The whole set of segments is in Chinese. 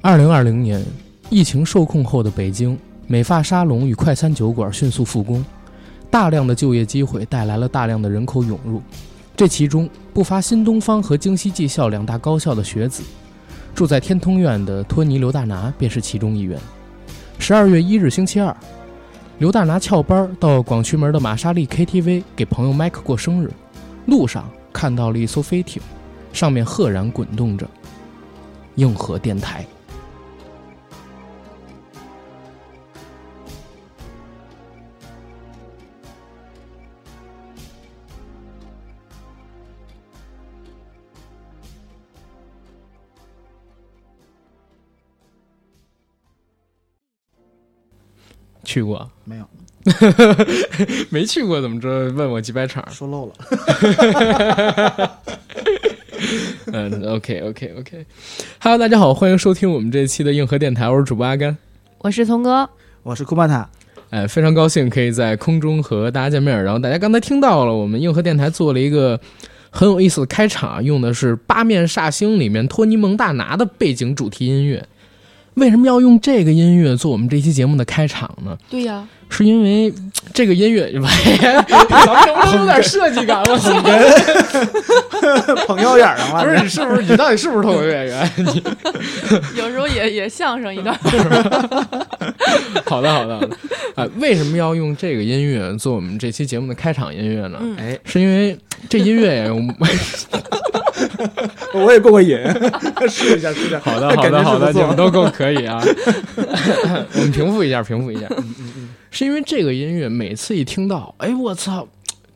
二零二零年，疫情受控后的北京，美发沙龙与快餐酒馆迅速复工，大量的就业机会带来了大量的人口涌入，这其中不乏新东方和京西技校两大高校的学子。住在天通苑的托尼刘大拿便是其中一员。十二月一日星期二，刘大拿翘班到广渠门的玛莎丽 KTV 给朋友麦克过生日，路上看到了一艘飞艇，上面赫然滚动着“硬核电台”。去过没有？ 没去过怎么着？问我几百场？说漏了。 嗯，OK OK OK。Hello，大家好，欢迎收听我们这一期的硬核电台，我是主播阿甘。我是童哥，我是库巴 塔，哎，非常高兴可以在空中和大家见面。然后大家刚才听到了，我们硬核电台做了一个很有意思的开场，用的是《八面煞星》里面托尼蒙大拿的背景主题音乐。为什么要用这个音乐做我们这期节目的开场呢？对呀、是因为这个音乐， 喂，咱们能不能有点设计感？我操！捧腰眼儿 上不了。是你是不是你到底是不是脱口秀演员？有时候也也相声一段， 好的，好的，好的。哎，为什么要用这个音乐做我们这期节目的开场音乐呢？ 嗯哎，是因为这音乐呀，我 们我也过过瘾，试一下，试一下。好的，好感觉的，是好的，不你错们都够可 以啊。我们平复一下，平复一下。是因为这个音乐每次一听到，哎，我操，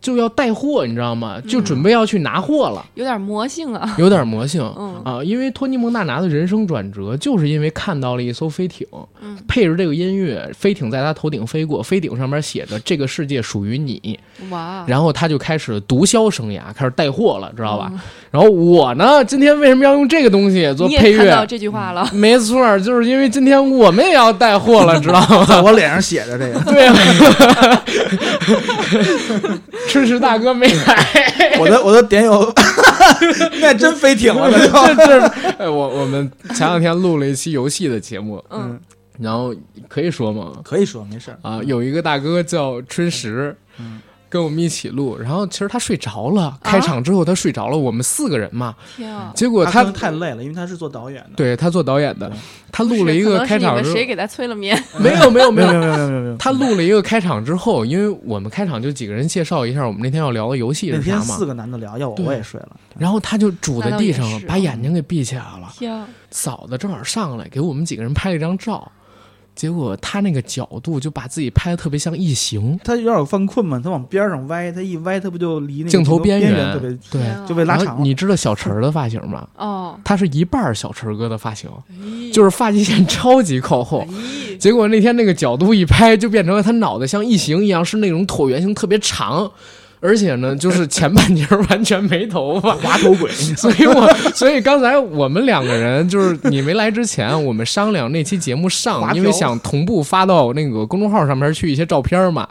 就要带货，你知道吗？就准备要去拿货 了，有点魔性啊。有点魔性。嗯啊，因为托尼蒙大拿的人生转折，就是因为看到了一艘飞艇，嗯配着这个音乐，飞艇在他头顶飞过，飞艇上面写着“这个世界属于你”，嗯哇，然后他就开始毒枭生涯，开始带货了，知道吧？然后我呢，今天为什么要用这个东西做嗯你配也看到乐？这句话了，没错儿，就是因为今天我们也要带货了，知道 吗？在我脸上写着这个，对啊，吃屎大哥没来，我的我的点 有，那真飞艇了，那就。这这，哎我我们前两天录了一期游戏的节目，嗯，然后可以说吗？可以说没事儿啊，有一个大哥叫春石，嗯跟我们一起录，然后其实他睡着啊了，开场之后他睡着了，我们四个人嘛，天啊！结果他他可能太累了，因为他是做导演的。对他做导演的对，他录了一不个是可能是开场你之们后谁，给他催了眠？没有没有没没有有，没有没有没有没有，他录了一个开场之后，因为我们开场就几个人介绍一下我们那天要聊的游戏那是天啥嘛四，个男的聊，要我对我也睡了。然后他就杵在地上了那倒也，是把眼睛给闭起来了。天啊，嫂子正好上来给我们几个人拍了一张照，结果他那个角度就把自己拍的特别像异形，他有点犯困嘛，他往边上歪，他一歪，他不就离那个镜头边边缘特别对。天啊就被拉然后长了。你知道小陈儿的发型吗？哦，他是一半儿小陈儿哥的发型，就是发际线超级靠哎后。咦，结果那天那个角度一拍，就变成了他脑袋像异形一样，是那种椭圆形，特别长，而且呢，就是前半截儿完全没头发。滑头 鬼，所以我，所以刚才我们两个人就是你没来之前，我们商量那期节目滑上，条因为想同步发到那个公众号上面去一些照片嘛。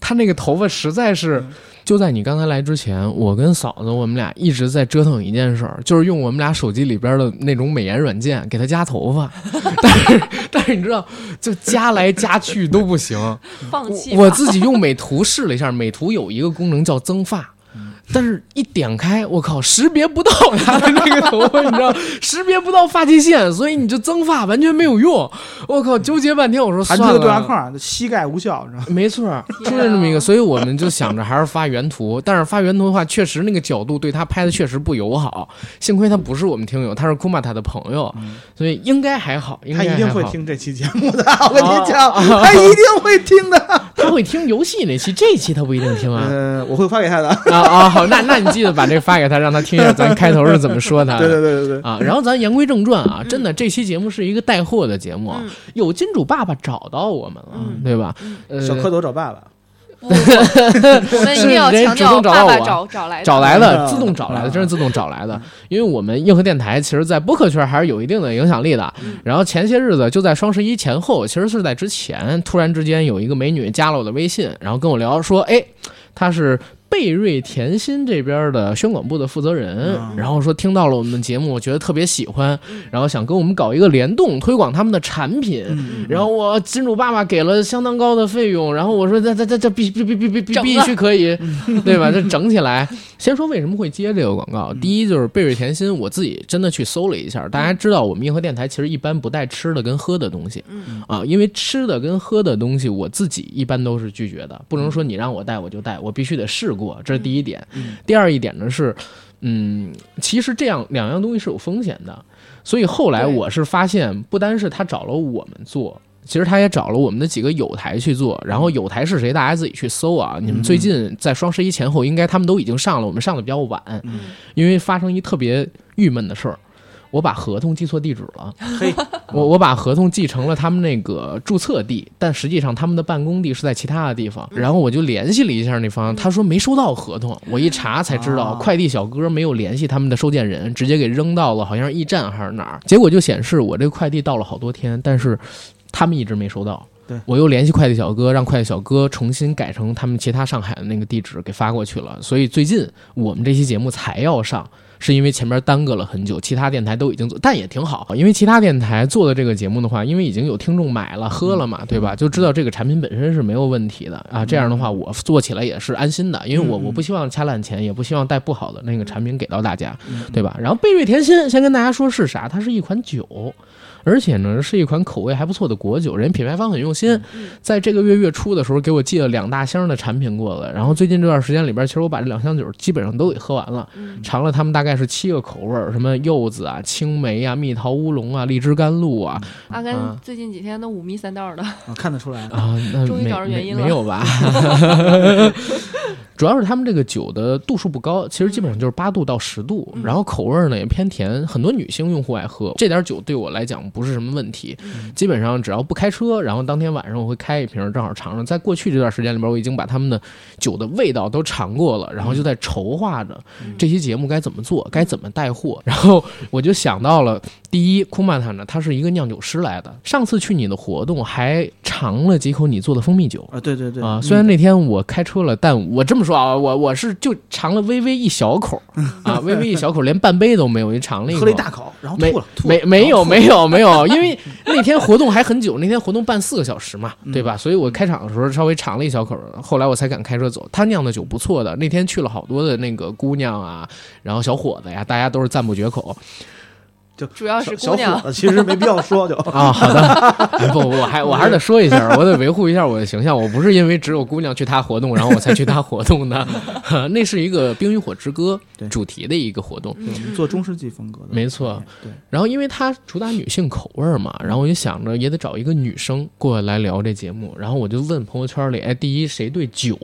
他那个头发实在是，就在你刚才来之前，我跟嫂子我们俩一直在折腾一件事儿，就是用我们俩手机里边的那种美颜软件给他夹头发， 但是但是你知道，就夹来夹去都不行。放弃我我吧，自己用美图试了一下，美图有一个功能叫增发。但是，一点开，我靠，识别不到他的那个头发，你知道，识别不到发际线，所以你就增发完全没有用。我靠，纠结半天，我说弹算出了，个对话框，膝盖无效，你知道吗？没错儿，出现这么一个，所以我们就想着还是发原图，但是发原图的话，确实那个角度对他拍的确实不友好。幸亏他不是我们听友，他是库玛塔的朋友，所以应该还好，应他该一定还会好，哦听这期节目 的，我跟你讲，他一定会听的。他会听游戏那期，这期他不一定听啊。呃，我会发给他的。啊啊，好，那那你记得把这个发给他，让他听一下咱开头是怎么说的。对嗯对对对对，啊，然后咱言归正传啊，真的这期节目是一个带货的节目，啊嗯有金主爸爸找到我们了，嗯对吧？小呃，蝌蚪找爸爸，不不不 我们一定要强调爸爸找找来的啊找来嗯的，自动找来的，嗯真是自动找来的。因为我们硬核电台其实，在播客圈还是有一定的影响力的。嗯然后前些日子就在双十一前后，其实是在之前，突然之间有一个美女加了我的微信，然后跟我聊说，哎，她是。贝瑞甜心这边的宣管部的负责人，嗯然后说听到了我们的节目，觉得特别喜欢，然后想跟我们搞一个联动，推广他们的产品。嗯然后我金主爸爸给了相当高的费用，然后我说这这这这必必必必必必整必了须可以，对吧？这整起来。先说为什么会接这个广告，嗯第一就是贝瑞甜心，我自己真的去搜了一下，大家知道我们硬核电台其实一般不带吃的跟喝的东西，嗯啊，因为吃的跟喝的东西我自己一般都是拒绝的，不能说你让我带我就带，我必须得试过，这是第一点。嗯第二一点呢是，嗯，其实这样两样东西是有风险的，所以后来对我是发现，不单是他找了我们做。其实他也找了我们的几个友台去做，然后友台是谁，大家自己去搜啊。你们最近在双十一前后，应该他们都已经上了，我们上的比较晚，嗯因为发生一特别郁闷的事儿，我把合同寄错地址了。嘿， 我我把合同寄成了他们那个注册地，但实际上他们的办公地是在其他的地方。然后我就联系了一下那方，他说没收到合同。我一查才知道，啊快递小哥没有联系他们的收件人，直接给扔到了好像是驿站还是哪儿。结果就显示我这个快递到了好多天，但是他们一直没收到。对我又联系快递小哥，让快递小哥重新改成他们其他上海的那个地址给发过去了。所以最近我们这期节目才要上，是因为前面耽搁了很久，其他电台都已经做，但也挺好，因为其他电台做的这个节目的话，因为已经有听众买了喝了嗯嘛，对吧？就知道这个产品本身是没有问题的啊。这样的话，我做起来也是安心的，因为我嗯嗯我不希望掐烂钱，也不希望带不好的那个产品给到大家，嗯对吧？然后贝瑞甜心，先跟大家说是啥，它是一款酒。而且呢，是一款口味还不错的果酒，人品牌方很用心，在这个月月初的时候给我寄了两大箱的产品过来，然后最近这段时间里边，其实我把这两箱酒基本上都给喝完了，嗯尝了他们大概是七个口味儿，什么柚子啊、青梅啊、蜜桃乌龙啊、荔枝甘露啊阿啊甘最近几天都五迷三道的，啊看得出来，啊，那终于没找着原因没了没有吧？ 主要是他们这个酒的度数不高，其实基本上就是八度到十度，嗯然后口味儿呢也偏甜，很多女性用户爱喝。这点酒对我来讲不是什么问题，嗯基本上只要不开车，然后当天晚上我会开一瓶，正好尝尝。在过去这段时间里边，我已经把他们的酒的味道都尝过了，然后嗯就在筹划着这期节目该怎么做，该怎么带货。然后我就想到了，第一，库曼塔呢，他是一个酿酒师来的，上次去你的活动还尝了几口你做的蜂蜜酒。啊，对对对啊，虽然那天我开车了，但我这么说啊，我我是就尝了微微一小口 啊，微微一小口，连半杯都没有，就尝了一嗯口，喝了一大口，然后没吐了，吐了没没有，然后没 有没有，因为那天活动还很久，那天活动办四个小时嘛，嗯对吧？所以我开场的时候稍微尝了一小口，后来我才敢开车走。他酿的酒不错的，那天去了好多的那个姑娘啊，然后小伙子呀，大家都是赞不绝 口主要吐是了姑小小娘。伙子其实没必要 说就啊。好的， 不不，我还我还是得说一下，我得维护一下我的形象，我不是因为只有姑娘去他活动，然后我才去他活动的， 那是一个《冰与火之歌对》主题的一个活动。嗯对我嗯们做中世纪风格的，哎没错，对，然后因为它主打女性口味儿嘛，然后我就想着也得找一个女生过来聊这节目，然后我就问朋友圈里，哎，第一谁对酒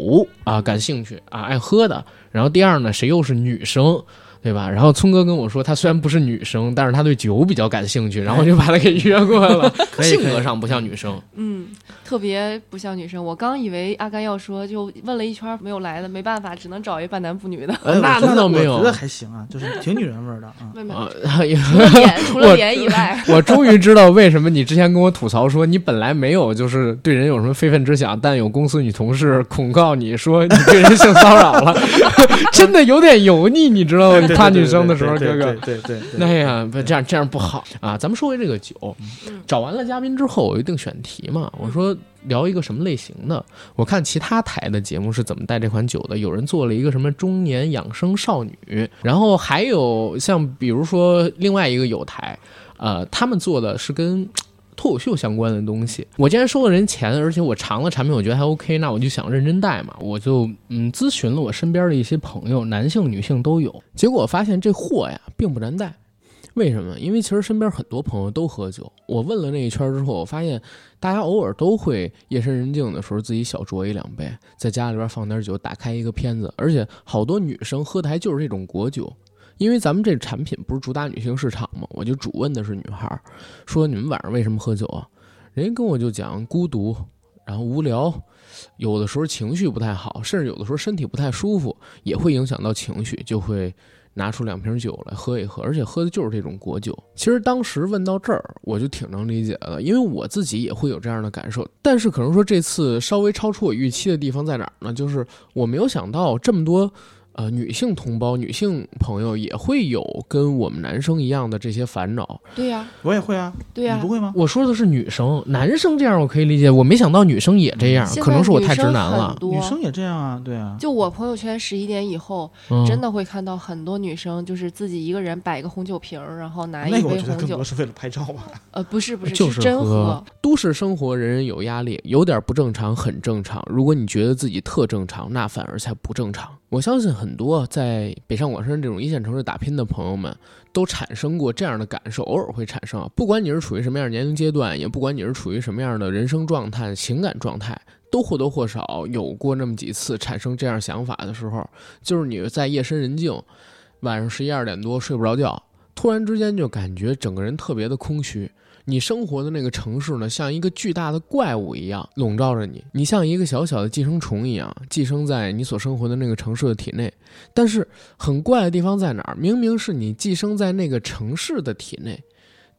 啊感兴趣啊，爱喝的，然后第二呢，谁又是女生？对吧？然后聪哥跟我说，他虽然不是女生，但是他对酒比较感兴趣，然后我就把他给约过来了。 可以性可格以上不像女生，嗯，特别不像女生。我刚以为阿甘要说，就问了一圈没有来的，没办法，只能找一半男不女的。哎我呃那觉得那倒没我有觉得还行啊，就是挺女人味儿的啊。妹妹，啊。 除了脸，除我了脸以 外， 我终于知道为什么你之前跟我吐槽说你本来没有就是对人有什么非分之想，但有公司女同事控告你说你对人性骚扰了， 真的有点油腻，你知道吗？哦对你对夸对女生的对时候，对哥哥对。对对对，那呀，不这样这样不好啊！咱们说回这个酒嗯，找完了嘉宾之后，我就定选题嘛。我说聊一个什么类型的？我看其他台的节目是怎么带这款酒的，有人做了一个什么中年养生少女，然后还有像比如说另外一个有台，呃，他们做的是跟。脱口秀相关的东西，我既然收了人钱，而且我尝了产品，我觉得还 OK，那我就想认真带嘛，我就嗯咨询了我身边的一些朋友，男性女性都有，结果我发现这货呀并不难带，为什么？因为其实身边很多朋友都喝酒，我问了那一圈儿之后，我发现大家偶尔都会夜深人静的时候自己小酌一两杯，在家里边放点酒，打开一个片子，而且好多女生喝的还就是这种果酒。因为咱们这产品不是主打女性市场嘛，我就主问的是女孩儿，说你们晚上为什么喝酒啊？人家跟我就讲孤独，然后无聊，有的时候情绪不太好，甚至有的时候身体不太舒服，也会影响到情绪，就会拿出两瓶酒来喝一喝，而且喝的就是这种果酒。其实当时问到这儿，我就挺能理解的，因为我自己也会有这样的感受。但是可能说这次稍微超出我预期的地方在哪儿呢？就是我没有想到这么多。呃，女性同胞、女性朋友也会有跟我们男生一样的这些烦恼。对呀、我也会啊，对呀、你不会吗？我说的是女生，男生这样我可以理解，我没想到女生也这样，现在可能是我女太直生男很了。多女生也这样啊，对啊，就我朋友圈十一点以后，嗯、真的会看到很多女生就是自己一个人摆个红酒瓶儿，然后拿一那个我杯觉得红更酒多。是为了拍照吧。呃，不是不是，就是真喝。都市生活人人有压力，有点不正常很正常。如果你觉得自己特正常，那反而才不正常。我相信很多在北上广深这种一线城市打拼的朋友们，都产生过这样的感受，偶尔会产生啊。不管你是处于什么样的年龄阶段，也不管你是处于什么样的人生状态、情感状态。都或多或少有过那么几次产生这样想法的时候，就是你在夜深人静，晚上十一二点多睡不着觉，突然之间就感觉整个人特别的空虚。你生活的那个城市呢，像一个巨大的怪物一样笼罩着你，你像一个小小的寄生虫一样寄生在你所生活的那个城市的体内。但是很怪的地方在哪儿？明明是你寄生在那个城市的体内，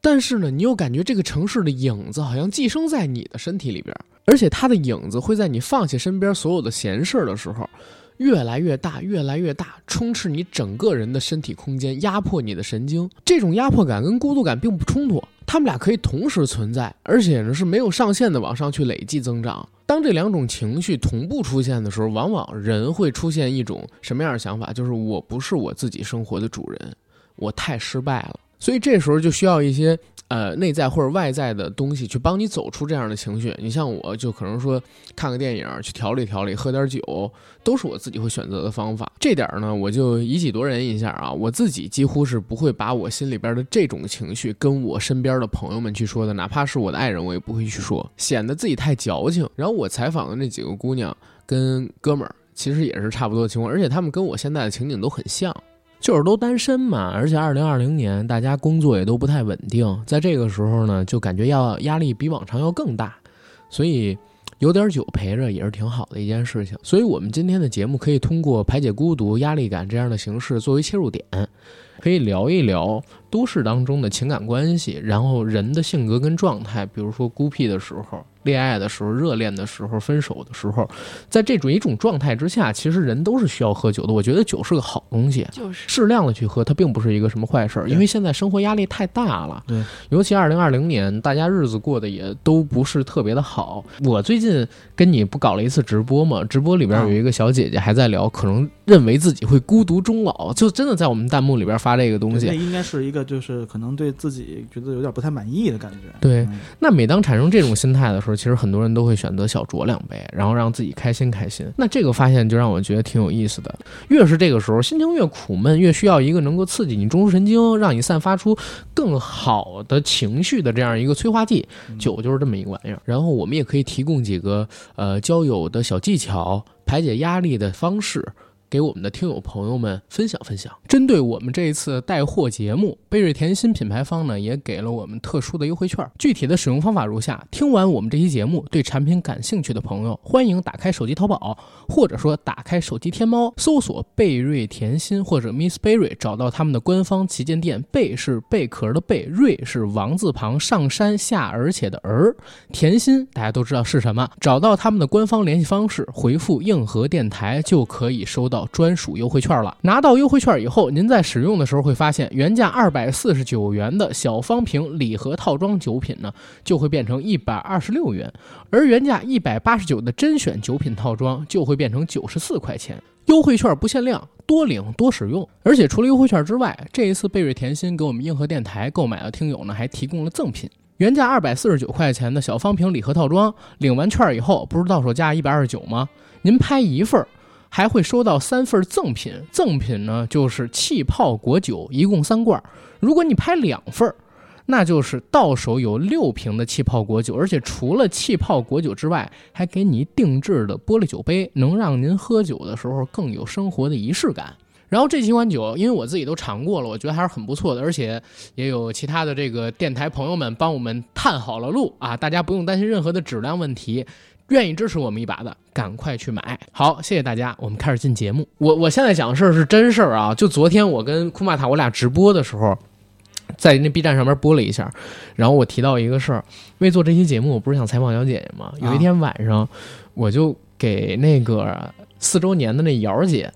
但是呢，你又感觉这个城市的影子好像寄生在你的身体里边儿，而且它的影子会在你放下身边所有的闲事儿的时候，越来越大，越来越大，充斥你整个人的身体空间，压迫你的神经。这种压迫感跟孤独感并不冲突，他们俩可以同时存在，而且呢是没有上限的往上去累计增长。当这两种情绪同步出现的时候，往往人会出现一种什么样的想法？就是我不是我自己生活的主人，我太失败了。所以这时候就需要一些呃内在或者外在的东西去帮你走出这样的情绪。你像我就可能说看个电影，去调理调理，喝点酒，都是我自己会选择的方法。这点儿呢，我就以己度人一下啊，我自己几乎是不会把我心里边的这种情绪跟我身边的朋友们去说的，哪怕是我的爱人，我也不会去说，显得自己太矫情。然后我采访的那几个姑娘跟哥们儿，其实也是差不多的情况，而且他们跟我现在的情景都很像。就是都单身嘛，而且二零二零年大家工作也都不太稳定，在这个时候呢，就感觉要压力比往常要更大，所以有点酒陪着也是挺好的一件事情。所以我们今天的节目可以通过排解孤独、压力感这样的形式作为切入点，可以聊一聊都市当中的情感关系，然后人的性格跟状态，比如说孤僻的时候、恋爱的时候、热恋的时候、分手的时候，在这种一种状态之下，其实人都是需要喝酒的。我觉得酒是个好东西。就是适量的去喝，它并不是一个什么坏事儿，对因为现在生活压力太大了，对，尤其二零二零年，大家日子过得也都不是特别的好。我最近跟你不搞了一次直播嘛，直播里啊边有一个小姐姐还在聊，可能认为自己会孤独终老，就真的在我们弹幕里边发这个东对那西。应该是一个就是可能对自己觉得有点不太满意的感觉。对嗯那每当产生这种心态的时候，其实很多人都会选择小酌两杯，然后让自己开心开心。那这个发现就让我觉得挺有意思的。越是这个时候，心情越苦闷，越需要一个能够刺激你中枢神经，让你散发出更好的情绪的这样一个催化剂。嗯酒就是这么一个玩意儿。然后我们也可以提供几个呃交友的小技巧，排解压力的方式。给我们的听友朋友们分享分享。针对我们这一次带货节目，贝瑞甜新品牌方呢也给了我们特殊的优惠券，具体的使用方法如下：听完我们这期节目，对产品感兴趣的朋友，欢迎打开手机淘宝，或者说打开手机天猫，搜索贝瑞甜心或者 Miss Berry，找到他们的官方旗舰店。贝是贝壳的贝，瑞是王字旁上山下而且的儿，甜心大家都知道是什么。找到他们的官方联系方式，回复硬核电台就可以收到专属优惠券了。拿到优惠券以后，您在使用的时候会发现，原价二百四十九元的小方瓶礼盒套装酒品呢，就会变成一百二十六元。而原价一百八十九的甄选酒品套装就会变成九十四块钱。优惠券不限量，多领多使用。而且除了优惠券之外，这一次贝瑞甜心给我们硬核电台购买的听友呢，还提供了赠品。原价二百四十九块钱的小方瓶礼盒套装，领完券以后不是到手价一百二十九吗？您拍一份儿，还会收到三份赠品。赠品呢就是气泡果酒，一共三罐儿。如果你拍两份儿，那就是到手有六瓶的气泡果酒，而且除了气泡果酒之外，还给你定制的玻璃酒杯，能让您喝酒的时候更有生活的仪式感。然后这几款酒，因为我自己都尝过了，我觉得还是很不错的，而且也有其他的这个电台朋友们帮我们探好了路啊，大家不用担心任何的质量问题。愿意支持我们一把的，赶快去买。好，谢谢大家，我们开始进节目。我我现在讲的事儿是真事儿啊，就昨天我跟库玛塔我俩直播的时候，在那 B 站上面播了一下，然后我提到一个事儿，为做这期节目，我不是想采访小姐姐吗？有一天晚上，我就给那个四周年的那瑶儿姐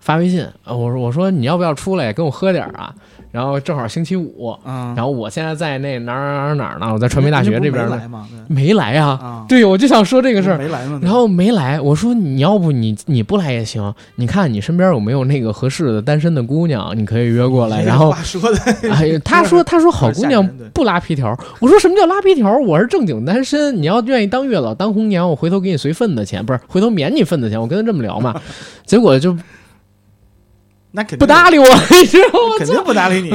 发微信，呃我说我说你要不要出来跟我喝点儿啊？然后正好星期五，啊，然后我现在在那哪儿哪儿哪儿哪儿呢？我在传媒大学这边那不是呢，没来嘛，对没来啊。啊，对，我就想说这这个事儿，没来嘛，对然后没来，我说你要不你你不来也行，你看你身边有没有那个合适的单身的姑娘，你可以约过 来。这然后话说的，哎，他说他说好姑娘不拉皮条，我说什么叫拉皮条？我是正经单身，你要愿意当月老当红娘，我回头给你随份子钱，不是回头免你份子钱。我跟他这么聊 嘛，结果就那肯定不搭，理我，你知道吗？ 肯定不搭理 你，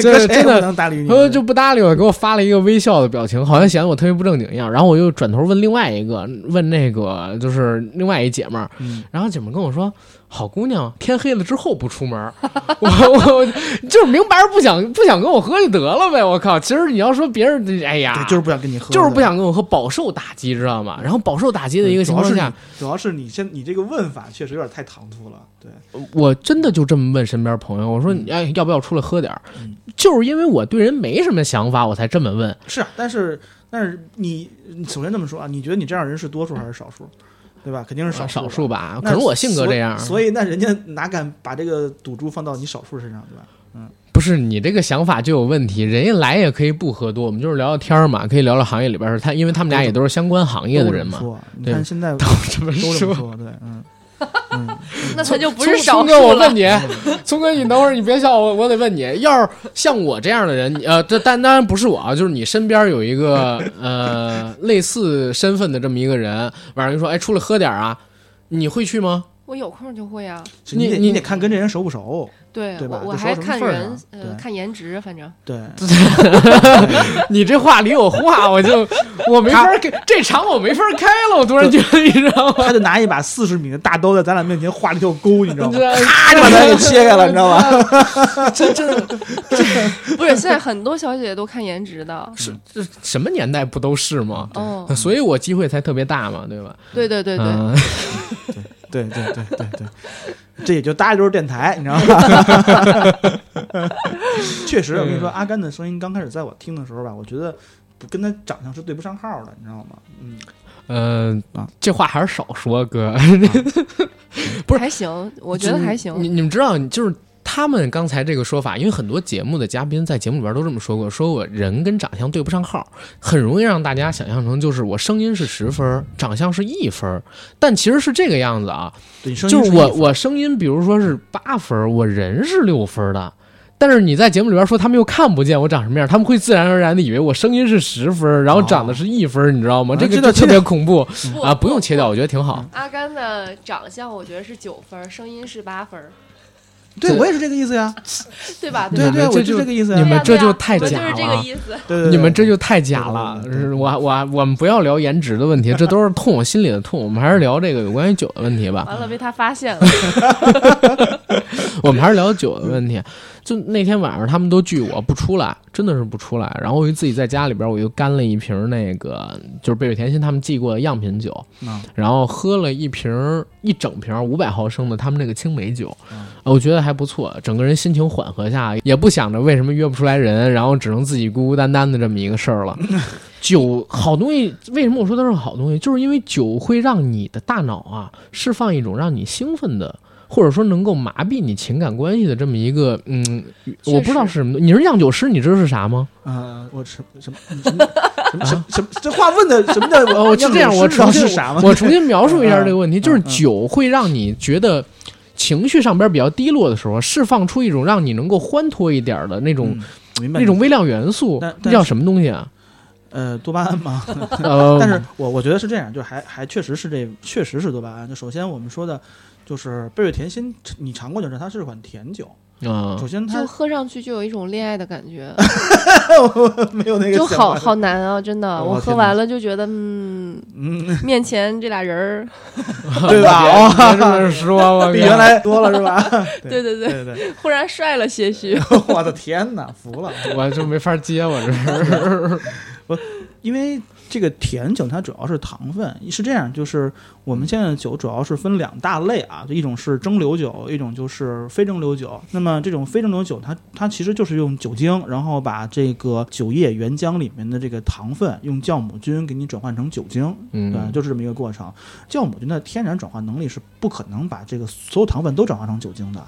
这这谁也真的不能搭理你，他说就不搭理我，给我发了一个微笑的表情，好像显得我特别不正经一样。然后我又转头问另外一个，问那个就是另外一姐们儿，嗯然后姐们跟我说：“好姑娘，天黑了之后不出门儿。我”我我就是明摆着不想不想跟我喝就得了呗。我靠，其实你要说别人，哎呀，对，就是不想跟你喝，就是不想跟我喝，饱受打击，知道吗？然后饱受打击的一个情况下，主要是你现你这个问法确实有点太唐突了，对，我真的就这么问身边朋友，我说：“你哎，要不要出来喝点儿嗯？”就是因为我对人没什么想法，我才这么问。是啊，但是但是你你首先这么说啊，你觉得你这样的人是多数还是少数，对吧？肯定是少数，少数吧，那啊可能我性格这样。所以所以那人家哪敢把这个赌注放到你少数身上，对吧？不是你这个想法就有问题，人家来也可以不喝多，我们就是聊聊天儿嘛，可以聊聊行业里边儿的事。他因为他们俩也都是相关行业的人嘛都这，么说，你对看现在都 都这么这么说。说，对， 嗯嗯，那他就不聪是少聪数哥，我了问。你，聪哥，你等会儿你别笑我，我得问你，要是像我这样的人，你呃，这但当然不是我啊，就是你身边有一个呃类似身份的这么一个人，晚上就说，哎，出来喝点儿啊，你会去吗？我有空就会啊，是你你得你你得看跟这人熟不熟， 对对吧我我就说还什么看份儿人上，呃，对看颜值，反正对， 你这话里有话，我就我没法儿给这场我没法儿开了，我突然觉得你知道吗？他就拿一把四十米的大刀在咱俩面前画了一条沟，你知道吗？咔就把它给切开了你知道 吗？这这。不是现在很多小姐姐都看颜值的是这什么年代不都是吗？哦，所以我机会才特别大嘛，对吧？对对对对，嗯 对对对对对，这也就搭就是电台，你知道吗？ 确实，我跟你说，阿甘的声音刚开始在我听的时候吧，我觉得不跟他长相是对不上号的，你知道吗？嗯，呃啊，这话还是少说，哥。不是还行，我觉得还行。你你们知道，就是他们刚才这个说法，因为很多节目的嘉宾在节目里边都这么说过，说我人跟长相对不上号，很容易让大家想象成就是我声音是十分，长相是一分，但其实是这个样子啊。对，声音就是是我一我声音，比如说是八分儿，我人是六分儿的，但是你在节目里边说他们又看不见我长什么样，他们会自然而然的以为我声音是十分儿，然后哦长得是一分儿，你知道吗？啊这个这就倒特别恐怖不啊！不用切掉，。我觉得挺好。阿甘的长相我觉得是九分儿，声音是八分儿，对这我也是这个意思呀，对吧？你对们吧？对，我这就就这个意思你呀们，对呀这对呀就太我假就是这个了啊意思。对对，你们对这就太假了，对对对对是我我我们不要聊颜值的问题，这都是痛我心里的痛。我们还是聊这个有关于酒的问题吧。 完了，被他发现了。我们还是聊酒的问题。就那天晚上，他们都拒我不出来，真的是不出来。然后我就自己在家里边，我又干了一瓶那个，就是贝贝甜心他们寄过的样品酒，嗯啊然后喝了一瓶一整瓶五百毫升的他们那个青梅酒，嗯呃我觉得还不错，整个人心情缓和下，也不想着为什么约不出来人，然后只能自己孤孤单单的这么一个事 儿了。酒好东西，为什么我说它是好东西？就是因为酒会让你的大脑啊释放一种让你兴奋的，或者说能够麻痹你情感关系的这么一个，嗯，确实我不知道是什么东西。你是酿酒师，你知道是啥吗？啊，我什什么什么什么什么什么这话问的什么的，啊 哦，是这样，我我知道重新是啥吗？我重新描述一下这个问题，嗯就是嗯酒会让你觉得情绪上边比较低落的时候，释放出一种让你能够欢脱一点儿的那种、嗯我明白那种微量元素但，那但叫是什么东西 啊？呃多巴胺吗？呃，但是我我觉得是这样，就还还确实是这，确实是多巴胺。就首先我们说的，就是贝瑞甜心，你尝过就知道它是款甜酒。啊、首先它就喝上去就有一种恋爱的感 觉，没有那个就想好法好，难啊！真的，哦我我喝天完了就觉得，嗯，嗯，面前这俩 人儿，对吧？哦，别这 么说，我 比原来多了是吧？对对对，对对， 忽然帅了些许。我的天哪，服了！ 我就没法接，我这是因为这个甜酒它主要是糖分，是这样，就是我们现在的酒主要是分两大类啊，就一种是蒸馏酒，一种就是非蒸馏酒。那么这种非蒸馏酒它，它其实就是用酒精，然后把这个酒液原浆里面的这个糖分用酵母菌给你转换成酒精，对，嗯，就是这么一个过程。酵母菌的天然转化能力是不可能把这个所有糖分都转化成酒精的，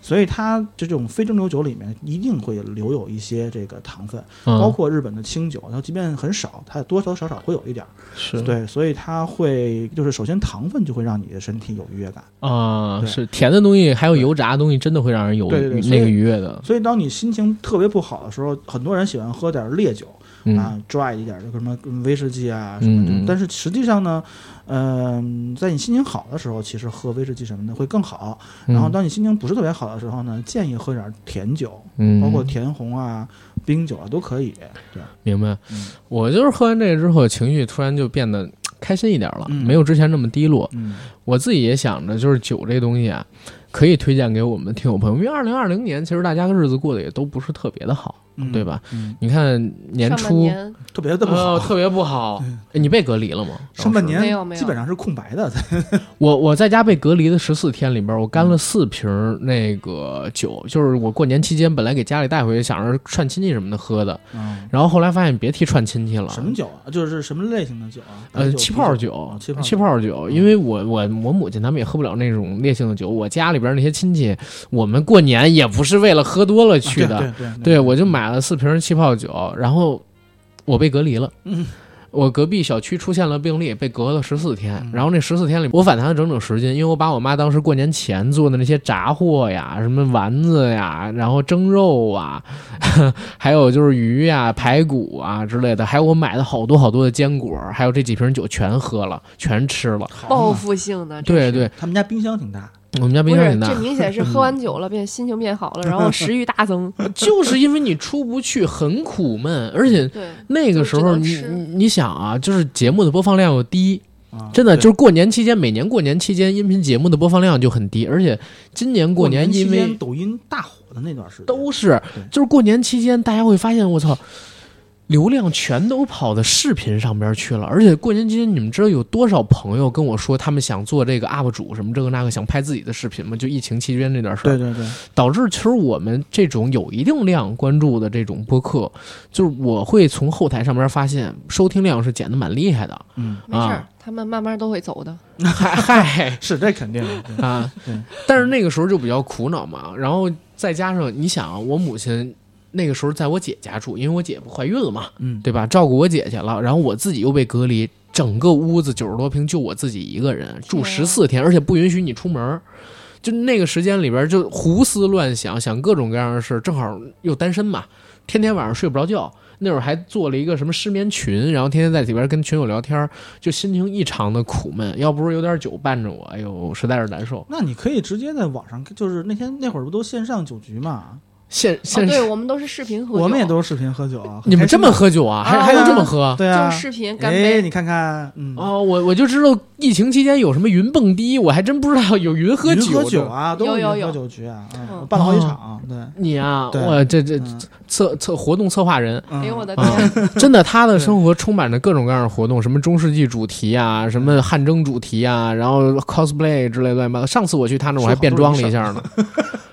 所以它这种非蒸馏酒里面一定会留有一些这个糖分，包嗯括日本的清酒，它即便很少，它也多多少少会有一点儿。是对，所以它会就是首先糖分就会让你的身体有愉悦感，啊，对是甜的东西，还有油炸的东西，真的会让人有对对对所以那个愉悦的。所以当你心情特别不好的时候，很多人喜欢喝点儿烈酒。嗯啊，dry 一点儿的，什么威士忌啊什么的。嗯，但是是实际上呢，嗯、在你心情好的时候，其实喝威士忌什么的会更好。嗯然后当你心情不是特别好的时候呢，建议喝点儿甜酒，嗯，包括甜红啊、冰酒啊都可以。对，明白嗯。我就是喝完这个之后，情绪突然就变得开心一点了，嗯没有之前那么低落。嗯我自己也想着，就是酒这东西啊，可以推荐给我们的听友朋友，因为二零二零年其实大家的日子过得也都不是特别的好，嗯对吧？嗯，你看 年上半初。年特别的不呃好。特别哦不 好。哎你被隔离了吗？上半年没有没有基本上是空白的，我我在家被隔离的十四天里边，我干了四瓶儿那个酒，就是我过年期间本来给家里带回去，想着串亲戚什么的喝的，嗯，然后后来发现别提串亲戚了。什么酒啊？就是什么类型的酒啊？白呃，酒气泡啤酒哦，气泡嗯气泡酒，因为我我我母亲他们也喝不了那种烈性的酒，我家里边那些亲戚，我们过年也不是为了喝多了啊去的，对对对对，我就买了四瓶气泡酒，然后我被隔离了。嗯，我隔壁小区出现了病例，被隔了十四天嗯。然后那十四天里，我反弹了整整十斤，因为我把我妈当时过年前做的那些炸货呀、什么丸子呀、然后蒸肉啊， 还有就是鱼呀、排骨啊之类的，还有我买的好多好多的坚果，还有这几瓶酒全喝了，全吃了。好嘛报复性的，这对是。对，他们家冰箱挺大，我们家不冰箱是挺，大这，明显是喝完酒了，变心情变好了，然后食欲 大增。就是因为你出不去，很苦闷，而且对，那个时候就你，只能吃你你想啊，就是节目的播放量又低，啊真的对就是过年期间，每年过年期间音频节目的播放量就很低，而且今年过年期因间为抖音大火的那段时间，都是对，就是过年期间大家会发现，我操，流量全都跑到视频上边去了，而且过年期间你们知道有多少朋友跟我说他们想做这个 UP 主什么这个那个，想拍自己的视频吗？就疫情期间这段事儿对，对对，导致其实我们这种有一定量关注的这种播客，就是我会从后台上面发现收听量是减的蛮厉害的，嗯，没事儿啊，他们慢慢都会走的。嗨嗨是这肯定 的，对啊对！但是那个时候就比较苦恼嘛，然后再加上你想，啊我母亲那个时候在我姐家住，因为我姐不怀孕了嘛，嗯，对吧？照顾我姐去了，然后我自己又被隔离，整个屋子九十多平，就我自己一个人住天十啊四天，而且不允许你出门儿。就那个时间里边，就胡思乱想，想各种各样的事儿。正好又单身嘛，天天晚上睡不着觉。那会儿还做了一个什么失眠群，然后天天在里边跟群友聊天儿，就心情异常的苦闷。要不是有点酒伴着我，哎呦，实在是难受。那你可以直接在网上，就是那天那会儿不都线上酒局嘛？现哦，现实、对我们都是视频喝酒，我们也都是视频喝酒啊。很你们开这心么的喝酒啊？还啊还能这么喝？对啊就？视频干哎，杯。你看看，嗯，哦，我我就知道疫情期间有什么云蹦迪，我还真不知道有云喝云酒的。喝酒啊，都有是有云喝有酒局啊，嗯嗯我办了好哦几场，对，嗯你啊，对我这这嗯策策活动策划人， 嗯哎呦我的啊天，真的，他的生活充满着各种各样的活动，什么中世纪主题啊，什么汉征主题啊，然后 cosplay 之类乱七八糟。上次我去他那儿，我还变装了一 下呢。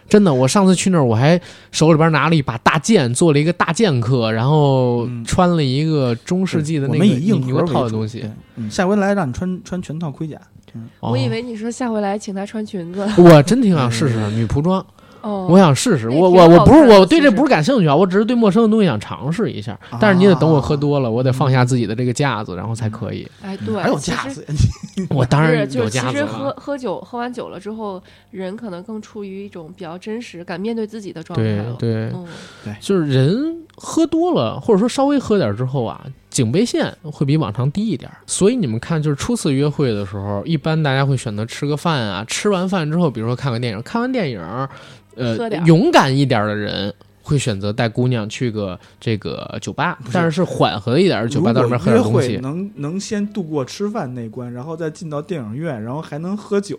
真的，我上次去那儿，我还手里边拿了一把大剑，做了一个大剑客，然后嗯穿了一个中世纪的我那个们以硬牛核为套的主东西对。嗯下回来让你穿穿全套盔甲，哦我以为你说下回来请他穿裙 子。我真挺嗯想试试女仆装，哦，我想试试。那我挺我我好不是看的我对其这实不是感兴趣啊，我只是对陌生的东西想尝试一下。但是你得等我喝哦多了，我得放下自己的这个架子，然后才可以。哎，对，嗯还有其架实子，我当不然是，就有是架子其实喝了。喝酒，喝完酒了之后，人可能更处于一种比较真实、敢面对自己的状态对了。对，嗯，就是人喝多了，或者说稍微喝点之后啊，警备线会比往常低一点儿。所以你们看，就是初次约会的时候，一般大家会选择吃个饭啊，吃完饭之后，比如说看个电影，看完电影，呃喝点，儿勇敢一点儿的人。会选择带姑娘去个这个酒吧，是但是是缓和一点的酒如吧，果到里面喝点东约会西。能能先度过吃饭那关，然后再进到电影院，然后还能喝酒，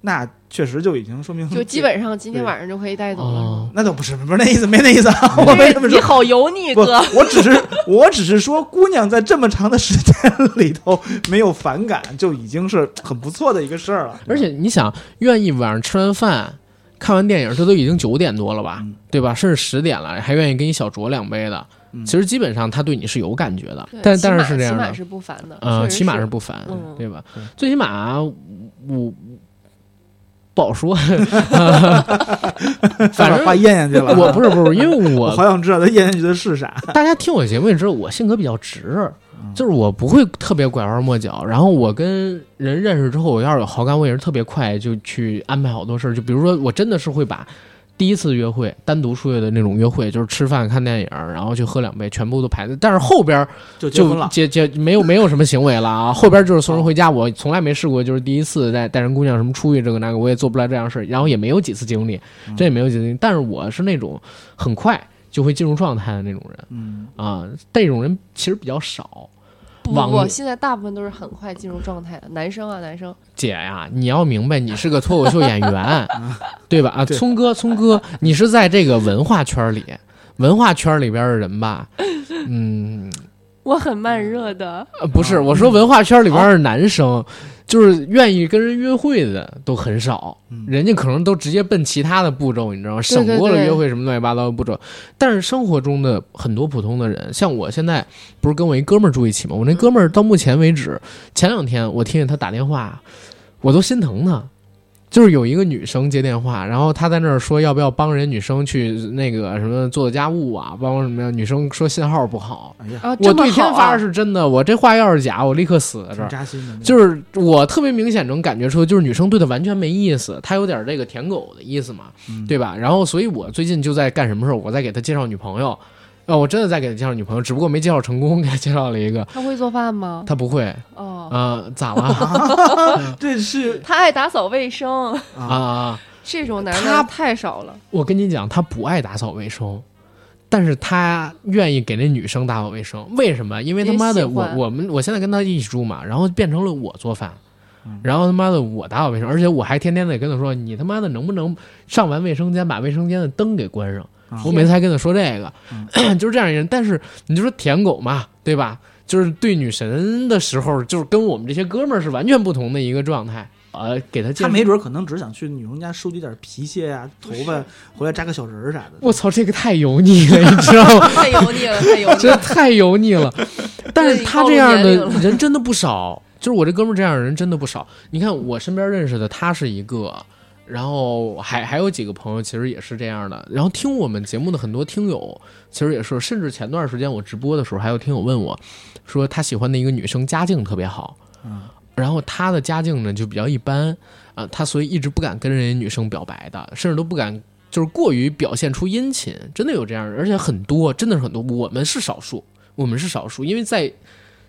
那确实就已经说明就基本上今天晚上就可以带走了。 哦， 那倒不是不是那意思，没那意思啊，我是吧没这么你说。好油腻，不哥，，我只是我只是说，姑娘在这么长的时间里头没有反感，就已经是很不错的一个事儿了。而且你想，愿意晚上吃完饭、看完电影，这都已经九点多了吧，嗯对吧？甚至十点了，还愿意跟你小酌两杯的，嗯其实基本上他对你是有感觉的对，但骑但马是是这样骑的马，是不烦的，呃，确实起码是是不烦，嗯对吧对？最起码我不好说，反 把正话咽下去了，我不是不是，因为我 我好想知道他咽下去的是啥。 大家听我节目也知道，我性格比较直，嗯就是我不会特别拐弯抹角。然后我跟人认识之后，我要是有好感，我也是特别快就去安排好多事儿。就比如说，我真的是会把第一次约会、单独出去的那种约会，就是吃饭、看电影，然后去喝两杯，全部都排在。但是后边儿就结婚就了，结结没有没有什么行为了啊，后边就是送人回家，我从来没试过，就是第一次带带人姑娘什么出去这个那个，我也做不来这样的事儿，然后也没有几次经历，嗯这也没有几次经历，但是我是那种很快就会进入状态的那种人嗯，啊，这种人其实比较少。不不网不，现在大部分都是很快进入状态的，男生啊男生，姐呀、你要明白，你是个脱口秀演员，对吧？啊，对聪哥，聪哥，你是在这个文化圈里，文化圈里边的人吧？嗯，我很慢热的，呃，不是，我说文化圈里边的男生，就是愿意跟人约会的都很少，嗯人家可能都直接奔其他的步骤，你知道吗？对对省过了对约会什么乱七八糟的步骤。但是生活中的很多普通的人，像我现在不是跟我一哥们儿住一起吗？我那哥们儿到目前为止，前两天我听见他打电话，我都心疼他。就是有一个女生接电话，然后他在那儿说要不要帮人女生去那个什么做家务啊，帮什么呀？女生说信号不好，哎呀，啊，我这么对天好啊发誓，真的，我这话啊要是假，我立刻死在这挺儿。扎心的。就是我特别明显能感觉出，就是女生对他完全没意思，他有点这个舔狗的意思嘛，嗯对吧？然后，所以我最近就在干什么事儿？我在给他介绍女朋友，啊、我真的在给他介绍女朋友，只不过没介绍成功，给他介绍了一个，他会做饭吗？他不会，哦，啊，咋了？啊这是他爱打扫卫生，啊啊！这种男他的太少了。我跟你讲，他不爱打扫卫生，但是他愿意给那女生打扫卫生。为什么？因为他妈的，因为喜我欢我们我现在跟他一起住嘛，然后变成了我做饭嗯，然后他妈的我打扫卫生，而且我还天天的跟他说，你他妈的能不能上完卫生间把卫生间的灯给关上？啊我每次还跟他说这个， 就是这样一人。但是你就说舔狗嘛，对吧？就是对女神的时候，就是跟我们这些哥们儿是完全不同的一个状态。呃，给他介绍。他没准可能只是想去女生家收集点皮屑呀、头发，回来扎个小人儿啥的。我操，这个太油腻了，你知道吗？ 太油腻了，太油腻真的了。太油腻了。但是他这样暴露的年龄人真的不少，就是我这哥们儿这样的人真的不少。你看我身边认识的，他是一个，然后还还有几个朋友其实也是这样的。然后听我们节目的很多听友其实也是，甚至前段时间我直播的时候，还有听友问我说他喜欢的一个女生家境特别好，嗯然后他的家境呢就比较一般啊、他所以一直不敢跟人家女生表白的，甚至都不敢就是过于表现出殷勤，真的有这样的，而且很多，真的是很多，我们是少数，我们是少数，因为在。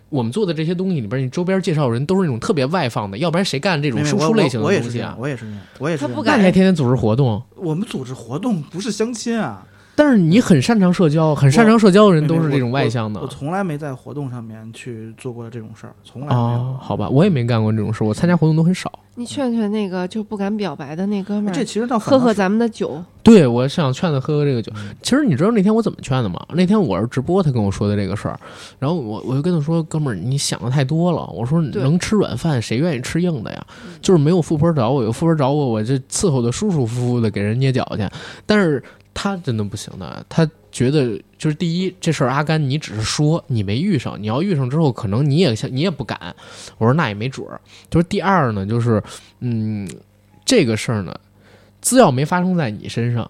我们做的这些东西里边，你周边介绍人都是那种特别外放的，要不然谁干这种没输出类型我我我的也东是这西样，啊？我也是这样，我也是这他样。不那敢你还天天组织活动，我们组织活动不是相亲啊，但是你很擅长社交，很擅长社交的人都是这种外向的我从来没在活动上面去做过这种事儿，从来没有。哦，好吧，我也没干过这种事，我参加活动都很少。你劝劝那个就不敢表白的那哥们这哎儿，其实倒反喝倒喝是咱们的啊酒。对，我想劝他喝喝这个酒。其实你知道那天我怎么劝的吗？那天我是直播，他跟我说的这个事儿，然后我我就跟他说：“哥们儿，你想的太多了。”我说：“对能吃软饭，谁愿意吃硬的呀？就是没有富婆找我，有富婆找我，我这伺候的舒舒服服的，给人捏脚去。”但是他真的不行的，他觉得就是第一这事儿，阿甘你只是说你没遇上，你要遇上之后，可能你也想你也不敢。我说那也没准儿。就是第二呢，就是嗯，这个事儿呢，只要没发生在你身上，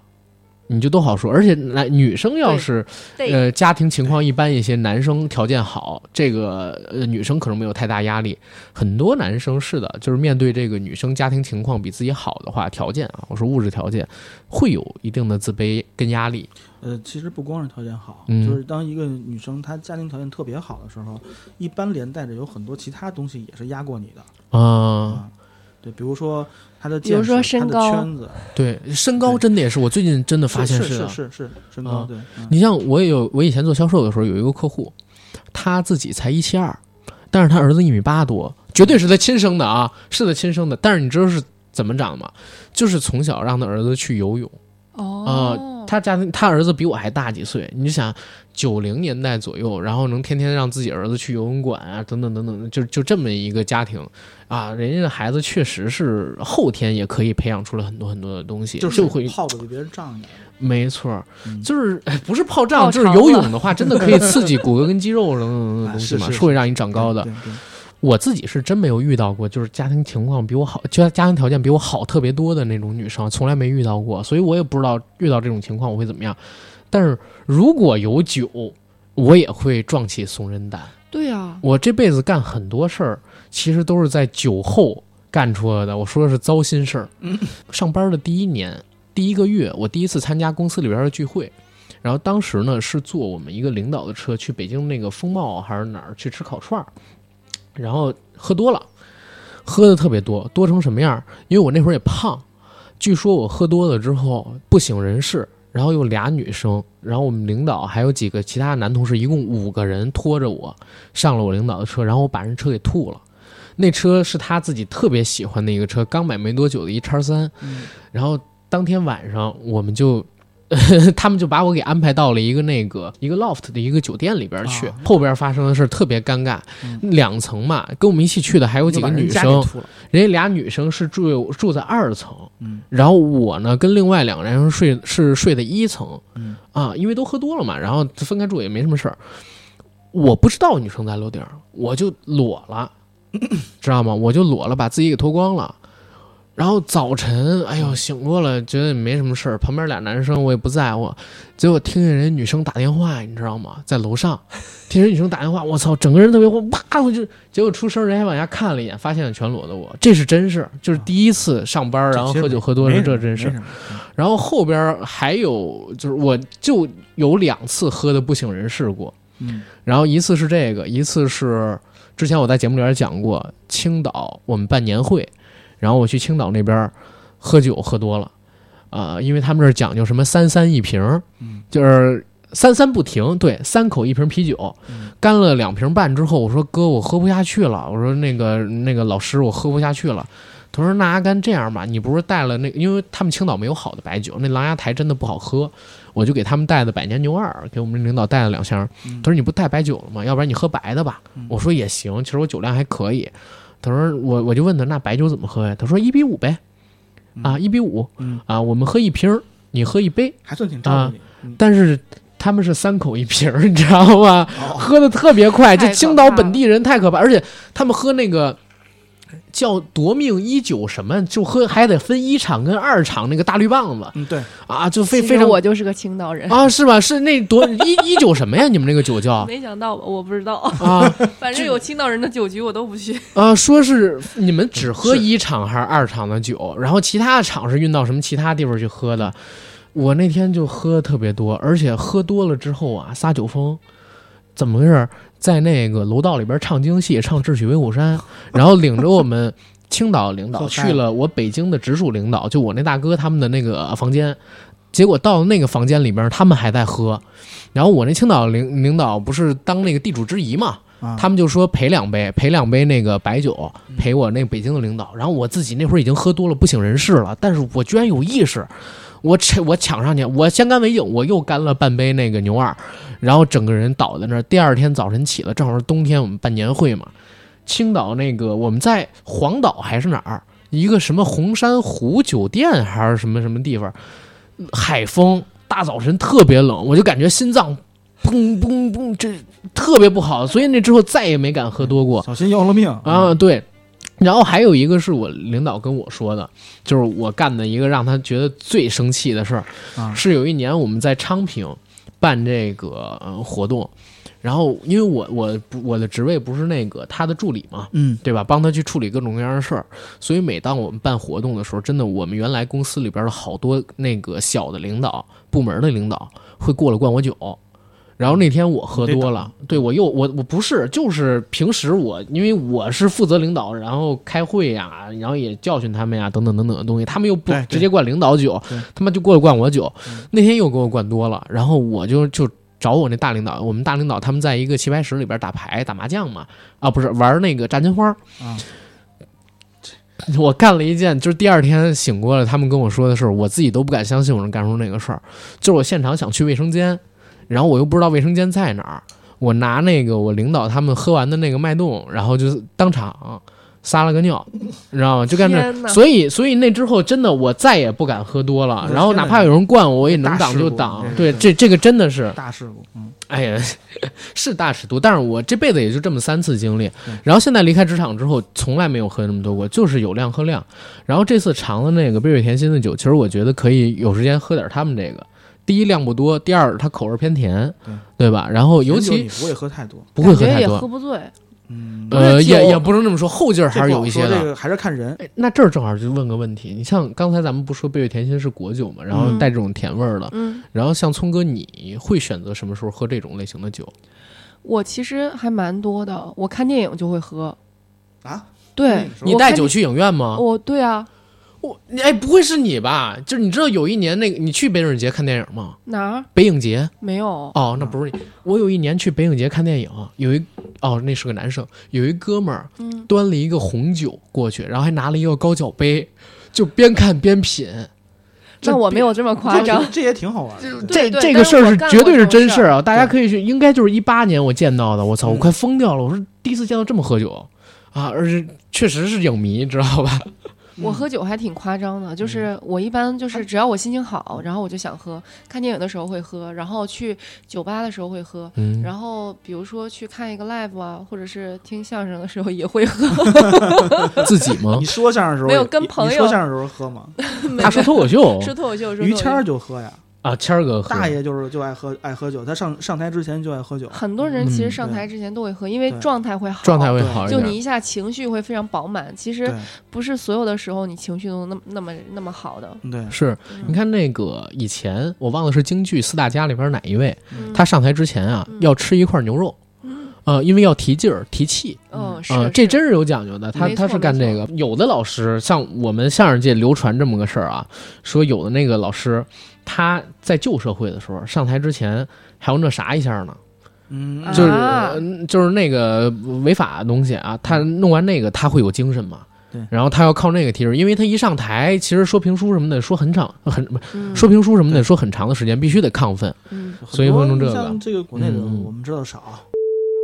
你就都好说。而且男女生要是对，呃家庭情况一般一些，男生条件好，这个呃女生可能没有太大压力。很多男生是的，就是面对这个女生家庭情况比自己好的话，条件啊，我说物质条件会有一定的自卑跟压力。呃，其实不光是条件好，嗯就是当一个女生她家庭条件特别好的时候，一般连带着有很多其他东西也是压过你的啊、啊、对，比如说他的比如见识，说身他高的圈子，对，身高真的也是，我最近真的发现啊是的是。是是身高，啊对，嗯你像我也有，我以前做销售的时候有一个客户，他自己才一七二，但是他儿子一米八多，绝对是他亲生的啊，是他亲生的。但是你知道是怎么长的吗？就是从小让他儿子去游嗯泳。哦，他家庭他儿子比我还大几岁，你想九零年代左右，然后能天天让自己儿子去游泳馆啊，等等等等，就就这么一个家庭啊，人家的孩子确实是后天也可以培养出了很多很多的东西，就是会泡着比别人仗义，没错儿，嗯就是哎不是泡仗，泡就是长游了泳的话，真的可以刺激骨骼跟肌肉等等等等 啊东西是嘛，是嗯会让你长高的。对对我自己是真没有遇到过，就是家庭情况比我好，家家庭条件比我好特别多的那种女生，从来没遇到过，所以我也不知道遇到这种情况我会怎么样。但是如果有酒，我也会壮起怂人胆。对啊呀，我这辈子干很多事儿，其实都是在酒后干出来的。我说的是糟心事儿。上班的第一年，第一个月，我第一次参加公司里边的聚会，然后当时呢是坐我们一个领导的车去北京那个风貌还是哪儿去吃烤串儿，然后喝多了，喝的特别多，多成什么样儿？因为我那会儿也胖，据说我喝多了之后不省人事。然后有俩女生，然后我们领导还有几个其他男同事，一共五个人拖着我，上了我领导的车，然后我把人车给吐了。那车是他自己特别喜欢的一个车，刚买没多久的一叉三。嗯然后当天晚上我们就， 他们就把我给安排到了一个那个一个 loft 的一个酒店里边去。啊后边发生的事儿特别尴尬，嗯两层嘛，跟我们一起去的还有几就个把人女家生给，吐了，人家俩女生是住住在二层，嗯然后我呢跟另外两个人睡是睡的一层。嗯，啊，因为都喝多了嘛，然后分开住也没什么事儿。我不知道女生在楼顶儿，我就裸了，知道吗？我就裸了，把自己给脱光了。然后早晨，哎呦，醒过了，觉得也没什么事儿。旁边俩男生我也不在乎，结果听见人女生打电话，你知道吗？在楼上，听人女生打电话，我操，整个人特别慌，啪，我就结果出声，人还往下看了一眼，发现全裸的我，这是真事儿，啊就是第一次上班，然后喝酒喝多了，没这什么真事儿没。什么嗯然后后边儿还有就是，我就有两次喝的不省人事过，嗯然后一次是这个，一次是之前我在节目里边讲过，青岛我们办年会，然后我去青岛那边儿喝酒喝多了，啊，因为他们这儿讲究什么三三一瓶儿，嗯就是三三不停，对，三口一瓶啤酒，嗯干了两瓶半之后，我说哥，我喝不下去了。我说那个那个老师，我喝不下去了。他说那阿甘这样吧，你不是带了那，因为他们青岛没有好的白酒，那狼牙台真的不好喝，我就给他们带的百年牛二，给我们领导带了两箱。嗯他说你不带白酒了吗？要不然你喝白的吧。嗯我说也行，其实我酒量还可以。他说我我就问他那白酒怎么喝呀？他说一比五呗，啊一比五嗯啊，我们喝一瓶儿，你喝一杯。还算挺仗啊义，嗯但是他们是三口一瓶儿，你知道吗？哦喝的特别快，太这可青岛怕本了地人太可怕，而且他们喝那个叫夺命一九什么，就喝还得分一厂跟二厂那个大绿棒子嗯对，啊，就非其非实常我就是个青岛人，啊，是吧？是那夺一一九什么呀？你们那个酒叫 没想到吧我不 知道，啊反正有青岛人的酒局我都不去。啊，说是你们只喝是一厂还是二厂的酒，然后其他的厂是运到什么其他地方去喝的。我那天就喝得特别多，而且喝多了之后啊，撒酒疯，怎么回事儿？在那个楼道里边唱京戏，唱《智取威虎山》，然后领着我们青岛领导后山去了我北京的直属领导，就我那大哥他们的那个房间。结果到那个房间里边，他们还在喝，然后我那青岛领领导不是当那个地主之谊嘛，啊他们就说赔两杯，赔两杯那个白酒，赔我那北京的领导。然后我自己那会儿已经喝多了，不省人事了，但是我居然有意识，我抢我抢上去，我先干为敬，我又干了半杯那个牛二，然后整个人倒在那儿。第二天早晨起来，正好是冬天，我们办年会嘛，青岛那个我们在黄岛还是哪儿，一个什么红山湖酒店还是什么什么地方，海风，大早晨特别冷，我就感觉心脏。砰砰砰！这特别不好，所以那之后再也没敢喝多过小心要了命啊。！对，然后还有一个是我领导跟我说的，就是我干的一个让他觉得最生气的事儿，啊是有一年我们在昌平办这个、呃、活动，然后因为我我不我的职位不是那个他的助理嘛，嗯对吧？帮他去处理各种各样的事儿。所以每当我们办活动的时候，真的，我们原来公司里边的好多那个小的领导、部门的领导会过来灌我酒，然后那天我喝多了你，对我又我我不是，就是平时我因为我是负责领导，然后开会呀、然后也教训他们呀、等等等等的东西，他们又不对哎对直接灌领导酒对，他们就过来灌我酒嗯，那天又给我灌多了，然后我就就找我那大领导，我们大领导他们在一个棋牌室里边打牌打麻将嘛，啊不是玩那个炸金花，啊，我干了一件，就是第二天醒过来，他们跟我说的事儿，我自己都不敢相信我能干出那个事儿。就是我现场想去卫生间，然后我又不知道卫生间在哪儿，我拿那个我领导他们喝完的那个脉动，然后就当场撒了个尿，你知道吗？就干天这，哪所以所以那之后真的我再也不敢喝多了，然后哪怕有人灌我，我也能挡就挡大事。故对，对这这个真的是，大事故，嗯，哎呀，是大尺度，但是我这辈子也就这么三次经历对。然后现在离开职场之后，从来没有喝那么多过，就是有量喝量。然后这次尝了那个贝瑞甜心的酒，其实我觉得可以有时间喝点他们这个。第一量不多，第二它口味偏甜，对对吧？然后尤甜酒其你不会喝太多，不会喝感觉太也多啊喝，不醉。嗯，呃，酒也也不能这么说，后劲儿这还是有一些不好的说。这个还是看人，哎那这儿正好就问个问题，你像刚才咱们不说贝瑞甜心是果酒嘛，然后嗯带这种甜味儿的，嗯，然后像聪哥，你会选择什么时候喝这种类型的酒？我其实还蛮多的，我看电影就会喝啊。对，嗯你我带看酒去影院吗？我对啊，我你哎，不会是你吧？就是你知道有一年那个你去北影节看电影吗？哪儿北影节没有？哦，那不是你。我有一年去北影节看电影，有一哦，那是个男生，有一哥们儿嗯，端了一个红酒过去，然后还拿了一个高脚杯，就边看边品。这那我没有这么夸张。这也挺好玩的。这对对这但个是事儿我是干绝过对这是种真事事儿儿啊！大家可以去，应该就是一八年我见到的，我操，我嗯快疯掉了！我说第一次见到这么喝酒啊，而且确实是影迷，知道 吧？嗯我喝酒还挺夸张的，就是我一般就是只要我心情好，然后我就想喝。看电影的时候会喝，然后去酒吧的时候会喝，嗯，然后比如说去看一个 live 啊，或者是听相声的时候也 会喝。自己吗 你？说相声的时候没有你跟朋友你说相声的时候喝吗？他说脱口秀说脱口秀，说于脱口秀谦儿就喝呀，啊，谦儿哥喝大爷就是就爱喝爱喝酒，他上上台之前就爱喝酒。很多人其嗯实上台之前都会喝，因为对状态会好，状态会对好一哦就点。你一下情绪会非常饱满。其对实不是所有的时候你情绪都那么那么那么好的。对，是，嗯你看那个以前我忘了是京剧四大家里边哪一位，嗯他上台之前啊嗯要吃一块牛肉，呃，因为要提劲儿、提气嗯是啊、是这真是有讲究的。他没他错是干这个。有的老师像我们相声界流传这么个事儿啊，说有的那个老师他在旧社会的时候上台之前还要那啥一下呢，嗯，啊就是、呃就是那个违法东西啊，他嗯弄完那个他会有精神嘛。对然后他要靠那个提神，因为他一上台，其实说评书什么的，说很长很嗯说评书什么的，对说很长的时间，必须得亢奋。嗯很所以多会弄这个像这个国内的嗯嗯我们知道少。啊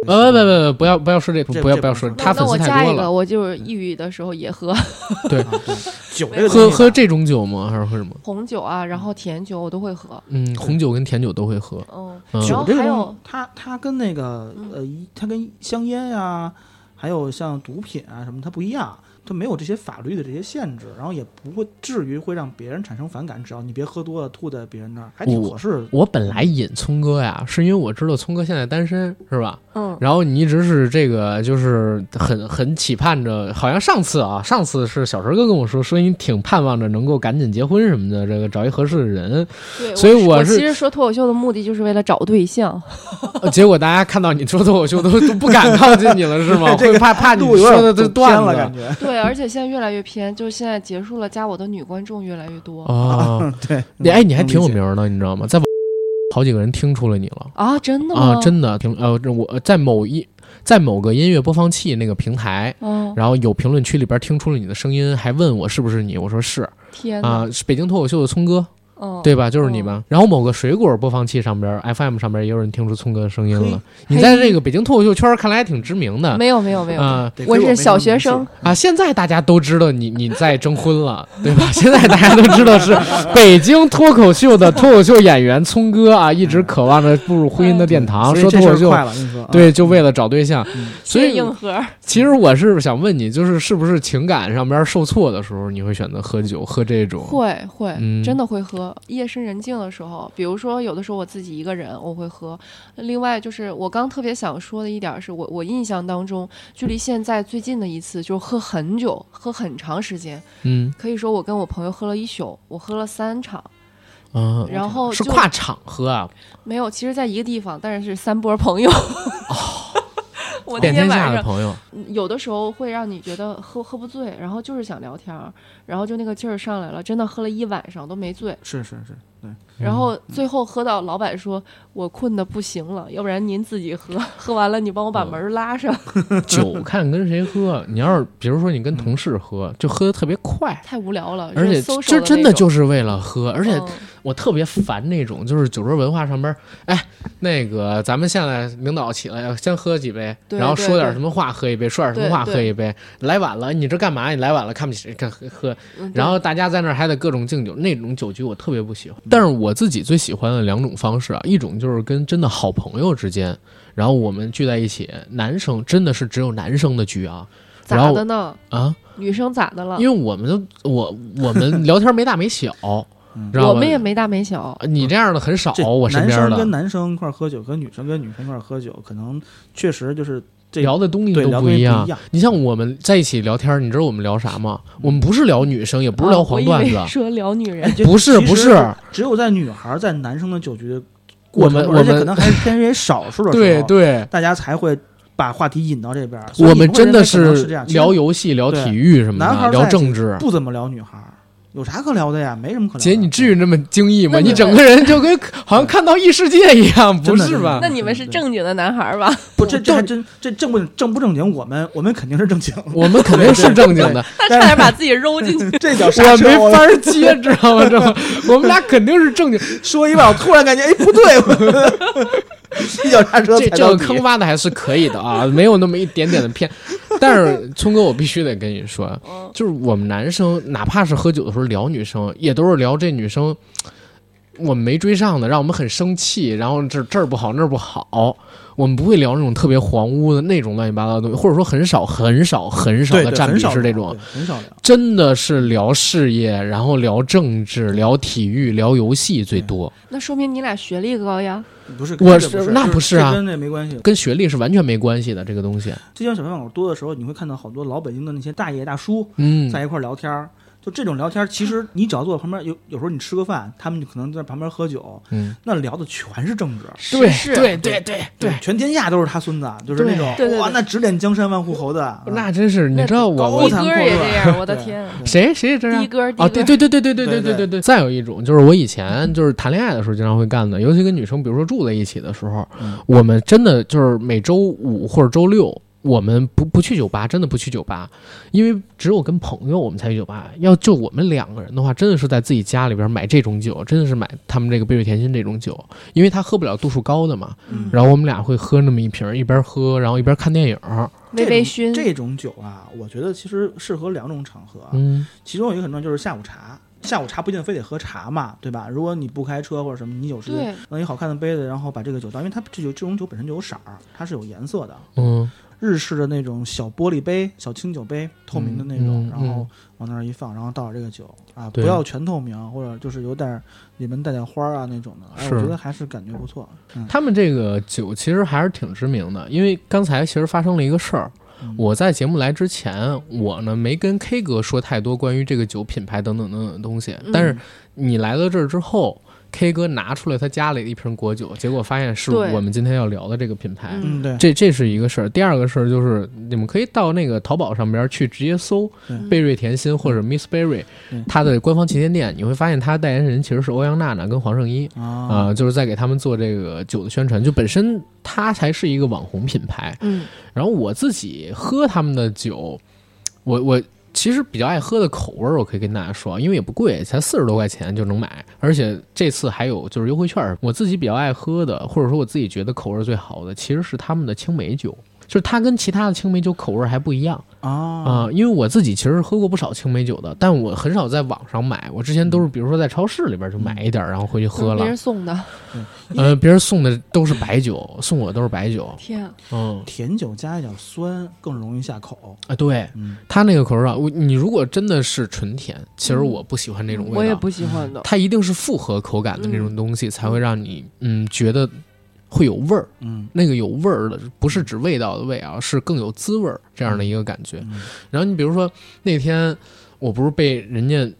呃，不不不，不要不要说这，这不要这不要不说，能说他那粉我丝加太多一个，了。嗯我就是抑郁的时候也喝 啊 对酒这个东西喝吧喝这种酒吗？还是喝什么？红酒啊，然后甜酒我都会喝。嗯，红酒跟甜酒都会喝。嗯，嗯然啊酒后这个还东西有，嗯它它跟那个呃，一它跟香烟呀、还有像毒品啊什么，它不一样，它没有这些法律的这些限制，然后也不会至于会让别人产生反感，只要你别喝多了吐在别人那儿，还挺合适的。我本来引聪哥呀，是因为我知道聪哥现在单身，是吧？嗯，然后你一直是这个，就是很很期盼着，好像上次啊，上次是小陈哥跟我说，说你挺盼望着能够赶紧结婚什么的，这个找一合适的 人。对，所以我我是其实说脱口秀的目的就是为了找 对象。呃结果大家看到你说脱口秀都都不敢靠近你了，是 吗？这会怕怕你度有说的点这走偏段了，子感 觉。对，而且现在越来越偏，就是现在结束了，加我的女观众越来越多哦，对，嗯你哎，你还能理挺有解名儿的，你知道吗？在网好几个人听出了你了啊！真的吗？啊，真的评呃，这我在某一在某个音乐播放器那个平台，哦，然后有评论区里边听出了你的声音，还问我是不是你，我说是天哪！啊，是北京脱口秀的聪哥，哦嗯，对吧？就是你吗？然后某个水果播放器上边 FM 上边也有人听出聪哥的声音了。你在这个北京脱口秀圈儿看来还挺知名的没有没有没有，啊。得我亏没是什小么学名气生，啊，现在大家都知道你你在征婚了，对吧？现在大家都知道是北京脱口秀的脱口秀演员聪哥啊，一直渴望着步入婚姻的殿堂，哎所以说这脱事口儿秀，快了，跟你说，啊对，就为了找对象。嗯所以硬核。其实我是想问你，就是是不是情感上边受挫的时候，你会选择喝酒，喝这种？会会嗯，真的会喝。夜深人静的时候，比如说有的时候我自己一个人，我会喝。另外就是我刚特别想说的一点是我我印象当中，距离现在最近的一次就是喝很久，喝很长时间，嗯，可以说我跟我朋友喝了一宿，我喝了三场。啊，然后是就跨场喝啊，没有，其实在一个地方，但是是三波朋友。 我那遍天哦天下晚的上朋 友，有的时候会让你觉得喝喝不醉，然后就是想聊天儿，然后就那个劲儿上来了，真的喝了一晚上都没醉，是是是，然后嗯最后喝到老板说：“我困的不行了，要不然您自己喝，喝完了你帮我嗯把门儿拉上。 酒看跟谁喝。你要是比如说你跟同事喝，就喝的特别快”，太无聊了，而且嗯是 social 这那真的种就是为了喝，而且嗯我特别烦那种就是酒桌文化上边儿，哎，那个咱们现在领导起来先喝几杯，对然后对说点对什么话喝一杯，说点什么话对喝对一杯，来晚了你这干嘛？你来晚了看不起看喝喝，嗯然后大家在那儿还得各种敬酒，那种酒局我特别不喜欢。但是我自己最喜欢的两种方式啊，一种就是跟真的好朋友之间，然后我们聚在一起，男生真的是只有男生的局啊然咋后的呢？啊，女生咋的了因？为我们都我我们聊天没大没 小嗯，知道哎我吧们？也没大没小，你这样的很少，啊这哦我身男边生跟的男生一块儿喝酒，跟女生跟女生一块儿喝酒，可能确实就是这聊的东西对都聊不东西一样不一样。你像我们在一起聊天，你知道我们聊啥吗？我们不是聊女生，也不是聊啊黄段子我以为，说聊女 人，哎就不是其不实是只有在女孩儿在男生的酒局的我过们程中，我而且们可能还是偏为少数的时候，对对。大家才会把话题引到这边儿。所以我你们会真认为的可能是这样，其实聊游戏、聊对体育什么男的，孩儿聊在一起政治。不怎么聊女孩儿，有啥可聊的呀？没什么可聊的。姐，你至于那么惊异吗？那你你整个人就跟好像看到异世界一样，不真的是吧那？你们是正经的男孩儿吧？ 不这这还真这正不正不正经？我们我们肯定是正 经，我们肯定是正经的，他差点把自己揉进 去。这叫我刹车。没法儿接，知道吗？这 么我们俩肯定是正经，说一半，我突然感觉哎不对， 我 一脚刹车这踩这到个底。坑挖的还是可以的啊，没有那么一点点的偏。但是聪哥，我必须得跟你说，嗯就是我们男生，哪怕是喝酒的时候聊女生，也都是聊这女生我们没追上的，让我们很生气，然后这这儿不好那儿不好，我们不会聊那种特别黄污的那种乱七八糟的东西，或者说很少很少很少对，的对占很比少是这聊种对。很少聊。真的是聊事业，然后聊政治、聊体育、聊游戏最多，那说明你俩学历 高呀。不是，我这是不那就不是啊这跟这没关系。跟学历是完全没关系的。这个东西，最近小饭馆多的时候，你会看到好多老北京的那些大爷大叔嗯，在一块儿聊天儿。就这种聊天儿，其实你只要坐旁边，有有时候你吃个饭，他们就可能在旁边喝酒，嗯，那聊的全是政治，对是对啊对对哎对，全天下都是他孙子，就是那种对对对哇，那指点江山万户侯的，啊那真是你知道我高我的谈哥阔儿也论这样，我的对天！谁谁这样的哥儿，的啊，哥对对儿对对对对对对对对对对。再有一种就是我以前就是谈恋爱的时候经常会干的，尤其跟女生，比如说住在一起的时候，嗯我们真的就是每周五或者周六。我们不不去酒吧，真的不去酒吧，因为只有跟朋友我们才去酒吧。要就我们两个人的话，真的是在自己家里边买这种酒，真的是买他们这个贝瑞甜心这种酒，因为他喝不了度数高的嘛。嗯然后我们俩会喝那么一瓶，一边喝，然后一边看电影。微这微种醺，这种酒啊，我觉得其实适合两种场合，嗯，其中有一个很重要就是下午茶。下午茶不一定非得喝茶嘛，对吧？如果你不开车或者什么，你有时间对弄一好看的杯子，然后把这个酒倒，因为它这酒这种酒本身就有色儿，它是有颜色的。嗯，日式的那种小玻璃杯、小清酒杯，透明的那嗯种，嗯然后往那儿一放，然后倒点这个酒啊，不对要全透明，或者就是有点儿里面带点花儿啊那种的。哎，是我觉得还是感觉不错。嗯，他们这个酒其实还是挺知名的，因为刚才其实发生了一个事儿。嗯我在节目来之前，我呢没跟 K 哥说太多关于这个酒品牌等等等等的东西，嗯但是你来到这儿之后，K 哥拿出了他家里的一瓶果酒，结果发现是对我们今天要聊的这个品牌。嗯嗯，对，这这是一个事儿，第二个事儿就是你们可以到那个淘宝上边去直接搜嗯贝瑞甜心或者 Miss Berry，嗯它的官方旗舰店，你会发现它的代言人其实是欧阳娜娜跟黄圣依。啊、啊，就是在给他们做这个酒的宣传，就本身它才是一个网红品牌。嗯，然后我自己喝他们的酒，我我其实比较爱喝的口味儿，我可以跟大家说，因为也不贵，才四十多块钱就能买，而且这次还有就是优惠券儿。我自己比较爱喝的，或者说我自己觉得口味儿最好的，其实是他们的青梅酒。就是它跟其他的青梅酒口味儿还不一样啊、啊，因为我自己其实喝过不少青梅酒的，但我很少在网上买，我之前都是比如说在超市里边儿就买一点儿，然后回去都是喝了别。人送的，呃，别人送的都是白酒，送我都是白酒。天啊，嗯，甜酒加一点酸更容易下口。啊，对嗯，他那个口味啊，我你如果真的是纯甜，其实我不喜欢那种味道，嗯嗯我也不喜嗯欢的。它一定是复合口感的那种东西，才会让你嗯觉得会有味儿。嗯那个有味儿的，不是指味道的味啊，是更有滋味儿嗯这样的一个感觉。嗯然后你比如说那天我不是被人家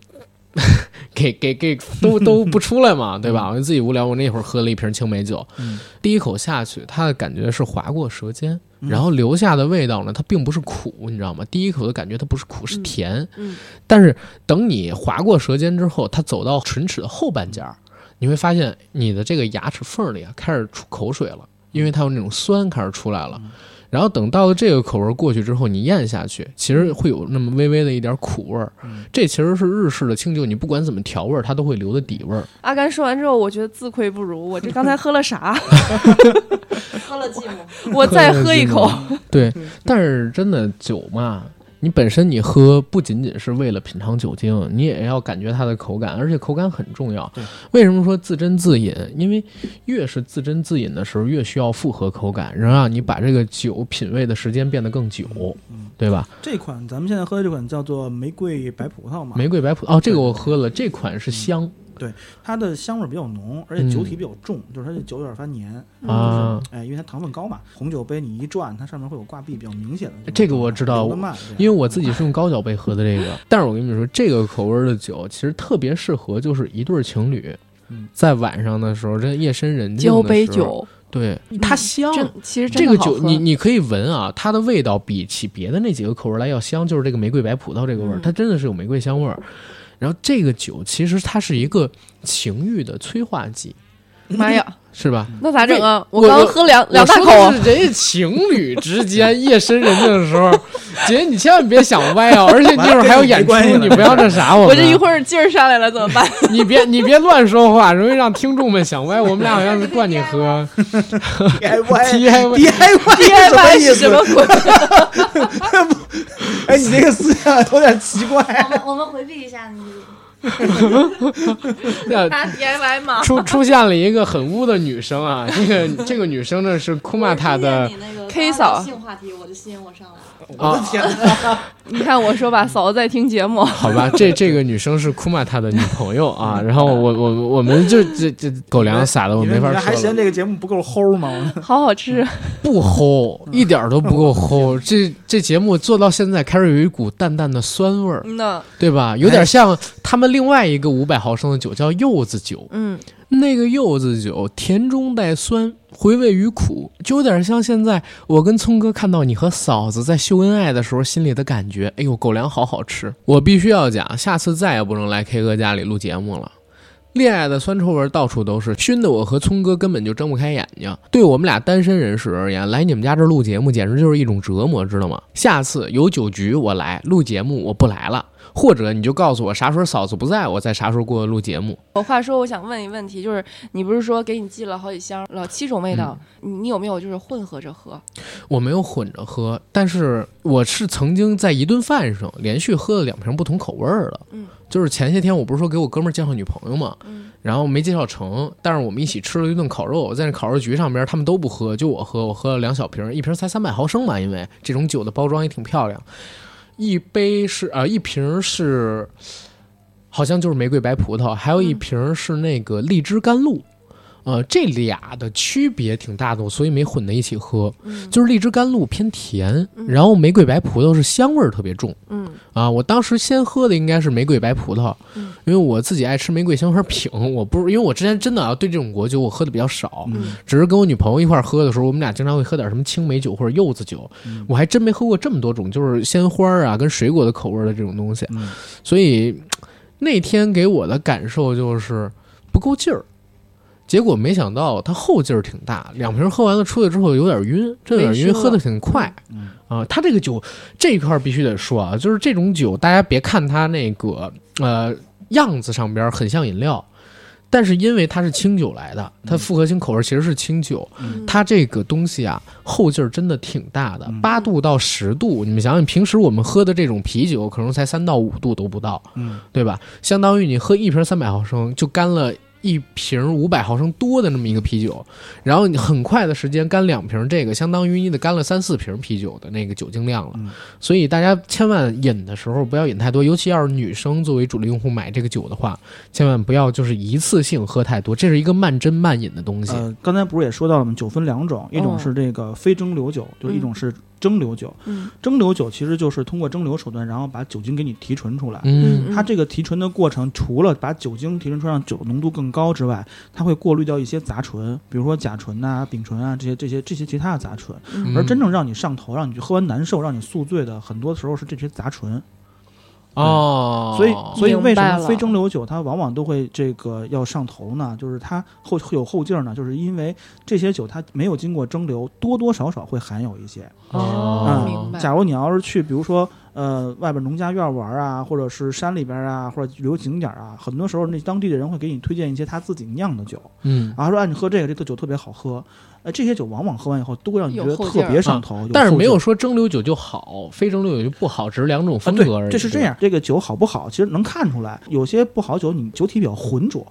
给给给都都不出来嘛，对吧？嗯我就自己无聊，我那会儿喝了一瓶青梅酒，嗯第一口下去，它的感觉是划过舌尖，嗯然后留下的味道呢，它并不是苦，你知道吗？第一口的感觉它不是苦，是甜。嗯但是等你划过舌尖之后，它走到唇齿的后半截儿，你会发现你的这个牙齿缝里啊开始出口水了，因为它有那种酸开始出来嗯了。然后等到这个口味过去之后，你咽下去，其实会有那么微微的一点苦味儿嗯。这其实是日式的清酒，你不管怎么调味儿，它都会留的底味儿。阿甘说完之后，我觉得自愧不如，我这刚才喝了啥？ 喝了寂寞。 我再喝一口。对，嗯但是真的酒嘛，你本身你喝不仅仅是为了品尝酒精，你也要感觉它的口感，而且口感很重要对。为什么说自斟自饮？因为越是自斟自饮的时候，越需要复合口感，能让你把这个酒品味的时间变得更久，嗯对吧？这款咱们现在喝的这款叫做玫瑰白葡萄嘛，玫瑰白葡哦，这个我喝了，这款是香它的香味儿比较浓，嗯而且酒体比较重，就是它的酒有点发黏。嗯啊。哎，因为它糖分高嘛，红酒杯你一转，它上面会有挂壁，比较明显的种状态。这个我知道流得慢这样因为我自己是用高脚杯喝的这 个，但是我跟你们说，这个口味儿的酒其实特别适合，就是一对儿情侣嗯，在晚上的时候，这夜深人静的交杯时候酒，对，它香。真其实真这的个好酒喝你你可以闻啊，它的味道比起别的那几个口味来要香，就是这个玫瑰白葡萄这个味儿，嗯它真的是有玫瑰香味儿。然后这个酒其实它是一个情欲的催化剂，妈呀，是吧？那咋整啊？我我刚我喝两两大我口啊说的是人家情侣之间夜深人静的时候，姐你千万别想歪啊！而且那会儿还有演出完了跟，你没你关系了不要那啥我我们这一会儿劲儿上来了怎么 办？你别你别乱说话，容易让听众们想歪。我们俩好像是灌你喝 DIY DIY。 DIY 什 么 DIY 意是什么思？ 鬼？哎，你这个思想有点奇怪。啊我们我们回避一下 你，那拿 DIY 嘛，出出现了一个很污的女生啊，这个这个女生呢是库玛塔的我是因为你那个 K 刚刚嫂的性话题，我就吸引我上了。我的啊，天哪！ 你看我说吧，嫂子在听节目，好吧，这这个女生是库玛塔的女朋友啊，然后我我我们就这这狗粮撒哎的我你们没法你们还说嫌了，这个节目不够齁吗？好好吃，不齁，一点儿都不够齁，这这节目做到现在开始有一股淡淡的酸味儿，嗯呐，对吧？有哎点像他们另外一个五百毫升的酒叫柚子酒，嗯，那个柚子酒甜中带酸，回味于苦，就有点像现在我跟聪哥看到你和嫂子在秀恩爱的时候心里的感觉。哎呦，狗粮好好吃！我必须要讲，下次再也不能来 K 哥家里录节目了。恋爱的酸臭味到处都是，熏得我和聪哥根本就睁不开眼睛。对我们俩单身人士而言，来你们家这录节目简直就是一种折磨，知道吗？下次有酒局我来录节目，我不来了，或者你就告诉我啥时候嫂子不在，我再啥时候过来录节目。我话说，我想问一问题，就是你不是说给你寄了好几箱，老七种味道，嗯你你有没有就是混合着喝？我没有混着喝，但是我是曾经在一顿饭上连续喝了两瓶不同口味儿的。嗯，就是前些天我不是说给我哥们儿介绍女朋友嘛，嗯然后没介绍成，但是我们一起吃了一顿烤肉，在那烤肉局上边，他们都不喝，就我喝，我喝了两小瓶儿，一瓶儿才三百毫升吧，因为这种酒的包装也挺漂亮。一杯是呃，一瓶儿是好像就是玫瑰白葡萄，还有一嗯瓶儿是那个荔枝甘露。呃，这俩的区别挺大的，我所以没混在一起喝。嗯就是荔枝甘露偏甜，嗯然后玫瑰白葡萄是香味儿特别重嗯啊。我当时先喝的应该是玫瑰白葡萄，嗯因为我自己爱吃玫瑰香花饼。我不是因为我之前真的啊对这种果酒我喝的比较少，嗯只是跟我女朋友一块儿喝的时候，我们俩经常会喝点什么青梅酒或者柚子酒。嗯我还真没喝过这么多种，就是鲜花儿啊跟水果的口味儿的这种东西。嗯所以那天给我的感受就是不够劲儿。结果没想到它后劲儿挺大，两瓶喝完了出来之后有点晕，这有点没晕，事喝的挺快嗯啊。它这个酒这一块儿必须得说啊，就是这种酒，大家别看它那个呃样子上边儿很像饮料，但是因为它是清酒来的，它嗯复合型口味儿其实是清酒，嗯，它这个东西啊，后劲儿真的挺大的嗯，八度到十度。你们想想，平时我们喝的这种啤酒，可能才三到五度都不到，嗯对吧？相当于你喝一瓶三百毫升，就干了一瓶五百毫升多的那么一个啤酒，然后你很快的时间干两瓶这个，相当于你得干了三四瓶啤酒的那个酒精量了。嗯所以大家千万饮的时候不要饮太多，尤其要是女生作为主力用户买这个酒的话，千万不要就是一次性喝太多，这是一个慢蒸慢饮的东西。呃，刚才不是也说到了吗？酒分两种，一种是这个非蒸馏酒，就是一种是蒸馏酒。嗯蒸馏酒其实就是通过蒸馏手段，然后把酒精给你提纯出来。嗯它这个提纯的过程，除了把酒精提纯出让酒浓度更高之外，它会过滤掉一些杂醇，比如说甲醇呐、丙醇啊这些这些这些其他的杂醇。嗯而真正让你上头、让你去喝完难受、让你宿醉的，很多时候是这些杂醇。哦，所以，所以为什明白么了非蒸馏酒它往往都会这个要上头呢？就是它后会有后劲儿呢，就是因为这些酒它没有经过蒸馏，多多少少会含有一些。哦，嗯明白。假如你要是去，比如说呃外边农家院玩啊，或者是山里边啊，或者旅游景点啊，很多时候那当地的人会给你推荐一些他自己酿的酒，嗯，然后说啊你喝这个，这个酒特别好喝。哎，这些酒往往喝完以后都会让你觉得有后特劲儿别上头，啊但是后没有劲儿说蒸馏酒就好，非蒸馏酒就不好，只是两种啊，风格而对，已。这是这样。这个酒好不好，其实能看出来。有些不好酒，你酒体比较浑浊，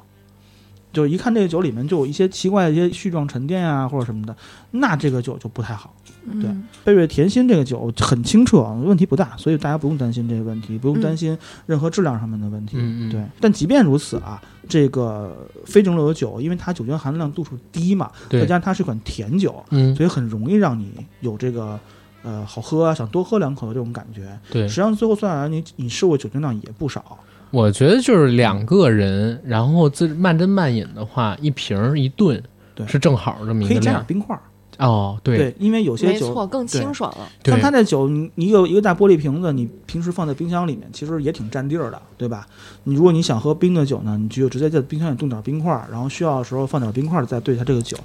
就一看这个酒里面就有一些奇怪的一些絮状沉淀啊，或者什么的，那这个酒就不太好。对嗯贝瑞甜心这个酒很清澈，啊问题不大，所以大家不用担心这个问题，不用担心任何质量上面的问题。嗯嗯嗯对，但即便如此啊，这个非蒸馏的酒，因为它酒精含量度数低嘛，再对加，上它是款甜酒，嗯，所以很容易让你有这个呃好喝啊，想多喝两口的这种感觉。对实，际上最后算下来，你你摄入酒精量也不少。我觉得就是两个人，然后自慢蒸慢饮的话，一瓶儿一顿对是正好这么一可以个加点量。冰块儿，哦，对对，因为有些没酒，错，更对清爽了。像它对这酒，你你有一个大玻璃瓶子，你平时放在冰箱里面，其实也挺占地儿的，对吧？你如果你想喝冰的酒呢，你就直接在冰箱里冻点冰块儿，然后需要的时候放点冰块儿再兑它这个酒，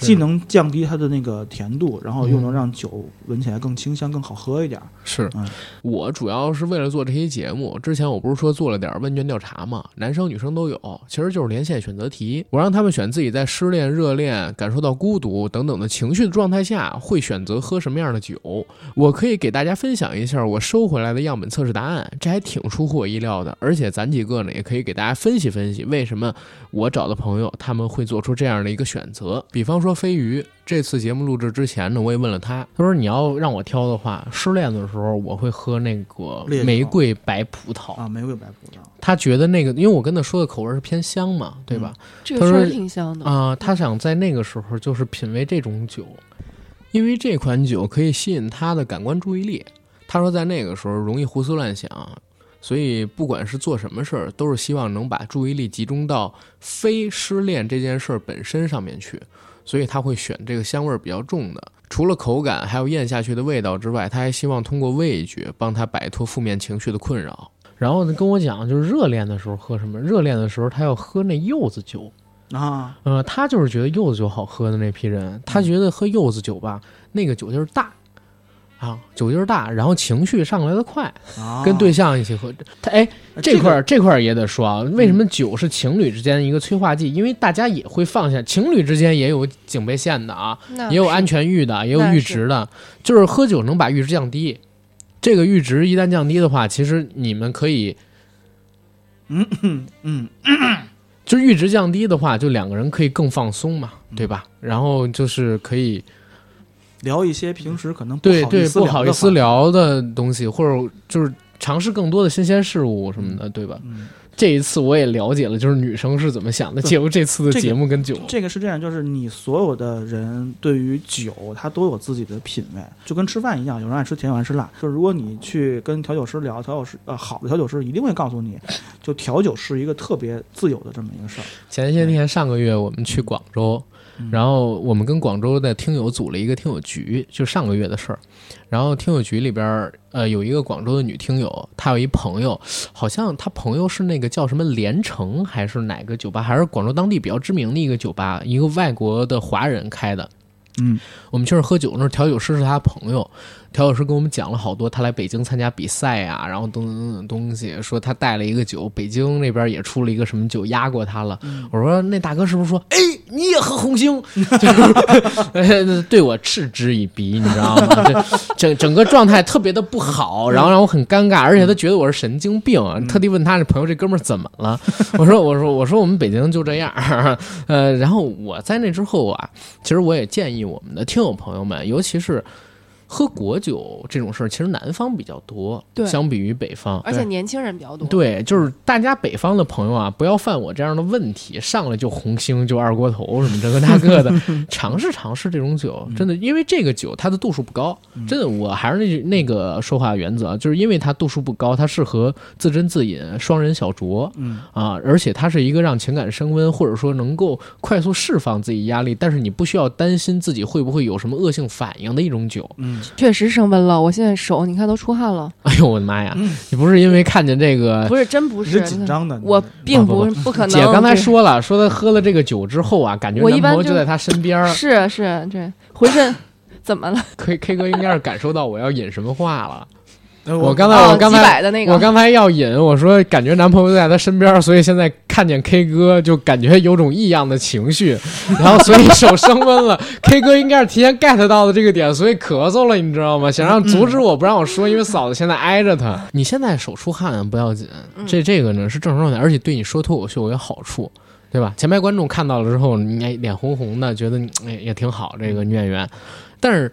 既能降低它的那个甜度，然后又嗯能让酒闻起来更清香、更好喝一点儿。是嗯我主要是为了做这些节目，之前我不是说做了点问卷调查嘛，男生女生都有，其实就是连线选择题，我让他们选自己在失恋、热恋、感受到孤独等等的情绪的状态下，会选择喝什么样的酒。我可以给大家分享一下我收回来的样本测试答案，这还挺出乎我意料的，而且咱几个呢也可以给大家分析分析，为什么我找的朋友他们会做出这样的一个选择。比方说飞鱼，这次节目录制之前呢，我也问了他，他说你要让我挑的话，失恋的时候我会喝那个烈酒玫瑰白葡萄，啊，玫瑰白葡萄，他觉得那个，因为我跟他说的口味是偏香嘛，对吧？这个他确说实挺香的。啊、他想在那个时候就是品味这种酒，因为这款酒可以吸引他的感官注意力。他说在那个时候容易胡思乱想，所以不管是做什么事儿，都是希望能把注意力集中到非失恋这件事儿本身上面去，所以他会选这个香味儿比较重的。除了口感还有咽下去的味道之外，他还希望通过味觉帮他摆脱负面情绪的困扰。然后呢，跟我讲就是热恋的时候喝什么？热恋的时候他要喝那柚子酒，啊，呃，他就是觉得柚子酒好喝的那批人，他觉得喝柚子酒吧，那个酒劲儿大，啊，酒劲儿大，然后情绪上来的快，啊呃跟对象一起喝，他哎这块个嗯儿、这块儿也得说啊，为什么酒是情侣之间的一个催化剂？因为大家也会放下，情侣之间也有警备线的啊，那也有安嗯是全阈的，也有那阈是值的，就是喝酒能把阈值降低。这个阈值一旦降低的话，其实你们可 以嗯，就是阈值降低的话，就两个人可以更放松嘛，嗯对吧？然后就是可以聊一些平时可能不对好意对思不好的意思话，聊的东西，或者就是尝试更多的新鲜事物什么的，对吧？嗯。这一次我也了解了，就是女生是怎么想的，对借由这次的这个节目跟酒，这个是这样，就是你所有的人对于酒，他都有自己的品味，就跟吃饭一样，有人爱吃甜，有人爱吃辣。就是如果你去跟调酒师聊，调酒师呃好的调酒师一定会告诉你，就调酒是一个特别自由的这么一个事儿。前些天上个月我们去广州，嗯然后我们跟广州的听友组了一个听友局，就上个月的事儿。然后听友局里边儿，呃，有一个广州的女听友，她有一朋友，好像她朋友是那个叫什么连城还是哪个酒吧，还是广州当地比较知名的一个酒吧，一个外国的华人开的。嗯，我们去那儿喝酒，那儿调酒师是他朋友。调酒师跟我们讲了好多他来北京参加比赛啊，然后等等等等东西，说他带了一个酒，北京那边也出了一个什么酒压过他了。嗯我说那大哥是不是说，哎，你也喝红星？ 就是哎对我嗤之以鼻，你知道吗？ 这整整个状态特别的不好，然后让我很尴尬，而且他觉得我是神经病，啊特地问他这朋友这哥们儿怎么了？我说我说我说我们北京就这样， 呃，然后我在那之后啊，其实我也建议我们的听友朋友们，尤其是。喝果酒这种事儿，其实南方比较多，对相比于北方，而且年轻人比较多。对，就是大家北方的朋友啊，不要犯我这样的问题，上来就红星就二锅头什么这个那个的，尝试尝试这种酒，真的，因为这个酒它的度数不高，真的，我还是那句那个说话原则啊，就是因为它度数不高，它适合自斟自饮、双人小酌嗯啊，而且它是一个让情感升温，或者说能够快速释放自己压力，但是你不需要担心自己会不会有什么恶性反应的一种酒。 嗯，确实升温了，我现在手你看都出汗了，哎呦我的妈呀，你不是因为看见这个不是真不你是是紧，张的，你看我并不啊不不可能。姐刚才对说了，说她喝了这个酒之后啊，感觉我一男般朋友就就在她身边儿。是是，对，浑 身怎么了？ K K 哥应该是感受到我要引什么话了。呃我我刚才哦我刚几才百的那我个，刚才要引，我说感觉男朋友就在她身边儿，所以现在看见 K 哥就感觉有种异样的情绪，然后所以手升温了。K 哥应该是提前 get 到的这个点，所以咳嗽了，你知道吗？想让阻止我不让我说，因为嫂子现在挨着他。嗯你现在手出汗不要紧，嗯这这个呢是正常状态，而且对你说脱口秀有好处，对吧？前排观众看到了之后，你哎脸红红的，觉得你哎也挺好，这个女演员。但是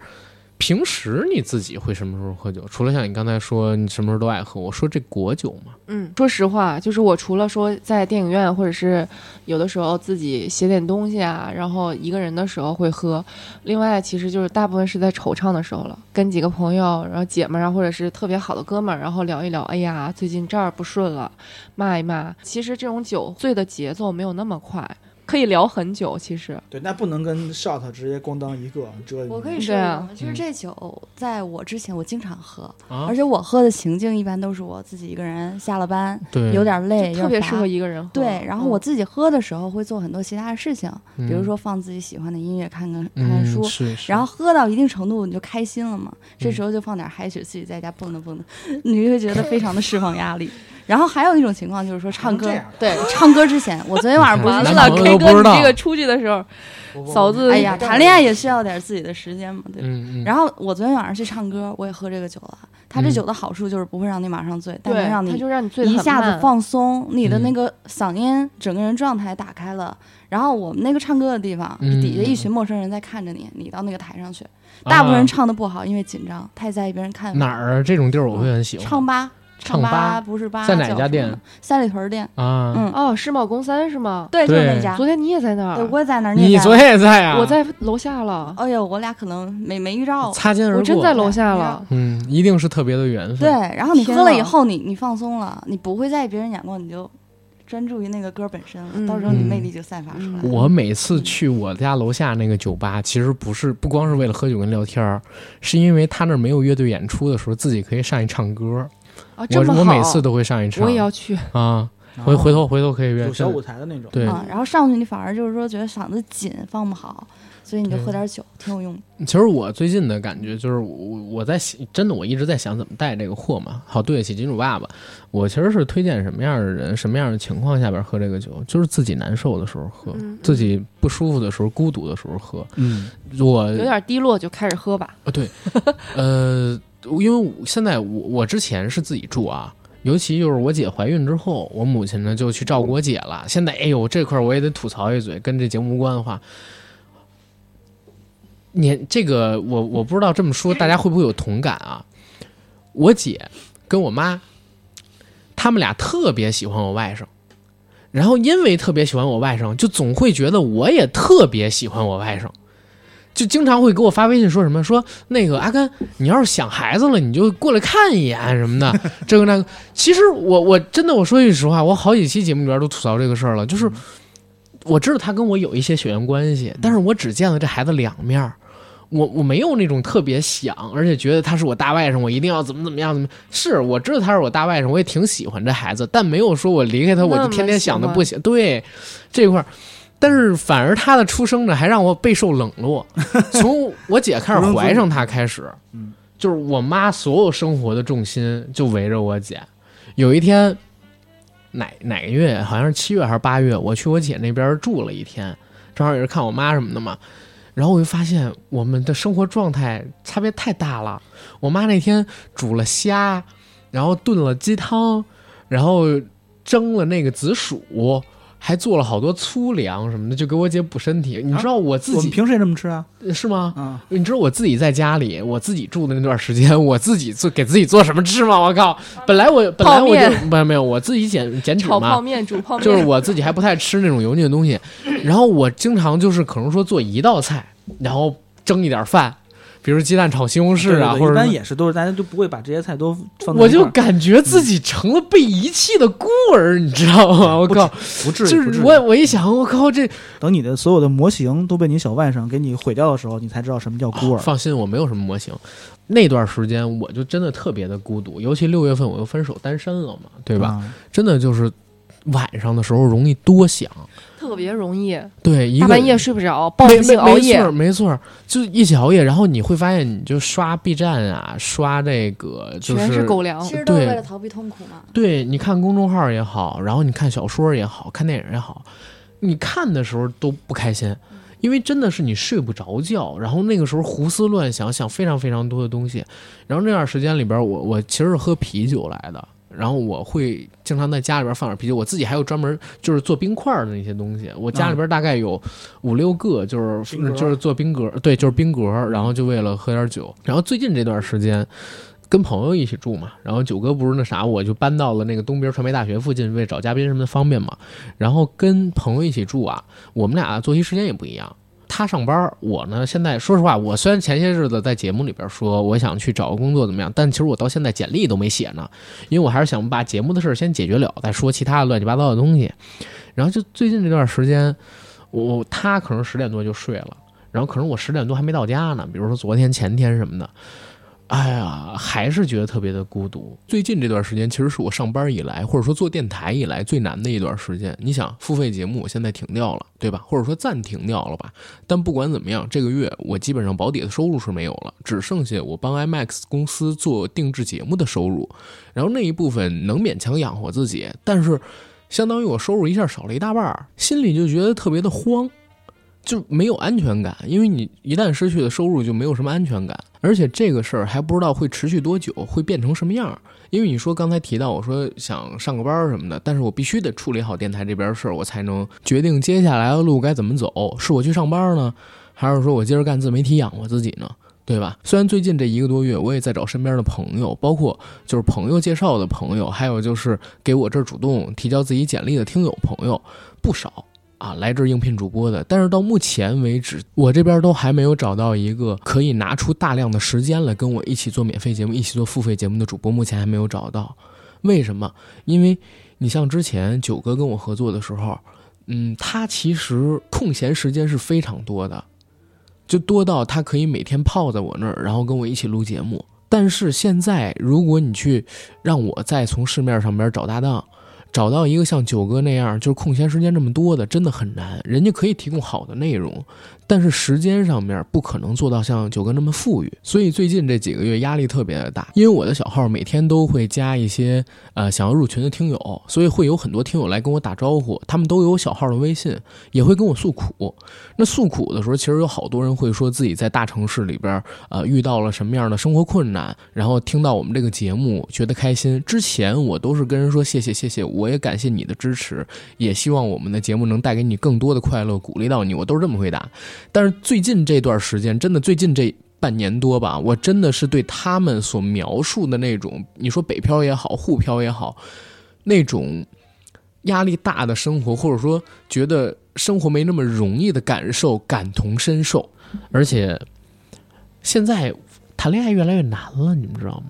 平时你自己会什么时候喝酒？除了像你刚才说你什么时候都爱喝，我说这果酒嘛，嗯，说实话，就是我除了说在电影院，或者是有的时候自己写点东西啊，然后一个人的时候会喝。另外，其实就是大部分是在惆怅的时候了，跟几个朋友，然后姐们儿啊，或者是特别好的哥们儿，然后聊一聊，哎呀，最近这儿不顺了，骂一骂。其实这种酒醉的节奏没有那么快，可以聊很久。其实，对，那不能跟 shot 直接咣当一个遮。我可以对说一个啊吗，就是这酒在我之前我经常喝，嗯啊而且我喝的情境一般都是我自己一个人下了班，对，有点累，就特别有点适乏合一个嗯人喝。对，然后我自己喝的时候会做很多其他的事情，嗯比如说放自己喜欢的音乐，看看看嗯看书。是是，然后喝到一定程度，你就开心了嘛。这嗯时候就放点嗨曲，自己在家蹦跶蹦跶，你就会觉得非常的释放压 力。然后还有一种情况就是说唱歌这，样对，唱歌之前，我昨天晚上不你看完是说男了朋友都不，K 哥，知你道这个出去的时候，嫂子，哎呀，谈恋爱也需要点自己的时间嘛，对吧？嗯嗯，然后我昨天晚上去唱歌，我也喝这个酒了。它这嗯酒的好处就是不会让你马上醉，但对，能让他你就让你醉得一很下子慢。放松，你的那嗯个嗓音，整个人状态打开了。然后我们那个唱歌的地方，嗯底下一群陌生人在看着你，你到那个台上去，大部分人唱的不好，因为紧张，太在意别人看啊哪儿啊这种地儿我会很喜欢。唱吧，唱吧吧不是吧？在哪叫家什么店的？三里屯店。啊，嗯哦，世贸公三是吗？对，就是那对家昨。天你也在那儿对，，我也在那儿。你也昨在天也在啊？我。在楼下了，那儿？哎呦，我俩可能没没遇着。擦肩而过，嗯我真在楼对下没了。哦嗯，一定是特别的缘分。对，然后你天喝了呐以后，你你放松了，你不会在意别人眼光，你就专注于那个歌本身了。嗯到时候你魅嗯力就散发出来。嗯我每次去我家楼下那个酒吧，其实不是不光是为了喝酒跟聊天儿，是因为他那儿没有乐队演出的时候，自己可以上去唱歌。啊，这我么好，我每次都会上去唱。我也要去，啊，然后回回头回头可以约有小舞台的那种。对，啊，然后上去你反而就是说觉得嗓子紧，放不好，所以你就喝对点酒，挺有用的。其实我最近的感觉就是我，我我在想，真的我一直在想怎么带这个货嘛，好对得起金主爸爸。我其实是推荐什么样的人，什么样的情况下边喝这个酒，就是自己难受的时候喝，嗯嗯自己不舒服的时候、孤独的时候喝。嗯，我有点低落就开始喝吧。啊，对，呃，因为我现在我我之前是自己住啊，尤其就是我姐怀孕之后，我母亲呢就去照顾我姐了。现在，哎呦，这块儿我也得吐槽一嘴，跟这节目无关的话，年这个我我不知道这么说大家会不会有同感啊？我姐跟我妈，他们俩特别喜欢我外甥。然后因为特别喜欢我外甥，就总会觉得我也特别喜欢我外甥，就经常会给我发微信说什么说那个阿甘，你要是想孩子了，你就过来看一眼什么的，这个那个。其实我我真的我说句实话，我好几期节目里边都吐槽这个事儿了，就是我知道他跟我有一些血缘关系，但是我只见了这孩子两面儿。我我没有那种特别想，而且觉得他是我大外甥，我一定要怎么怎么样怎么。是我知道他是我大外甥，我也挺喜欢这孩子，但没有说我离开他我就天天想的不行。对这块儿，但是反而他的出生呢，还让我备受冷落。从我姐开始怀上他开始嗯，就是我妈所有生活的重心就围着我姐。有一天，哪哪个月，好像是七月还是八月，我去我姐那边住了一天，正好也是看我妈什么的嘛。然后我就发现我们的生活状态差别太大了。我妈那天煮了虾，然后炖了鸡汤，然后蒸了那个紫薯，还做了好多粗粮什么的，就给我姐补身体。啊你知道我自我们己、平时也这么吃啊，是吗？啊，你知道我自己在家里，我自己住的那段时间，我自己做给自己做什么吃吗？我靠！本来我本来我泡就没有没有，我自己减减脂炒泡嘛，面、煮泡面，就是我自己还不太吃那种油腻的东西。然后我经常就是可能说做一道菜，然后蒸一点饭，比如鸡蛋炒西红柿啊，或对对对者一什般么也是都是大家都不会把这些菜都放在我一块就儿感觉自己成了被遗弃的孤儿，你知道吗？我靠！嗯不至于，就不至是于我我一想，我靠，这等你的所有的模型都被你小外甥给你毁掉的时候，你才知道什么叫孤儿。啊放心，我没有什么模型。那段时间我就真的特别的孤独，尤其六月份我又分手单身了嘛，对吧？啊？真的就是晚上的时候容易多想，特别容易，对，一个大半夜睡不着，报没复没性熬没夜错儿，没错儿，就一起熬夜，然后你会发现，你就刷 B 站啊，刷这个就全是狗粮。其实都是哦对为了逃避痛苦嘛。对，你看公众号也好，然后你看小说也好看电影也好，你看的时候都不开心，因为真的是你睡不着觉，然后那个时候胡思乱想，想非常非常多的东西。然后那段时间里边我，我其实是喝啤酒来的，然后我会经常在家里边放点啤酒，我自己还有专门就是做冰块的那些东西，我家里边大概有五六个，就是、冰格就是做冰格，对，就是冰格，然后就为了喝点酒。然后最近这段时间。跟朋友一起住嘛，然后九哥不是那啥，我就搬到了那个东边传媒大学附近，为找嘉宾什么的方便嘛。然后跟朋友一起住啊，我们俩作息时间也不一样。他上班，我呢现在说实话，我虽然前些日子在节目里边说我想去找个工作怎么样，但其实我到现在简历都没写呢，因为我还是想把节目的事儿先解决了，再说其他的乱七八糟的东西。然后就最近这段时间，我我他可能十点多就睡了，然后可能我十点多还没到家呢，比如说昨天前天什么的。哎呀，还是觉得特别的孤独。最近这段时间，其实是我上班以来，或者说做电台以来最难的一段时间。你想，付费节目我现在停掉了，对吧？或者说暂停掉了吧？但不管怎么样，这个月我基本上保底的收入是没有了，只剩下我帮 IMAX 公司做定制节目的收入，然后那一部分能勉强养活自己，但是相当于我收入一下少了一大半儿，心里就觉得特别的慌。就没有安全感，因为你一旦失去了收入，就没有什么安全感。而且这个事儿还不知道会持续多久，会变成什么样儿。因为你说刚才提到，我说想上个班儿什么的，但是我必须得处理好电台这边儿事儿，我才能决定接下来的路该怎么走。是我去上班儿呢，还是说我接着干自媒体养活自己呢？对吧？虽然最近这一个多月，我也在找身边的朋友，包括就是朋友介绍的朋友，还有就是给我这儿主动提交自己简历的听友朋友不少。啊，来这儿应聘主播的，但是到目前为止，我这边都还没有找到一个可以拿出大量的时间来跟我一起做免费节目、一起做付费节目的主播，目前还没有找到。为什么？因为你像之前九哥跟我合作的时候，嗯，他其实空闲时间是非常多的，就多到他可以每天泡在我那儿，然后跟我一起录节目。但是现在，如果你去让我再从市面上边找搭档，找到一个像九哥那样就是空闲时间这么多的，真的很难。人家可以提供好的内容，但是时间上面不可能做到像九哥那么富裕。所以最近这几个月压力特别的大，因为我的小号每天都会加一些呃想要入群的听友，所以会有很多听友来跟我打招呼，他们都有小号的微信，也会跟我诉苦。那诉苦的时候，其实有好多人会说自己在大城市里边呃遇到了什么样的生活困难，然后听到我们这个节目觉得开心。之前我都是跟人说谢谢谢谢，我也感谢你的支持，也希望我们的节目能带给你更多的快乐，鼓励到你，我都是这么回答。但是最近这段时间，真的最近这。半年多吧，我真的是对他们所描述的那种，你说北漂也好，沪漂也好，那种压力大的生活，或者说觉得生活没那么容易的感受感同身受。而且现在谈恋爱越来越难了，你们知道吗？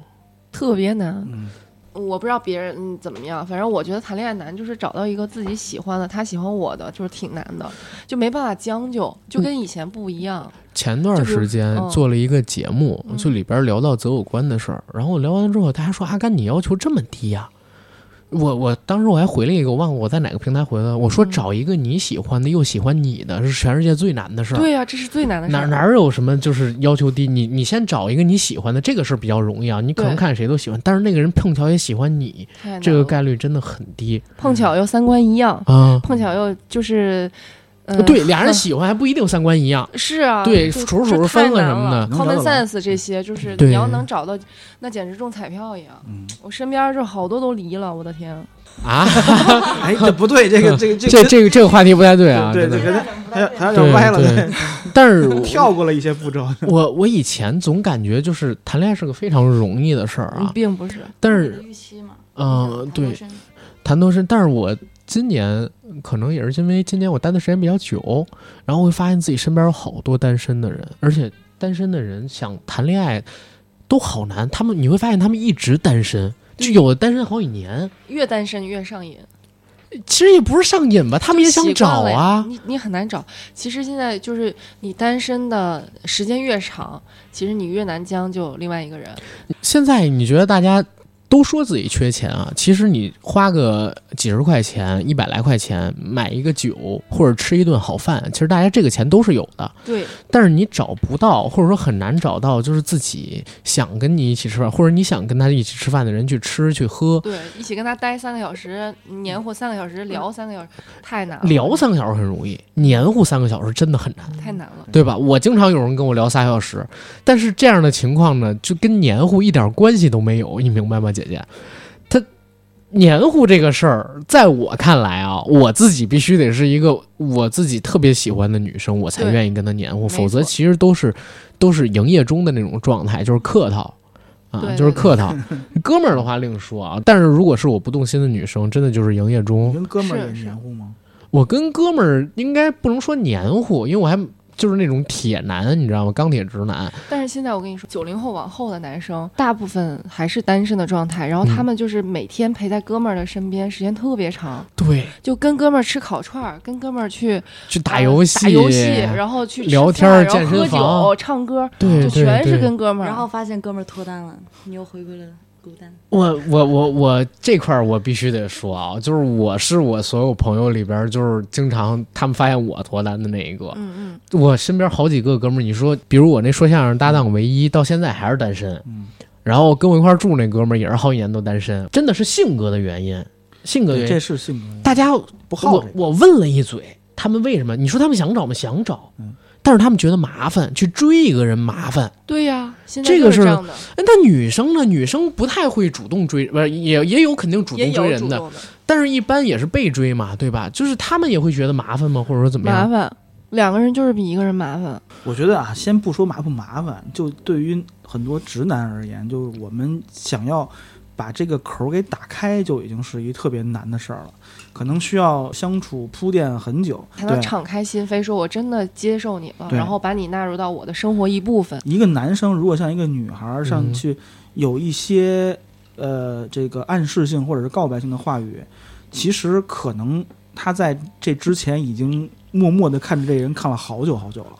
特别难。嗯我不知道别人嗯怎么样，反正我觉得谈恋爱难，就是找到一个自己喜欢的，他喜欢我的，就是挺难的，就没办法将就，就跟以前不一样。前段时间就是嗯做了一个节目，嗯啊就里边聊到择偶观的事儿，然后聊完之后，大家说阿甘你要求这么低呀、啊我我当时我还回了一个，我忘了我在哪个平台回的，我说嗯找一个你喜欢的又喜欢你的是全世界最难的事儿。对呀、这是最难的事哪儿。哪儿有什么就是要求低？你你先找一个你喜欢的，这个是比较容易啊。你可能对看谁都喜欢，但是那个人碰巧也喜欢你，嗯太难这个了概率真的很低碰巧又三观一样，啊。碰巧又就是，嗯，对，俩人呵喜欢还不一定三观一样。是啊，对这数数这太分了难什么的能找 common 到吧 sense 这些就是对你要能找到，那简直中彩票一样。嗯，我身边就好多都离了，我的天！ 啊， 哎，这不对，这个这个这这个这个话题不太对啊，对真的对对，还还有对点歪了，对但 是我跳过了一些步骤。我我以前总感觉就是谈恋爱是个非常容易的事儿啊，并不是，但你的是预期嘛，嗯、谈多对，深谈多深，但是我今年可能也是因为今年我单的时间比较久，然后会发现自己身边有好多单身的人，而且单身的人想谈恋爱都好难，他们你会发现他们一直单身，就有的单身好几年，越单身越上瘾。其实也不是上瘾吧，他们也想习找惯了呀啊，你你很难找。其实现在就是你单身的时间越长，其实你越难将就另外一个人。现在你觉得大家都说自己缺钱啊，其实你花个几十块钱、一百来块钱买一个酒或者吃一顿好饭，其实大家这个钱都是有的，对，但是你找不到，或者说很难找到，就是自己想跟你一起吃饭，或者你想跟他一起吃饭的人去吃去喝。对，一起跟他待三个小时，黏糊三个小时，聊三个小时，太难了，聊三个小时很容易，黏糊三个小时真的很难，太难了。对吧？我经常有人跟我聊仨小时，但是这样的情况呢，就跟黏糊一点关系都没有，你明白吗，姐姐？他黏糊这个事儿，在我看来啊，我自己必须得是一个我自己特别喜欢的女生，我才对愿意跟她黏糊，没否则错其实都是都是营业中的那种状态，就是客套。啊对，就是对对客 套，哥们儿的话另说啊。但是如果是我不动心的女生，真的就是营业中你跟哥们儿是也是黏糊吗？我跟哥们儿应该不能说黏糊，因为我还就是那种铁男，你知道吗？钢铁直男。但是现在我跟你说，九零后往后的男生大部分还是单身的状态，然后他嗯们就是每天陪在哥们儿的身边，时间特别长，对，就跟哥们儿吃烤串儿，跟哥们儿去去呃啊打游戏，打游戏，然后去吃聊饭天儿然后健身喝房酒、唱歌，对就对全是对跟哥们儿。然后发现哥们儿脱单了，你又回归了孤单。我我我我这块儿我必须得说啊，就是我是我所有朋友里边儿，就是经常他们发现我脱单的那一个。嗯嗯，我身边好几个哥们儿，你说，比如我那说相声搭档唯一，到现在还是单身。嗯，然后跟我一块儿住那哥们儿也是好几年都单身，真的是性格的原因，性格原因。这是性格，大家不好我这个。我问了一嘴，他们为什么？你说他们想找吗？想找，嗯但是他们觉得麻烦，去追一个人麻烦。对呀，现在这个就是是这样的，哎那女生呢？女生不太会主动追，不是也也有肯定主也动有追人主的，动的但是一般也是被追嘛，对吧？就是他们也会觉得麻烦吗？或者说怎么麻样？烦。两个人就是比一个人麻烦，我觉得啊，先不说麻不麻烦，就对于很多直男而言，就是我们想要把这个口儿给打开，就已经是一特别难的事儿了，可能需要相处铺垫很久。才能对，敞开心扉，说我真的接受你了，对然后把你纳入到我的生活一部分。一个男生如果像一个女孩儿上嗯去有一些、呃这个暗示性或者是告白性的话语，其实可能他在这之前已经默默的看着这人看了好久好久了。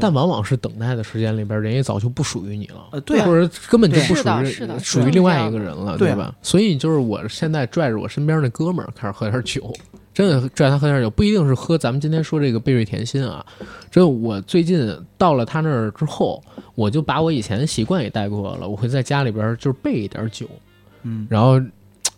但往往是等待的时间里边，人也早就不属于你了。呃，对啊，或者根本就不对是属的于是的属是于的另外一个人了，对啊吧？所以就是我现在拽着我身边那哥们儿开始喝点酒，真的拽他喝点酒，不一定是喝咱们今天说这个贝瑞甜心啊。这我最近到了他那儿之后，我就把我以前的习惯也带过了，我会在家里边就是备一点酒，嗯，然后。嘖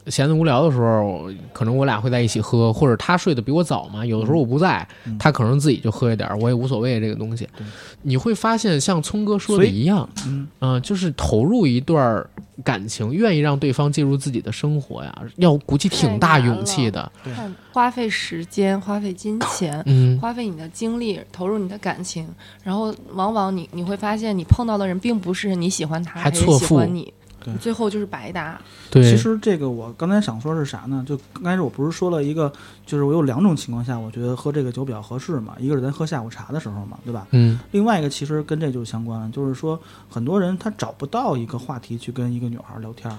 闲得无聊的时候，可能我俩会在一起喝，或者他睡得比我早嘛，有的时候我不在，嗯他可能自己就喝一点儿，我也无所谓这个东西对。你会发现，像聪哥说的所以一样，嗯，嗯、就是投入一段儿感情，愿意让对方介入自己的生活呀，要鼓起挺大勇气的。对看花费时间，花费金钱，嗯，花费你的精力，投入你的感情，然后往往你你会发现，你碰到的人并不是你喜欢他，还还是错喜付欢你对，最后就是白搭。对，其实这个我刚才想说是啥呢？就刚开始我不是说了一个，就是我有两种情况下，我觉得喝这个酒比较合适嘛，一个是咱喝下午茶的时候嘛，对吧？ 嗯，另外一个其实跟这就相关了，就是说很多人他找不到一个话题去跟一个女孩聊天儿，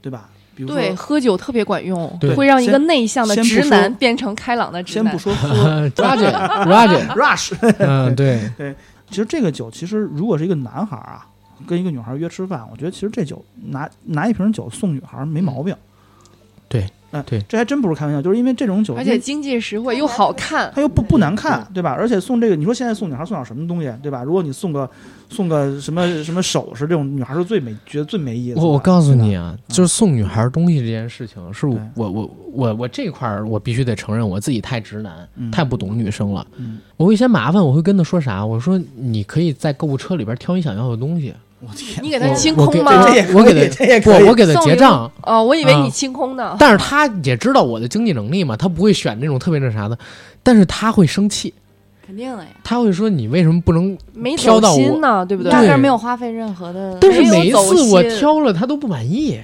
对吧？比如对，说，喝酒特别管用对，会让一先个内向的先不直说男变成开朗的直先男不。说 喝 ，Roger，Roger， rush，嗯，对，其实这个酒其实如果是一个男孩儿嗯啊，跟一个女孩儿约吃饭，我觉得其实这酒拿拿一瓶酒送女孩儿没毛病。对哎对这还真不是开玩笑，就是因为这种酒，而因且为经济实惠又好看，它又不不难看，对吧？而且送这个，你说现在送女孩送点什么东西，对吧？如果你送个送个什么什么首饰，这种女孩是最没觉得最没意思的。我我告诉你对吧，啊，就是送女孩东西这件事情，是我对我我我我这块儿我必须得承认我自己太直男，嗯太不懂女生了。嗯我会嫌麻烦，我会跟她说啥？我说你可以在购物车里边挑你想要的东西，我天，你给我它清我空给吗？这也可以我给她这也不哎可以，我给她送结一个账，哦，我以为啊你清空呢。但是她也知道我的经济能力嘛，她不会选那种特别那啥的，但是她会生气，肯定的呀，她会说你为什么不能？没挑走到我心呢，对不对？压根对儿没有花费任何的，但是没有每一走次我心挑了，她都不满 意，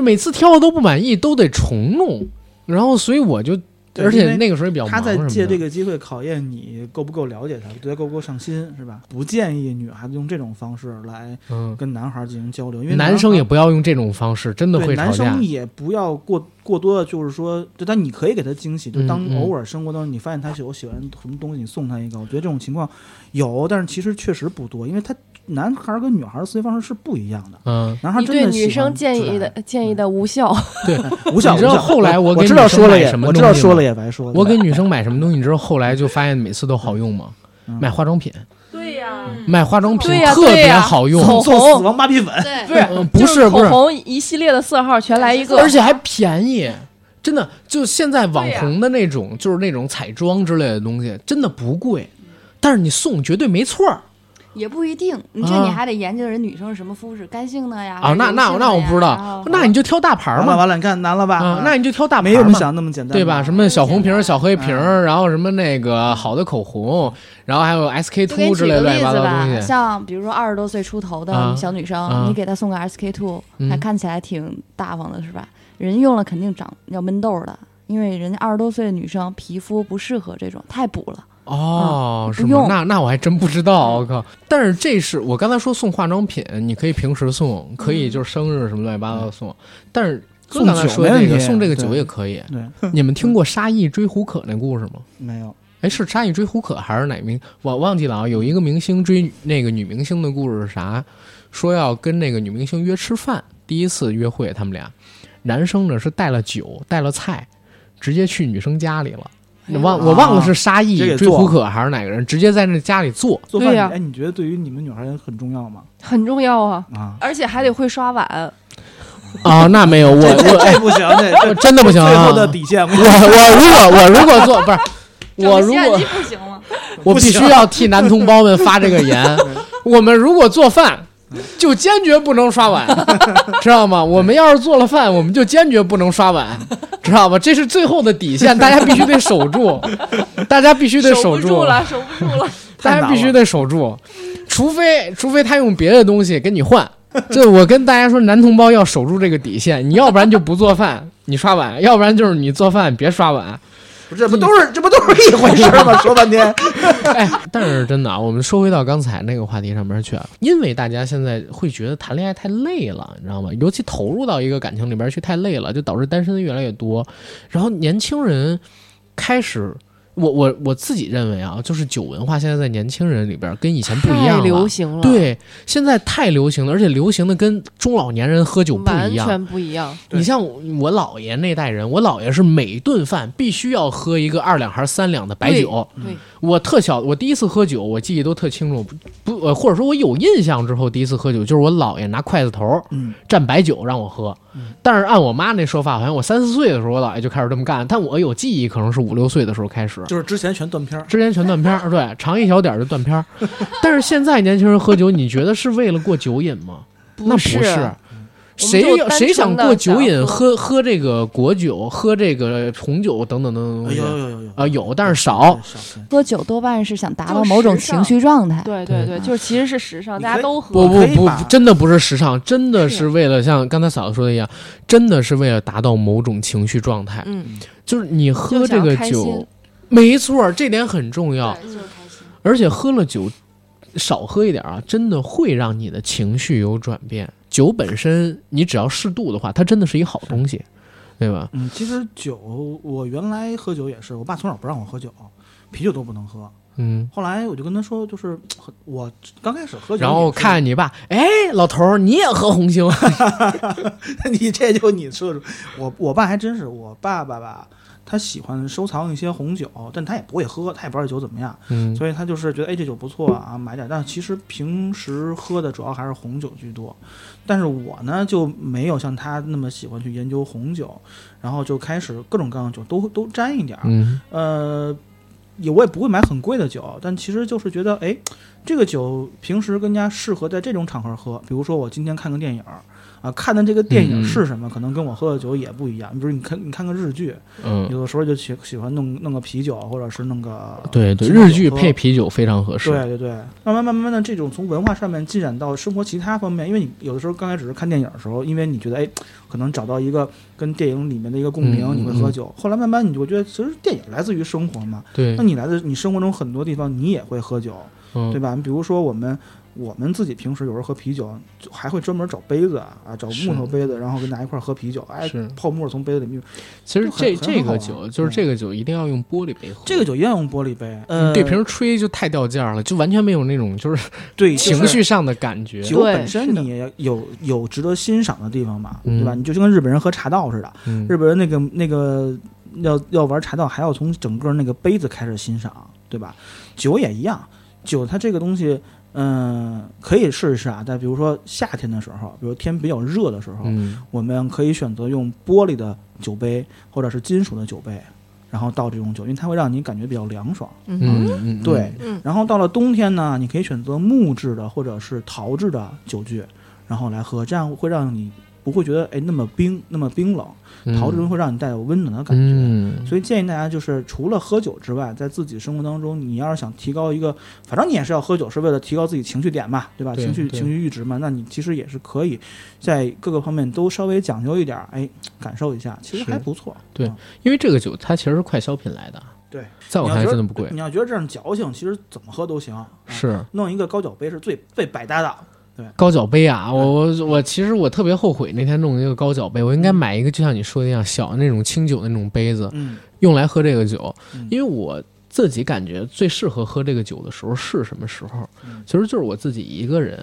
每次挑了都不满意，都得重弄，然后所以我就。对而因且为那个时候也比较忙他什么在的，借这个机会考验你够不够了解他，对他够不够上心，是吧？不建议女孩子用这种方式来嗯，跟男孩进行交流，因为男生孩也不要用这种方式，真的对会吵男架生。也不要过过多的，就是说，就但你可以给他惊喜，就嗯当嗯偶尔生活当中你发现他有喜欢什么东西，你送他一个。我觉得这种情况有，但是其实确实不多，因为他男孩跟女孩的思维方式是不一样的。 嗯，男孩你真对的喜女欢生建议的建议的无效，无效，你知道无效后来我我给知道女生说了买也什么我知东道西说吗了也白说，我对给吧女生买什么东西，你知道后来就发现每次都好用吗？嗯买化妆品，对呀买化妆品嗯对呀特对别呀好用， 口送红死亡芭比粉，对嗯不不是就是是不口是，红一系列的色号全来一个，而且还便宜。真的，就现在网对呀红的那种，就是那种彩妆之类的东西，真的不贵，但是你送绝对没错儿也不一定，你这啊你还得研究人女生是什么肤质，干性嗯的呀？哦啊！那那那我不知道，那你就挑大牌儿完了嘛，完了，你看难了吧？啊，那你就挑大牌没儿有你嘛。想那么简单，对吧？什么小红瓶儿、小黑瓶儿，嗯然后什么那个好的口红，然后还有 SK 就给 two 你之举类个乱例七八子糟的吧，东西。像比如说二十多岁出头啊的小女生，啊你给她送个 SK two，、嗯还看起来挺大方的，是吧？人用了肯定长要闷痘儿的，因为人家二十多岁的女生皮肤不适合这种，太补了。哦，嗯是不吗？用那那我还真不知道，我靠！但是这是我刚才说送化妆品，你可以平时送，可以就是生日什么乱七八糟的送，但是。送宋刚才酒说没这问个题送这个酒对也可以，对，你们听过沙溢追胡可那故事吗？没有，哎，是沙溢追胡可还是哪明？我忘记了啊。有一个明星追那个女明星的故事是啥？说要跟那个女明星约吃饭，第一次约会他们俩，男生呢是带了酒带了菜，直接去女生家里了。哎呦忘我忘了是沙直溢接追做胡可还是哪个人，直接在那家里做。做饭对呀哎，你觉得对于你们女孩很重要吗？很重要啊，啊，而且还得会刷碗。啊，那没有我这我这 不行，这这真哎 的不行最啊！后的我底线，我我如果我如果做不是。我如果不行 吗？我必须要替男同胞们发这个 言，嗯 我们如果做饭，就坚决不能刷碗，知道吗？我们要是做了饭，我们就坚决不能刷碗，知道吗？这是最后的底线，大家必须得守住，大家必须得 守不住，住了，守不住了。大家必须得守住，除非除非他用别的东西跟你换。这我跟大家说，男同胞要守住这个底线，你要不然就不做饭，你刷碗；要不然就是你做饭别刷碗。不是这不嗯都是这不都是一回事儿吗？ 说半天，哎，但是真的啊，我们说回到刚才那个话题上面去啊，因为大家现在会觉得谈恋爱太累了，你知道吗？尤其投入到一个感情里边去太累了，就导致单身的越来越多。然后年轻人开始，我我我自己认为啊，就是酒文化现在在年轻人里边跟以前不一样太流了。行了，，对，现在太流行了，而且流行的跟中老年人喝酒不完一样。全不一样。对你像我我姥爷那代人，我姥爷是每顿饭必须要喝一个二两还是三两的白对酒，对，我特小，我第一次喝酒，我记忆都特清楚，不，呃，或者说我有印象之后第一次喝酒，就是我姥爷拿筷子头嗯，蘸白酒让我喝嗯。但是按我妈那说法，好像我三四岁的时候，我姥爷就开始这么干，但我有记忆可能是五六岁的时候开始，就是之前全断片儿，之前全断片 儿，对，长一小点儿就断片儿。但是现在年轻人喝酒，你觉得是为了过酒瘾吗？嗯那不嗯不是。就谁要单纯谁想地过酒想瘾？喝喝喝这个果酒，喝这个红酒等等等等东哎西有有有有啊，有，但是少。对喝酒多半是想达就到某种时尚情绪状态，对对对，嗯就是其实是时尚，你大可家以都喝。不不可以不把，真的不是时尚，真的是是为了像刚才嫂子说的一样，真的是为了达到某种情绪状态。嗯，就是你喝这就个想开心酒，没错，这点很重要。对就是开心。而且喝了酒，少喝一点啊，真的会让你的情绪有转变。酒本身，你只要适度的话，它真的是一好东西，对吧？嗯，其实酒，我原来喝酒也是，我爸从小不让我喝酒，啤酒都不能喝。嗯，后来我就跟他说，就是很我刚开始喝酒，然后看看你爸，哎，老头儿你也喝红星 啊？你这就你说说，我我爸还真是，我爸爸吧，他喜欢收藏一些红酒，但他也不会喝，他也不知道这酒怎么样， 嗯所以他就是觉得哎这酒不错啊，买点儿。但其实平时喝的主要还是红酒居多，但是我呢就没有像他那么喜欢去研究红酒，然后就开始各种各样的酒都都沾一点儿，嗯呃，也我也不会买很贵的酒，但其实就是觉得，哎，这个酒平时跟人家适合在这种场合喝，比如说我今天看个电影儿啊，看的这个电影是什么，可能跟我喝的酒也不一样。比如你看你看个日剧，嗯，有的时候就喜喜欢弄弄个啤酒，或者是弄个对对，清酒日剧喝配。啤酒非常合适。对对对，慢慢慢慢的，这种从文化上面进展到生活其他方面，因为你有的时候刚开始是看电影的时候，因为你觉得哎，可能找到一个跟电影里面的一个共鸣，嗯你会嗯喝嗯酒。后来慢慢你就会觉得，其实电影来自于生活嘛，对那，你来自你生活中很多地方，你也会喝酒，对嗯吧？比如说我们我们自己平时有时候喝啤酒，就还会专门找杯子啊，找是木头杯子，然后跟大家一块儿喝啤酒，哎是，泡沫从杯子里面。其实就很这很这好个玩酒就是嗯这个酒一定要用玻璃杯喝，嗯这个酒一定要用玻璃杯，呃，对瓶吹就太掉价了，就完全没有那种就是对就是情绪上的感觉。酒对本身是的你也有有值得欣赏的地方嘛，嗯对吧？你就跟日本人喝茶道似的，嗯日本人那个那个要要玩茶道，还要从整个那个杯子开始欣赏，对吧？酒也一样，酒它这个东西，嗯、可以试一试啊。但比如说夏天的时候，比如天比较热的时候，嗯我们可以选择用玻璃的酒杯或者是金属的酒杯，然后倒这种酒，因为它会让你感觉比较凉爽。嗯嗯嗯，对，嗯然后到了冬天呢，你可以选择木质的或者是陶制的酒具，然后来喝，这样会让你不会觉得哎那么冰那么冰冷，嗯陶制中会让你带有温暖的感觉。嗯所以建议大家就是除了喝酒之外，在自己生活当中，你要是想提高一个，反正你也是要喝酒，是为了提高自己情绪点嘛，对吧？对情绪对情绪阈值嘛，那你其实也是可以在各个方面都稍微讲究一点儿，哎，感受一下，其实是还不错。对嗯因为这个酒它其实是快消品来的，对，在我你要嗯看来觉得真的不贵，你要觉得这样矫情，其实怎么喝都行。啊是弄一个高脚杯是最最百搭的。高脚杯啊！我嗯我我其实我特别后悔那天弄一个高脚杯，我应该买一个就像你说的那样小的那种清酒的那种杯子，嗯用来喝这个酒嗯，因为我。自己感觉最适合喝这个酒的时候是什么时候嗯？其实就是我自己一个人，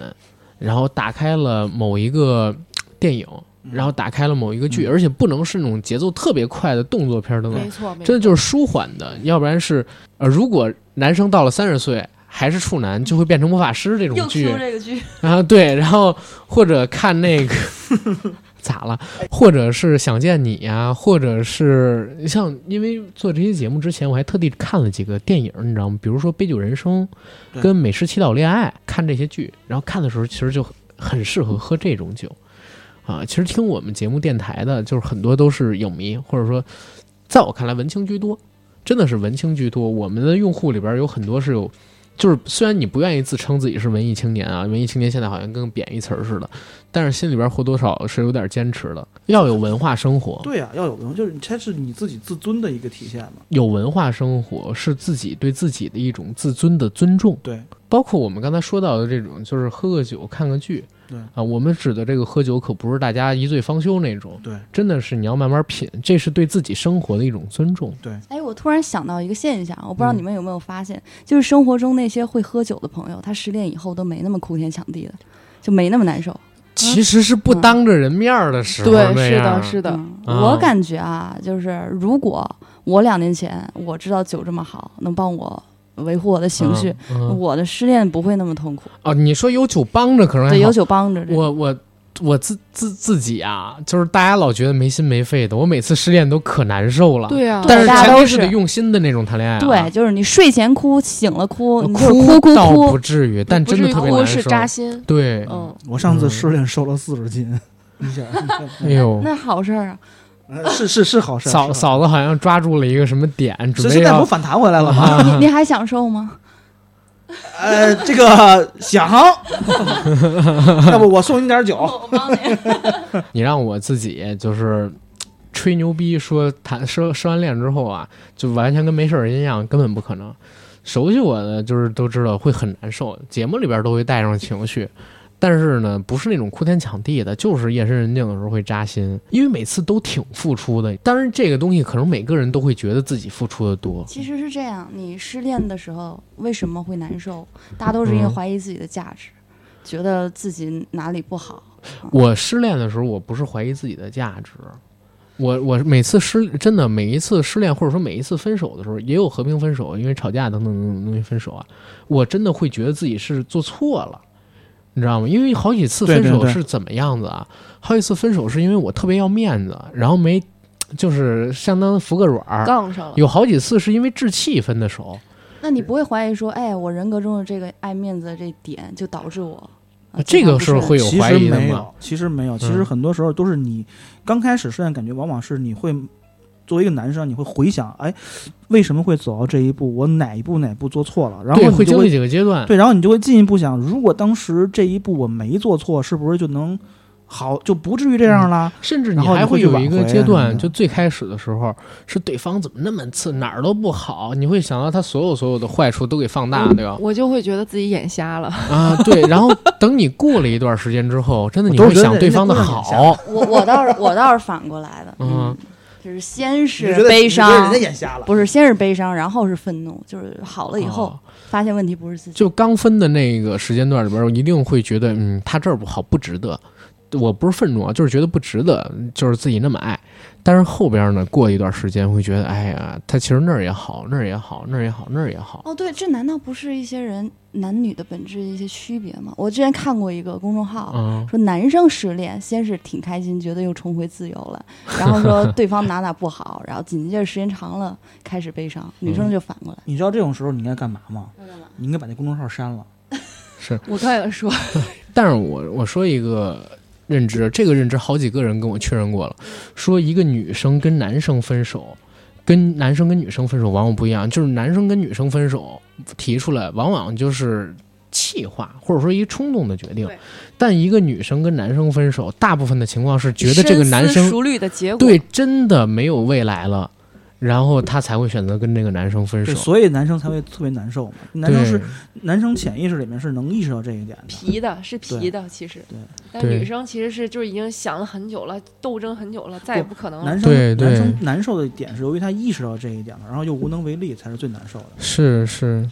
然后打开了某一个电影，嗯然后打开了某一个剧，嗯而且不能是那种节奏特别快的动作片儿等等没，错，没错真的就是舒缓的，要不然是呃，如果男生到了三十岁还是处男，就会变成魔法师这种又剧 Q 这个剧，然后对，然后或者看那个 咋了，或者是想见你呀、或者是像因为做这期节目之前，我还特地看了几个电影，你知道吗？比如说《杯酒人生》对跟《美食祈祷恋爱》，看这些剧，然后看的时候其实就很适合喝这种酒啊。其实听我们节目电台的，就是很多都是影迷，或者说在我看来文青居多，真的是文青居多。我们的用户里边有很多是有。就是虽然你不愿意自称自己是文艺青年啊，文艺青年现在好像跟个贬义词儿似的，但是心里边或多少是有点坚持的，要有文化生活，对啊呀、要有文，就是它是你自己自尊的一个体现嘛。有文化生活是自己对自己的一种自尊的尊重，对，包括我们刚才说到的这种，就是喝个酒看个剧，对啊，我们指的这个喝酒可不是大家一醉方休那种，对，真的是你要慢慢品，这是对自己生活的一种尊重，哎，我突然想到一个现象，我不知嗯道你们有没有发现，就是生活中那些会喝酒的朋友，他失恋以后都没那么哭天抢地的，就没那么难受。其实是不当着人面儿的时候对，那是样的，是的，嗯，啊我感觉啊，就是如果我两年前我知道酒这么好，能帮我维护我的情绪，嗯嗯我的失恋不会那么痛苦。哦，你说有酒帮着可能还对，哎好有酒帮着这个。我我我自自自己啊，就是大家老觉得没心没肺的，我每次失恋都可难受了。，对啊，但是大家前都提是得是用心的那种谈恋爱、啊。对，，就是你睡前哭，醒了哭，你就是哭哭倒哭不，至于，但不真至的于特别哭难是受。扎心，对，嗯，我上次失恋瘦了四十斤， 你想，哎呦，那好事儿啊。呃是是是好事儿。嫂是好嫂子好像抓住了一个什么点，事儿，准现备在不要反弹回来了嗯吗？你你还享受吗？呃，这个想， 要不我送你点哦酒。我帮你。你让我自己就是。吹牛逼说谈失失完恋之后啊，就完全跟没事人一样，根本不可能。熟悉我的就是都知道会很难受，节目里边都会带上情绪，但是呢，不是那种哭天抢地的，就是夜深人静的时候会扎心，因为每次都挺付出的。当然，这个东西可能每个人都会觉得自己付出的多，其实是这样，你失恋的时候为什么会难受？大家都是因为嗯怀疑自己的价值，觉得自己哪里不好。我失恋的时候，我不是怀疑自己的价值，我我每次失真的每一次失恋，或者说每一次分手的时候，也有和平分手，因为吵架等等等等东西分手啊，我真的会觉得自己是做错了，你知道吗？因为好几次分对对手对是怎么样子啊？好几次分手是因为我特别要面子，然后没就是相当服个软儿， 杠上了。有好几次是因为置气分的手，那你不会怀疑说，哎，我人格中的这个爱面子的这点，就导致我、啊这个经常不是顺 会有其怀实疑的嗯没嘛？有，其实没有，其实很多时候都是你刚开始失恋，感觉往往是你会作为一个男生，你会回想，哎，为什么会走到这一步？我哪一步哪一步做错了？然后对，你就会经历几个阶段。对，然后你就会进一步想，如果当时这一步我没做错，是不是就能好，就不至于这样啦？甚至你然后还你会会去有挽一回个啊阶什么段，的就最开始的时候是对方怎么那么次，哪儿都不好，你会想到他所有所有的坏处都给放大， 对吧？我就会觉得自己眼瞎了，啊，对。然后等你过了一段时间之后，真的我你都会觉得想人对家方的姑娘好，我我倒是我倒是反过来的，嗯嗯，就是先你是觉得悲你觉得人伤家，眼瞎了。不是先是悲伤，然后是愤怒，就是好了以后、啊发现问题不是自己。就刚分的那个时间段里边，我一定会觉得，嗯，他这儿不好，不值得。我不是愤怒啊，就是觉得不值得，就是自己那么爱。但是后边呢，过一段时间会觉得，哎呀，他其实那儿也好，那儿也好，那儿也好，那儿也好。哦，对，这难道不是一些人男女的本质的一些区别吗？我之前看过一个公众哦号，嗯，说男生失恋先是挺开心，觉得又重回自由 了，然后说对方哪哪不好，然后紧接着时间长了开始悲伤，女嗯生就反过来。你知道这种时候你应该干嘛吗？你应该把那公众号删了。我刚想说，但是我我说一个认知，这个认知好几个人跟我确认过了，说一个女生跟男生分手，跟男生跟女生分手往往不一样，就是男生跟女生分手提出来，往往就是气话或者说一冲动的决定对，但一个女生跟男生分手，大部分的情况是觉得这个男深生思熟虑的结果，对真的没有未来了，然后她才会选择跟这个男生分对，手。所以男生才会特别难受嘛。男生对是男生潜意识里面是能意识到这一点的。皮的是皮的，其实对，但对女生其实是就是已经想了很久了，斗争很久了，再也不可能了男。生对对男生难受的点是由于他意识到这一点了，然后又无能为力，才是最难受的。是是，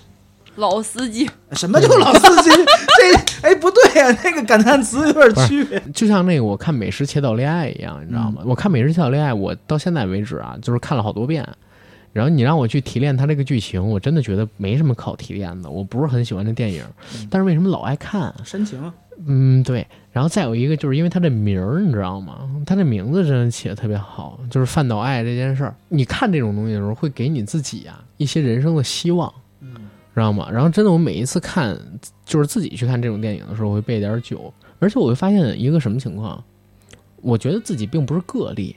老司机，什么叫老司 机？这哎不对呀、那个感叹词有点区别。就像那个我看《美食切到恋爱》一样，你知道吗？我看《美食切到恋爱》，我到现在为止啊，就是看了好多遍。然后你让我去提炼它这个剧情，我真的觉得没什么可提炼的。我不是很喜欢这电影嗯，但是为什么老爱看？煽情啊，嗯，对。然后再有一个，就是因为它这名儿，你知道吗？它这名字真的起的特别好，就是饭岛爱这件事儿。你看这种东西的时候，会给你自己啊一些人生的希望，知道吗？然后真的，我每一次看，就是自己去看这种电影的时候，我会备点儿酒，而且我会发现一个什么情况，我觉得自己并不是个例，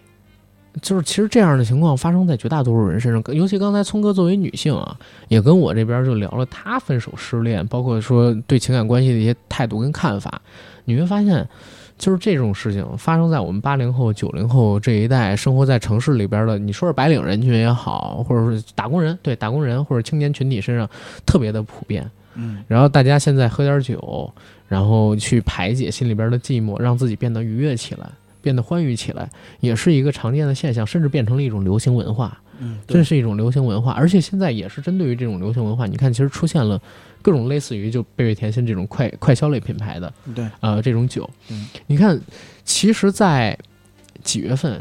就是其实这样的情况发生在绝大多数人身上，尤其刚才聪哥作为女性啊，也跟我这边就聊了她分手、失恋，包括说对情感关系的一些态度跟看法，你会发现。就是这种事情发生在我们八零后、九零后这一代生活在城市里边的，你说是白领人群也好，或者是打工人，对打工人或者青年群体身上特别的普遍。嗯，然后大家现在喝点酒，然后去排解心里边的寂寞，让自己变得愉悦起来，变得欢愉起来，也是一个常见的现象，甚至变成了一种流行文化。嗯，这是一种流行文化，而且现在也是针对于这种流行文化，你看，其实出现了各种类似于就贝贝甜心这种快快消类品牌的对，呃这种酒。嗯你看，其实，在几月份，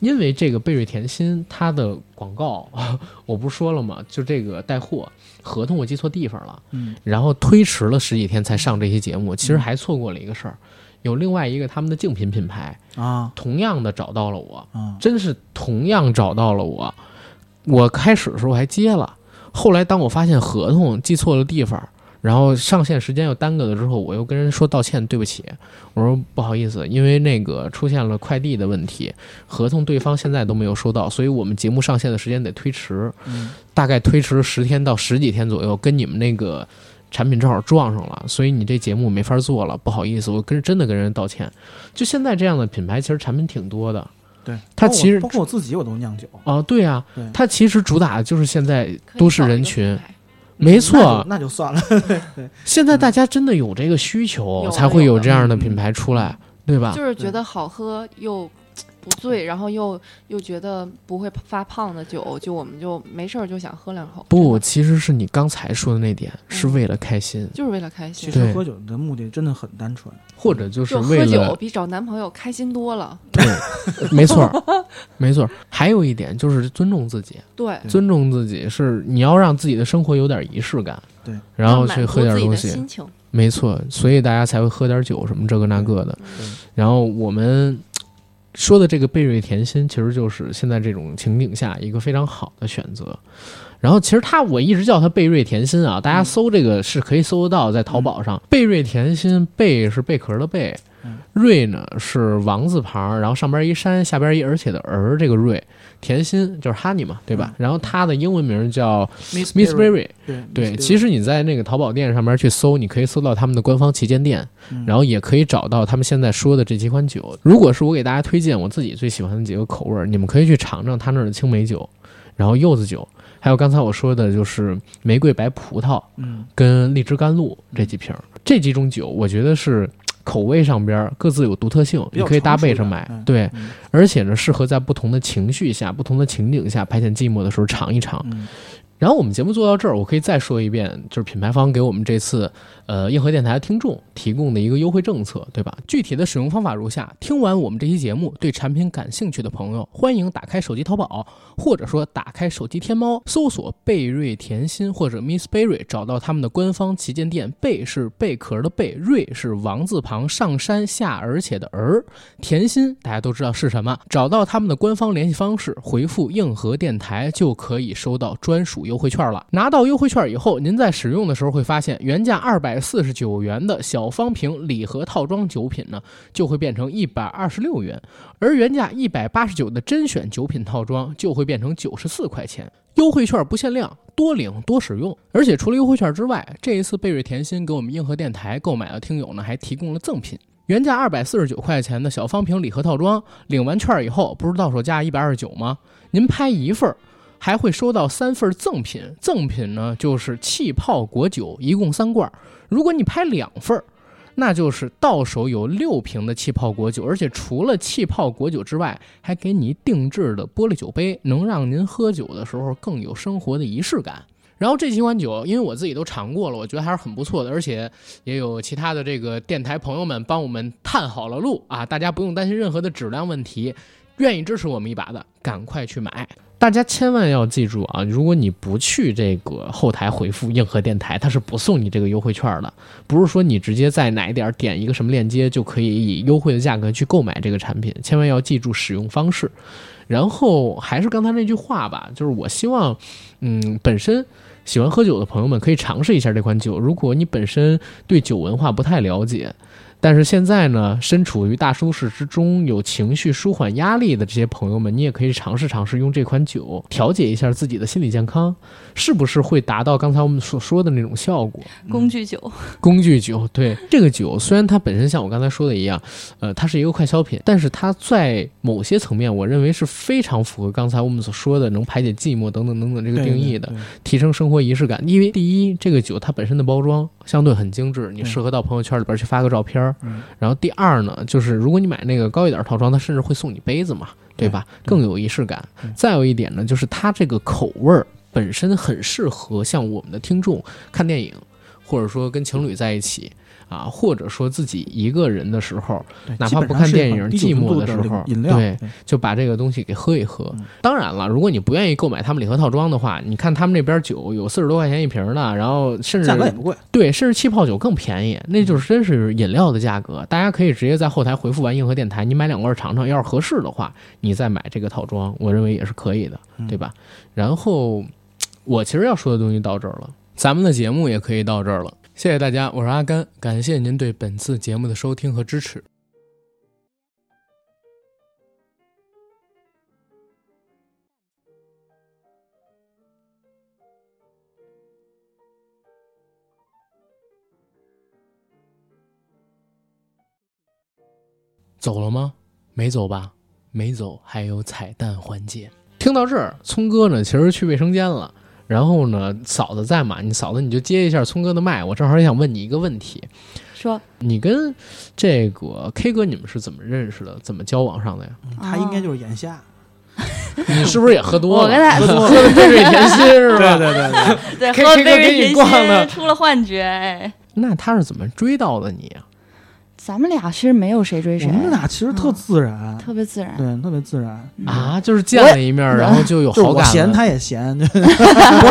因为这个贝瑞甜心它的广告，我不是说了吗？就这个带货合同我记错地方了，嗯，然后推迟了十几天才上这期节目，其实还错过了一个事儿，有另外一个他们的竞品品牌啊同样的找到了我，啊，真是同样找到了我。我开始的时候还接了，后来当我发现合同记错了地方，然后上线时间又耽搁了之后，我又跟人说道歉，对不起，我说不好意思，因为那个出现了快递的问题，合同对方现在都没有收到，所以我们节目上线的时间得推迟，嗯大概推迟十天到十几天左右，跟你们那个。产品正好撞上了，所以你这节目没法做了，不好意思，我跟真的跟人道歉。就现在这样的品牌，其实产品挺多的，对，他包括其实包括我自己，我都酿酒。哦，对啊对，它其实主打的就是现在都市人群，没错那就那就算了。现在大家真的有这个需求，有才会有有这样的嗯品牌出来，啊对吧？就是觉得好喝又不醉，然后又又觉得不会发胖的酒，就我们就没事儿就想喝两口，不，其实是你刚才说的那点，是嗯为了开心，就是为了开心其。实对喝酒的目的真的很单纯，或者就是就为喝酒了比找男朋友开心多了， 对，没错儿，没错儿。还有一点就是尊重自己，对，对尊重自己是你要让自己的生活有点仪式感，对，然后满去足喝点自己东的西，心情，没错，所以大家才会喝点酒什么这个那个的对。然后我们说的这个贝瑞甜心，其实就是现在这种情景下一个非常好的选择。然后其实它我一直叫它贝瑞甜心啊，大家搜这个是可以搜得到，在淘宝上。贝瑞甜心，贝是贝壳的贝嗯，瑞呢是王字旁，然后上边一山，下边一而且的而，这个瑞甜心就是 honey 嘛，对吧嗯？然后它的英文名叫 Miss Miss Berry，嗯对对，其实实你在那个淘宝店上面去搜，你可以搜到他们的官方旗舰店，嗯然后也可以找到他们现在说的这几款酒。如果是我给大家推荐我自己最喜欢的几个口味儿，你们可以去尝尝他那儿的青梅酒，然后柚子酒，还有刚才我说的就是玫瑰白葡萄嗯跟荔枝甘露这几瓶儿。这几种酒，我觉得是。口味上边儿各自有独特性，比你较可以搭配成着熟的买嗯。对，嗯而且呢，适合在不同的情绪下、不同的情景下排遣寂寞的时候尝一尝。嗯然后我们节目做到这儿，我可以再说一遍，就是品牌方给我们这次呃硬核电台的听众提供的一个优惠政策，对吧？具体的使用方法如下：听完我们这期节目，对产品感兴趣的朋友，欢迎打开手机淘宝，或者说打开手机天猫，搜索“贝瑞甜心”或者 “Miss Berry”，找到他们的官方旗舰店。贝是贝壳的贝，瑞是王字旁上山下而且的儿，甜心大家都知道是什么，找到他们的官方联系方式，回复“硬核电台”就可以收到专属优惠券了。拿到优惠券以后，您在使用的时候会发现，原价二百四十九元的小方瓶礼盒套装酒品呢，就会变成一百二十六元，而原价一百八十九的甄选酒品套装就会变成九十四块钱。优惠券不限量，多领多使用。而且除了优惠券之外，这一次贝瑞甜心给我们硬核电台购买的听友呢，还提供了赠品。原价二百四十九块钱的小方瓶礼盒套装，领完券以后不是到手价一百二十九吗？您拍一份儿，还会收到三份赠品。赠品呢就是气泡果酒，一共三罐儿。如果你拍两份儿，那就是到手有六瓶的气泡果酒，而且除了气泡果酒之外，还给你定制的玻璃酒杯，能让您喝酒的时候更有生活的仪式感。然后这几款酒，因为我自己都尝过了，我觉得还是很不错的，而且也有其他的这个电台朋友们帮我们探好了路啊，大家不用担心任何的质量问题，愿意支持我们一把的，赶快去买。大家千万要记住啊！如果你不去这个后台回复“硬核电台”，它是不送你这个优惠券的。不是说你直接在哪一点儿点一个什么链接就可以以优惠的价格去购买这个产品，千万要记住使用方式。然后还是刚才那句话吧，就是我希望，嗯，本身喜欢喝酒的朋友们可以尝试一下这款酒。如果你本身对酒文化不太了解，但是现在呢，身处于大舒适之中，有情绪舒缓压力的这些朋友们，你也可以尝试尝试用这款酒调节一下自己的心理健康，是不是会达到刚才我们所说的那种效果？工具酒，工具酒，对这个酒，虽然它本身像我刚才说的一样，呃，它是一个快消品，但是它在某些层面，我认为是非常符合刚才我们所说的能排解寂寞等等等等这个定义的，对对提升生活仪式感。因为第一，这个酒它本身的包装相对很精致，你嗯适合到朋友圈里边去发个照片儿。嗯然后第二呢，就是如果你买那个高一点儿套装，它甚至会送你杯子嘛，对吧？对更有仪式感对。再有一点呢，就是它这个口味儿本身很适合像我们的听众看电影，或者说跟情侣在一起。啊，或者说自己一个人的时候，对哪基怕本不上看是一电款影低寂酒精寞度的时候饮料对就把这个东西给喝一喝嗯。当然了，如果你不愿意购买他们礼盒套装的话，你看他们那边酒有四十多块钱一瓶的，然后甚至价格也不贵，对，甚至气泡酒更便宜，那就是真是饮料的价格。大家可以直接在后台回复完硬核电台，你买两罐尝尝，要是合适的话，你再买这个套装，我认为也是可以的，对吧？然后我其实要说的东西到这儿了，咱们的节目也可以到这儿了。谢谢大家，我是阿甘，感谢您对本次节目的收听和支持。走了吗？没走吧？没走，还有彩蛋环节。听到这儿，聪哥呢，其实去卫生间了。然后呢，嫂子在嘛？你嫂子你就接一下聪哥的麦，我正好也想问你一个问题：说你跟这个 K 哥你们是怎么认识的？怎么交往上的呀？嗯他应该就是眼瞎，你是不是也喝多了？啊我跟他喝多了这是 甜心是吧？哦对对对，对， K- 喝 K 哥杯给你瑞甜逛的心出了幻觉，哎，那他是怎么追到的你啊？咱们俩是没有谁 追谁，我们俩其实嗯特自然，特别自然。对，特别自然。啊，就是见了一面，然后就有就是好嗯我感了。哦闲，他也闲，就不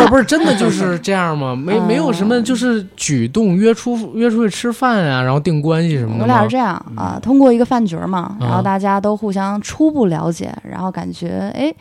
是不是真的就是这样吗？没没有什么，嗯就是举动约出约出去吃饭啊，然后定关系什么的吗。我俩是这样嗯啊，通过一个饭局儿嘛，然啊后大家都互相初步了解，然后感觉哎，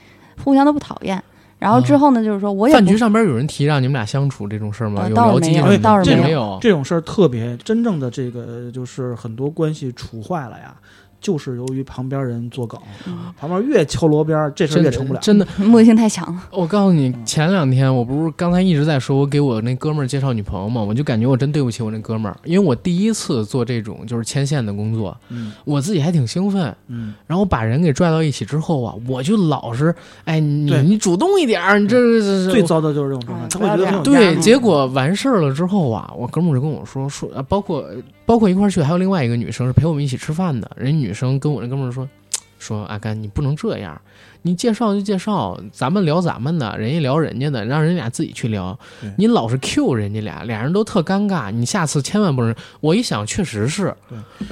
互相都不讨厌。然后之后呢，就是说我嗯也饭不局上边有人提让你们俩相处这种事儿吗？啊有倒聊是机没有什么的倒是这没有没有。这种事儿特别真正的这个就是很多关系处坏了呀，就是由于旁边人作梗，嗯旁边越敲锣边儿，这事儿真越的成不了。真的，目的性太强了，我告诉你，前两天我不是刚才一直在说，我给我那哥们儿介绍女朋友嘛，我就感觉我真对不起我那哥们儿，因为我第一次做这种就是牵线的工作，嗯我自己还挺兴奋，嗯，然后把人给拽到一起之后啊，我就老是，哎，你对你主动一点儿，你这这这这最糟的就是这种状态，嗯他会觉得很有压对，力结果完事儿了之后啊，我哥们儿就跟我说说，啊包括包括一块儿去，还有另外一个女生是陪我们一起吃饭的，人女生跟我那哥们儿说说阿甘，你不能这样，你介绍就介绍，咱们聊咱们的，人家聊人家的，让人家俩自己去聊对，你老是 Q 人家俩，俩人都特尴尬，你下次千万不能。我一想，确实是，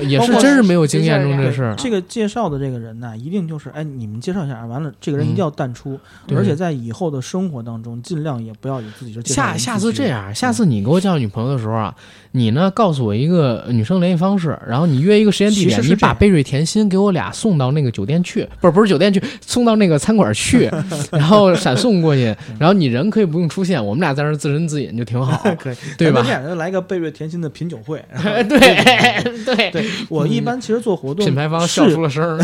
也包是括真是没有经验中这这对事儿。这个介绍的这个人呢，一定就是哎，你们介绍一下，完了这个人嗯一定要淡出，对而且在以后的生活当中，尽量也不要以自己嗯的介绍下人下自次居这，样，下次你给我介绍女朋友的时候啊，你呢告诉我一个女生联系方式，然后你约一个时间地点其，实你是这把样贝瑞甜心给我俩送到那个酒店去，不是不是酒店去，送到那个餐馆 去，然后闪送过去，然后你人可以不用出现，我们俩在那儿自斟自饮就挺好 ，可以对咱们吧哎这？样就来一个贝瑞甜心的品酒会。然后 对对 对我一般其实做活动，品牌方笑出了声儿。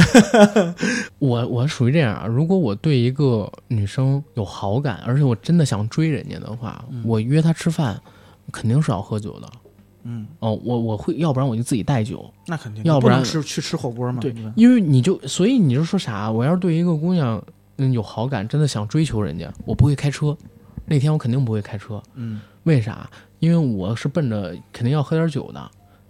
我我属于这样啊，如果我对一个女生有好感，而且我真的想追人家的话，嗯我约她吃饭肯定是要喝酒的。嗯，哦，我我会，要不然我就自己带酒，那肯定，要你不不能然吃去吃火锅嘛。对吧因为你就，所以你就说啥？我要是对一个姑娘嗯有好感，真的想追求人家，我不会开车，那天我肯定不会开车，嗯，为啥？因为我是奔着肯定要喝点酒的，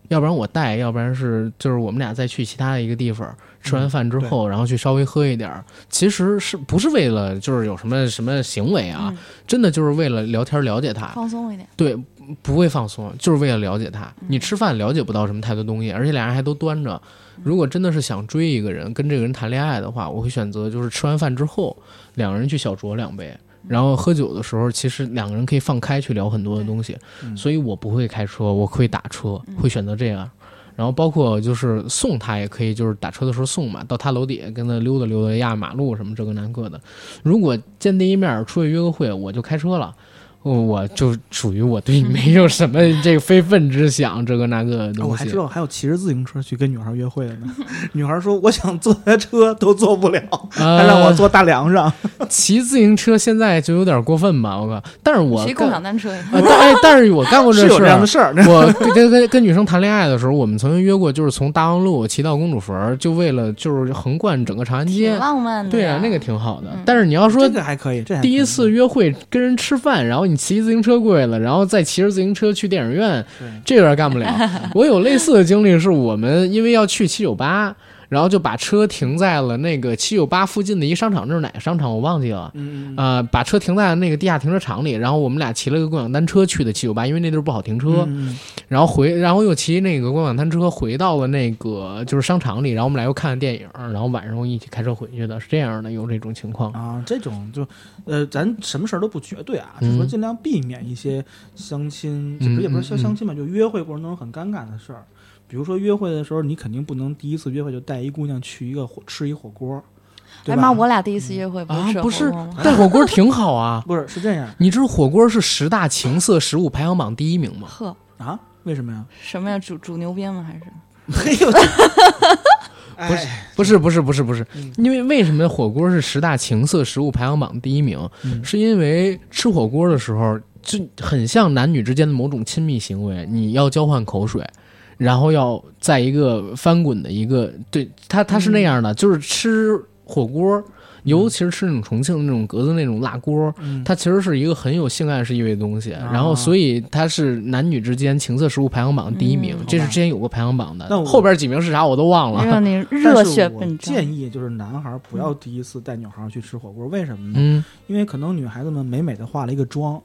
要不然我带，要不然是就是我们俩再去其他的一个地方，吃完饭之后，然后去稍微喝一点儿，其实是不是为了就是有什么什么行为啊？嗯真的就是为了聊天了解她，放松一点。对，不会放松，就是为了了解他。你吃饭了解不到什么太多东西，而且俩人还都端着。如果真的是想追一个人，跟这个人谈恋爱的话，我会选择就是吃完饭之后，两个人去小酌两杯，然后喝酒的时候，其实两个人可以放开去聊很多的东西。嗯所以我不会开车，我会打车，会选择这样。然后包括就是送他也可以，就是打车的时候送嘛，到他楼底下跟他溜达溜达压马路什么这个那个的。如果见第一面出去约个会，我就开车了，我就属于我对你没有什么这个非分之想这个那个的东西。哦我还知道还有骑着自行车去跟女孩约会的 呢。女孩说：“我想坐台车都坐不了，还呃，让哎我坐大梁上。骑自行车，现在就有点过分吧？我靠！但是我谁共干享单车呀？呃，但哎，但是我干过是有事这样儿的，事 儿。我跟跟跟跟女生谈恋爱的时候，我们曾经约过，就是从大望路骑到公主坟儿，就为了就是横贯整个长安挺街。浪漫的呀。对啊，那个挺好的。嗯但是你要说这个还可以，这还可以第一次约会跟人吃饭，然后你骑自行车过去了，然后再骑着自行车去电影院，对这有点干不 了。我有类似的经历，是我们因为要去七九八，然后就把车停在了那个七九八附近的一商场，那是哪个商场我忘记了。嗯，嗯呃，把车停在那个地下停车场里，然后我们俩骑了个共享单车去的七九八，因为那地儿不好停车。嗯然后回，然后又骑那个共享单车回到了那个就是商场里，然后我们俩又看了电影，然后晚上又一起开车回去的，是这样的，有这种情况。啊，这种就呃，咱什么事儿都不绝对啊，就嗯说尽量避免一些相亲，嗯也不是相嗯嗯相亲吧，就约会过程中很尴尬的事儿。比如说约会的时候，你肯定不能第一次约会就带一姑娘去一个火吃一火锅，对哎吧？，妈，我俩第一次约会啊是，吃不火是锅吗？带火锅挺好啊不是是这样你知道火锅是十大情色食物排行榜第一名吗？呵，啊？为什么 呀？哎什么呀？煮煮牛鞭吗？还是没有，不是不是不是不是不是，因为为什么火锅是十大情色食物排行榜第一名？ 嗯是因为吃火锅的时候，就很像男女之间的某种亲密行为，你要交换口水。然后要在一个翻滚的一个，对，它它是那样的，就是吃火锅尤其是吃那种重庆的那种格子那种辣锅，嗯，它其实是一个很有性暗示意味的东西。啊然后，所以它是男女之间情色食物排行榜第一名，嗯这是之前有过排行榜的那我，后边几名是啥我都忘了。让你但热是血我奔张。建议就是男孩儿不要第一次带女孩儿去吃火锅，为什么呢？嗯，因为可能女孩子们美美的化了一个妆，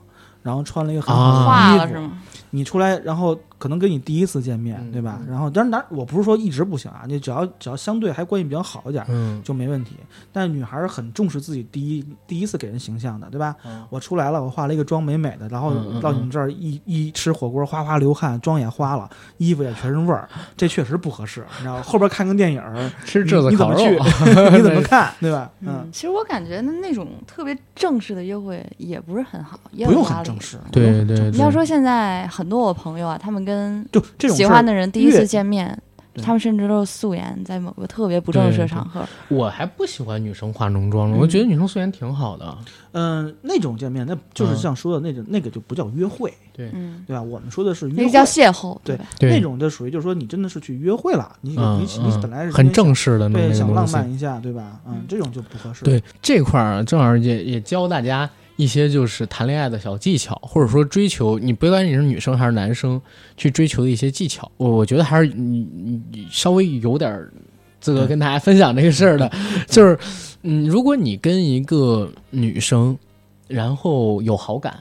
然后穿了一个很啊化好的了衣是服，嗯吗？你出来，然后可能跟你第一次见面，嗯对吧？嗯然后当然男，我不是说一直不行啊，你只要只要相对还关系比较好一点，嗯，就没问题。但女孩儿很重视自己第一第一次给人形象的，对吧？嗯我出来了，我化了一个妆，美美的，然后嗯嗯到你嗯们这儿一一吃火锅，哗哗流汗，妆也花了，衣服也全是味儿，这确实不合适。你知道吗，后边看个电影 儿，吃你这子你怎烤么肉去， 啊，你怎么看，对吧？嗯嗯，，其实我感觉那那种特别正式的约会也不是很好，也不有用压很力正。式，不对用很正对式你要说现在很多我朋友啊，他们跟就这种喜事欢儿的人第一次越见面，对他们甚至都是素颜，在某个特别不正式对的对场合，我还不喜欢女生化浓妆了，嗯我觉得女生素颜挺好的。嗯、那种见面，那就是嗯像说的那种，那个就不叫约会，嗯，对吧？我们说的是约那会，个叫邂逅，对吧？那种就属于就是说你真的是去约会了，你、嗯，你嗯你本来是很正式的那么对，一个想东浪西。漫一下，对吧？嗯，这种就不合适。对这块儿啊，正好也也教大家一些就是谈恋爱的小技巧，或者说追求你不管你是女生还是男生去追求的一些技巧。我我觉得还是你你你稍微有点儿资格跟大家分享这个事儿的，就是嗯，如果你跟一个女生然后有好感。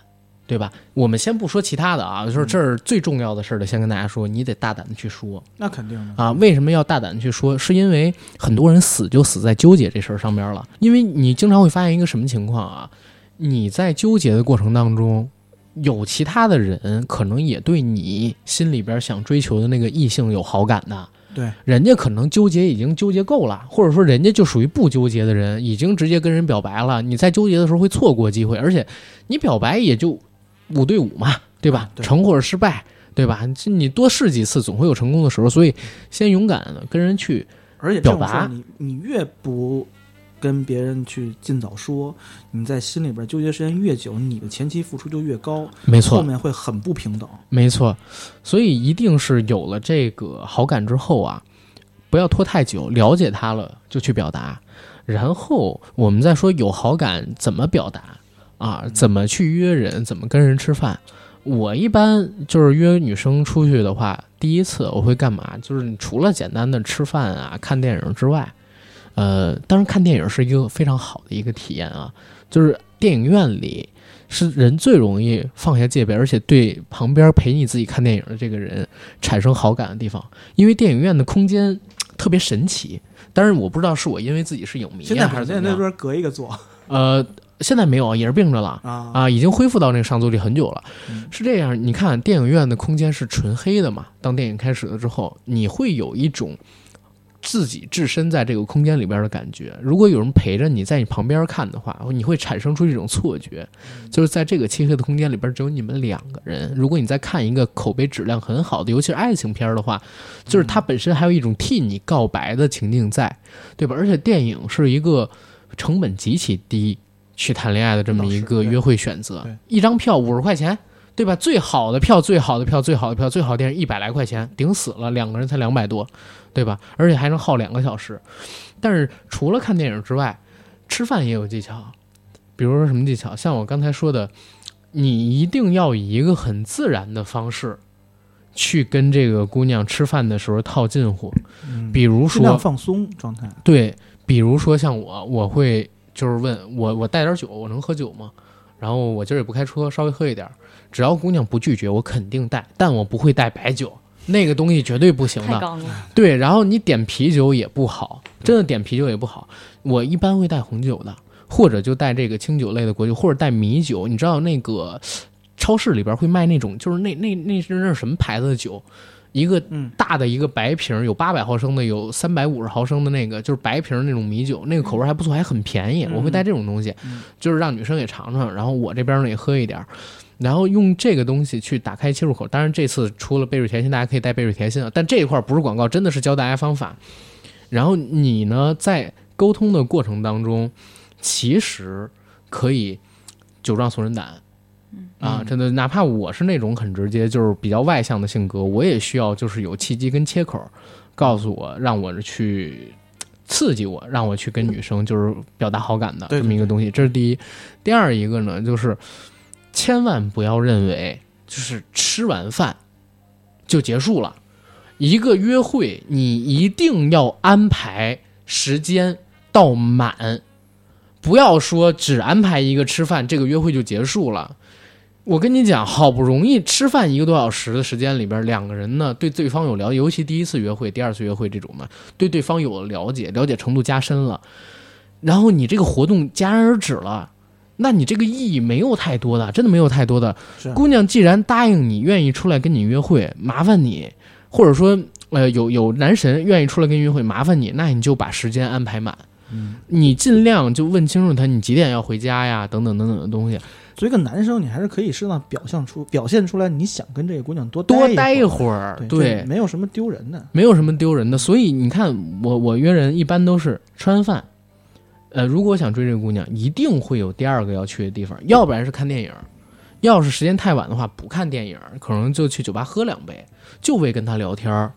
对吧？我们先不说其他的啊，就是这儿最重要的事儿的，先跟大家说，你得大胆的去说。那肯定的。啊，为什么要大胆地去说？是因为很多人死就死在纠结这事儿上边儿了。因为你经常会发现一个什么情况啊？你在纠结的过程当中，有其他的人可能也对你心里边想追求的那个异性有好感的。对，人家可能纠结已经纠结够了，或者说人家就属于不纠结的人，已经直接跟人表白了。你在纠结的时候会错过机会，而且你表白也就五对五嘛，啊对吧？对成或者失败，对吧？这你多试几次，总会有成功的时候。所以，先勇敢的跟人去，而且这种表事达儿，你你越不跟别人去尽早说，你在心里边纠结时间越久，你的前期付出就越高，没后错，面会很不平等。没错。所以一定是有了这个好感之后啊，不要拖太久，了解他了就去表达。然后我们再说有好感怎么表达啊，嗯怎么去约人，怎么跟人吃饭。我一般就是约女生出去的话，第一次我会干嘛？就是你除了简单的吃饭啊、看电影之外，呃，当然看电影是一个非常好的一个体验啊，就是电影院里是人最容易放下戒备，而且对旁边陪你自己看电影的这个人产生好感的地方，因为电影院的空间特别神奇。当然，我不知道是我因为自己是影迷现在啊不还是是怎现在么那样。边隔一个座呃，现在没有，也是病着了。啊啊，已经恢复到那个上座率很久了。嗯是这样，你看电影院的空间是纯黑的嘛？当电影开始了之后，你会有一种自己置身在这个空间里边的感觉。如果有人陪着你在你旁边看的话，你会产生出一种错觉，就是在这个漆黑的空间里边只有你们两个人。如果你在看一个口碑质量很好的，尤其是爱情片儿的话，就是嗯它本身还有一种替你告白的情境在，对吧？而且电影是一个成本极其低去谈恋爱的这么一那个是对约会选择对，一张票五十块钱，对吧？最好的票，最好的票，最好的票，最好的电影一百来块钱，顶死了，两个人才两百多，对吧？而且还能耗两个小时。但是除了看电影之外，吃饭也有技巧，比如说什么技巧？像我刚才说的，你一定要以一个很自然的方式。去跟这个姑娘吃饭的时候套近乎，嗯比如尽量说，放松状态。对，比如说像我，我会就是问我，我带点酒，我能喝酒吗？然后我今儿也不开车，稍微喝一点儿，只要姑娘不拒绝，我肯定带，但我不会带白酒，那个东西绝对不行太的。刚了，对，然后你点啤酒也不好，真的点啤酒也不好。我一般会带红酒的，或者就带这个清酒类的果酒，或者带米酒。你知道那个超市里边会卖那种，就是那那那是那是什么牌子的酒？一个嗯大的一个白瓶儿，有八百毫升的，有三百五十毫升的那个，就是白瓶儿那种米酒，那个口味还不错，还很便宜。嗯我会带这种东西，嗯就是让女生也尝尝，然后我这边呢也喝一点儿，然后用这个东西去打开切入口。当然，这次除了贝瑞甜心，大家可以带贝瑞甜心啊，但这一块儿不是广告，真的是教大家方法。然后你呢，在沟通的过程当中，其实可以酒壮怂人胆。啊，嗯真的，哪怕我是那种很直接，就是比较外向的性格，我也需要就是有契机跟切口，告诉我让我去呃刺激我，让我去跟女生就是表达好感的对对这么一个东西，这是第一。第二一个呢，就是千万不要认为就是吃完饭就结束了，一个约会你一定要安排时间到满，不要说只安排一个吃饭，这个约会就结束了。我跟你讲，好不容易吃饭一个多小时的时间里边，两个人呢对对方有了解，尤其第一次约会、第二次约会这种嘛，对对方有了解，了解程度加深了，然后你这个活动戛然而止了，那你这个意义没有太多的，真的没有太多的。是啊姑娘既然答应你，愿意出来跟你约会，麻烦你，或者说呃有有男神愿意出来跟你约会，麻烦你，那你就把时间安排满，嗯，你尽量就问清楚他你几点要回家呀，等等等等的东西，作为一个男生，你还是可以适当表现出表现出来，你想跟这个姑娘多多待待一一儿，会儿，对，对这，没有什么丢人的。没有什么丢人的。所以你看，我我约人一般都是吃完饭，呃，如果想追这个姑娘，一定会有第二个要去的地方，要不然是看电影，要是时间太晚的话，不看电影，可能就去酒吧喝两杯，就为跟她聊天儿，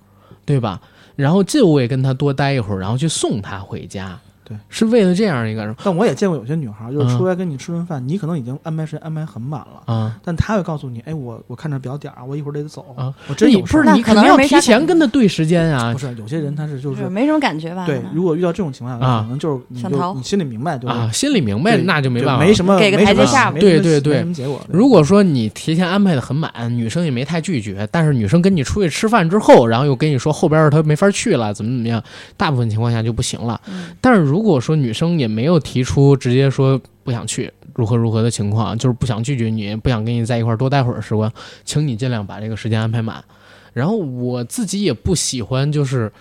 对吧？然后就为跟她多待一会儿，然后去送她回家，对，是为了这样一个但我也见过有些女孩，就是嗯出来跟你吃顿饭，你可能已经安排时间安排很满了，啊。但她会告诉你，哎，我我看着表点儿啊，我一会儿得走啊，我真你有不事儿是那你肯可能定是要没提啥前感跟她对时间啊不，是有些人他是就就是是没什么感觉吧？对，如果遇到这种情况下，啊可能就是你啊想逃就你心里明白，就是啊，心里明白对那就没办法了，没什么给个没什么台阶下吧没什么对对对没什么结果。对如果说你提前安排的很满，女生也没太拒绝，但是女生跟你出去吃饭之后，然后又跟你说后边儿她没法去了，怎么怎么样，大部分情况下就不行了。嗯但是如果说女生也没有提出直接说不想去，如何如何的情况，就是不想拒绝你，不想跟你在一块儿多待会儿时光，请你尽量把这个时间安排满。然后我自己也不喜欢，就是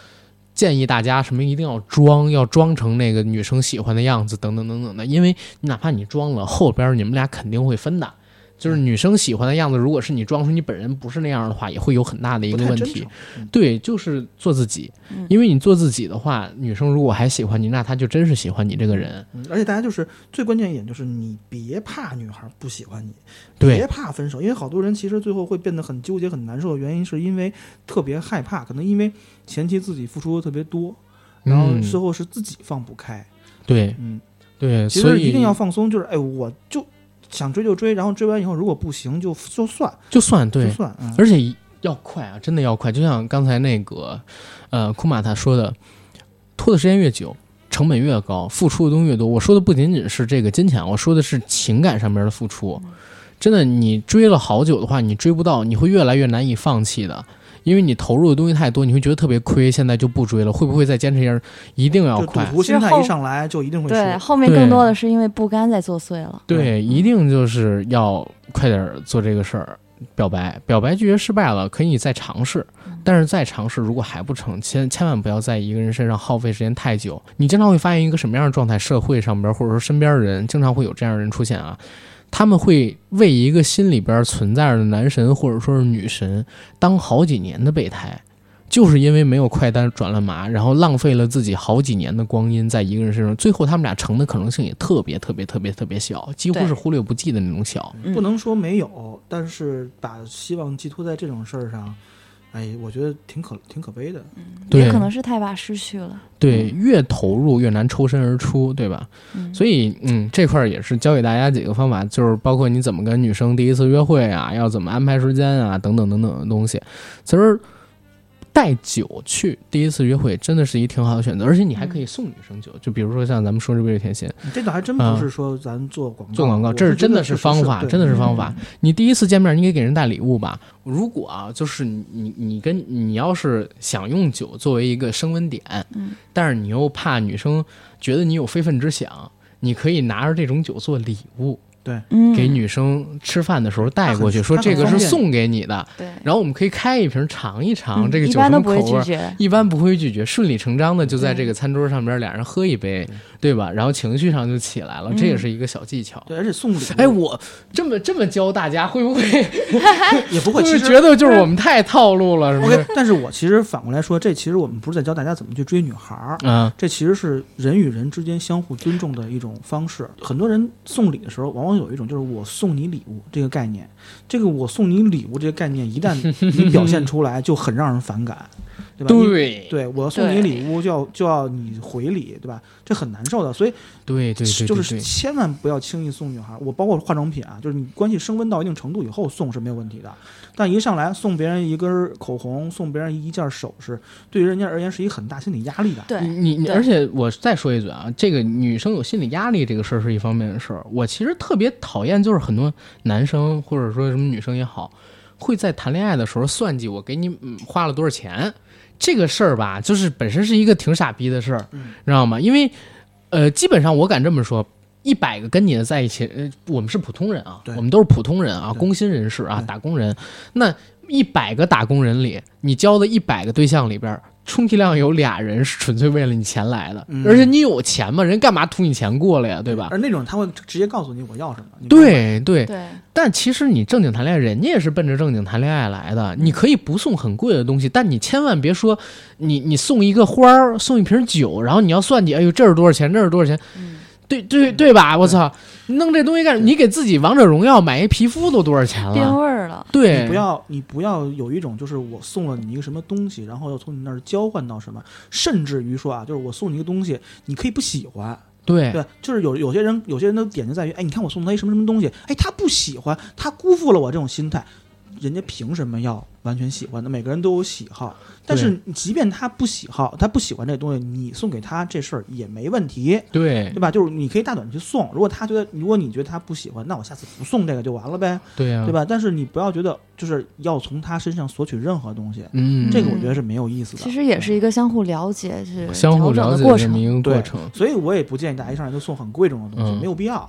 建议大家什么一定要装，要装成那个女生喜欢的样子，等等等等的，因为哪怕你装了，后边儿你们俩肯定会分的。就是女生喜欢的样子，如果是你装出你本人不是那样的话，也会有很大的一不个太问真题诚。，嗯对，就是做自己嗯，因为你做自己的话，女生如果还喜欢你，那她就真是喜欢你这个人。嗯而且大家就是最关键一点就是你别怕女孩不喜欢你，别对，怕分手，因为好多人其实最后会变得很纠结、很难受的原因，是因为特别害怕，可能因为前期自己付出的特别多，然后嗯最后是自己放不开。对嗯，对，其所实以一定要放松，就是哎，我就想追就追，然后追完以后如果不行就就算就算就对，算，嗯，而且要快啊，真的要快。就像刚才那个呃库玛塔说的，拖的时间越久。成本越高，付出的东西越多。我说的不仅仅是这个金钱，我说的是情感上面的付出。嗯真的，你追了好久的话，你追不到，你会越来越难以放弃的，因为你投入的东西太多，你会觉得特别亏。现在就不追了，会不会再坚持一下？一定要就赌快，徒心其实态后一上来就一定会输。对，后面对更多的是因为不甘在作祟了。对，一定就是要快点儿做这个事儿。表白，表白拒绝失败了，可以再尝试，但是再尝试如果还不成，千千万不要在一个人身上耗费时间太久。你经常会发现一个什么样的状态？社会上边儿或者说身边儿人，经常会有这样的人出现啊，他们会为一个心里边儿存在着的男神或者说是女神当好几年的备胎，就是因为没有快单转了麻，然后浪费了自己好几年的光阴在一个人身上，最后他们俩成的可能性也特别特别特别特别小，几乎对是忽略不计的那种小。嗯不能说没有，但是把希望寄托在这种事儿上，哎，我觉得挺可挺可悲的。也对可能是太怕失去了。对，越投入越难抽身而出，对吧？嗯，所以，嗯，这块儿也是教给大家几个方法，就是包括你怎么跟女生第一次约会啊，要怎么安排时间啊，等等等等的东西。其实带酒去第一次约会真的是一挺好的选择，而且你还可以送女生酒，就比如说像咱们说这位甜心你这倒还真不是说咱做广啊告，做广告，我这是真的是嗯方法，真的是是方法。你第一次见面，你给给人带礼物吧。如果啊，就是你你你跟你要是想用酒作为一个升温点，嗯但是你又怕女生觉得你有非分之想，你可以拿着这种酒做礼物。嗯，啊给女生吃饭的时候带过去，嗯说这个它是很送给你的，对，然后我们可以开一瓶尝一尝嗯这个一酒什般么都不口会味拒儿。绝。一般不会拒绝，顺理成章的就在这个餐桌上边，俩人喝一杯，对吧？然后情绪上就起来嗯了，这也是一个小技巧。对，而且送礼，哎，我这么这么教大家，会不会会也不不会会，其实觉得就是我们太套路了？是不 OK 是？。但是我其实反过来说，这其实我们不是在教大家怎么去追女孩儿。啊，这其实是人与人之间相互尊重的一种方式。很多人送礼的时候，往往有一种就是“我送你礼物”这个概念。这个“我送你礼物”这个概念，一旦你表现出来，就很让人反感。对吧？你对对我送你对礼物就要就要你回礼，对吧？这很难受的，所以对对对，就对是对千万不要轻易送女孩。我包括化妆品啊，就是你关系升温到一定程度以后送是没有问题的，但一上来送别人一根口红，送别人一件首饰，对于人家而言是一个很大心理压力的。你对，你你，对而且我再说一嘴啊，这个女生有心理压力这个事儿是一方面的事儿。我其实特别讨厌，就是很多男生或者说什么女生也好，会在谈恋爱的时候算计我给你、嗯、花了多少钱这个事儿吧，就是本身是一个挺傻逼的事儿，嗯知道吗？因为呃，基本上我敢这么说。一百个跟你的在一起，呃，我们是普通人啊，对我们都是普通人啊，对工薪人士啊，对打工人。那一百个打工人里，你交的一百个对象里边，充其量有俩人是纯粹为了你钱来的，嗯而且你有钱嘛，人干嘛图你钱过来呀，对吧？而那种他会直接告诉你我要什么。你明白吗，啊对对，对，但其实你正经谈恋爱，人家也是奔着正经谈恋爱来嗯的。你可以不送很贵的东西，但你千万别说你你送一个花儿，送一瓶酒，然后你要算计，哎呦这是多少钱，这是多少钱，嗯，对对对嗯吧？我操，弄这东西干什么？你给自己王者荣耀买一皮肤都多少钱变了？味儿了，对，你不要你不要有一种就是我送了你一个什么东西，然后要从你那儿交换到什么，甚至于说啊，就是我送你一个东西，你可以不喜欢，对对，就是有有些人有些人的点就在于，哎，你看我送他一什么什么东西，哎，他不喜欢，他辜负了我这种心态，人家凭什么要完全喜欢呢？每个人都有喜好，但是即便他不喜好，他不喜欢这东西，你送给他这事儿也没问题，对对吧？就是你可以大胆去送，如果他觉得，如果你觉得他不喜欢，那我下次不送这个就完了呗，对啊，对？吧？但是你不要觉得就是要从他身上索取任何东西，嗯，这个我觉得是没有意思的。其实也是一个相互了解、是相互了调整的解过这么程。一个对过程。所以我也不建议大家一上来就送很贵重的东西，嗯没有必要。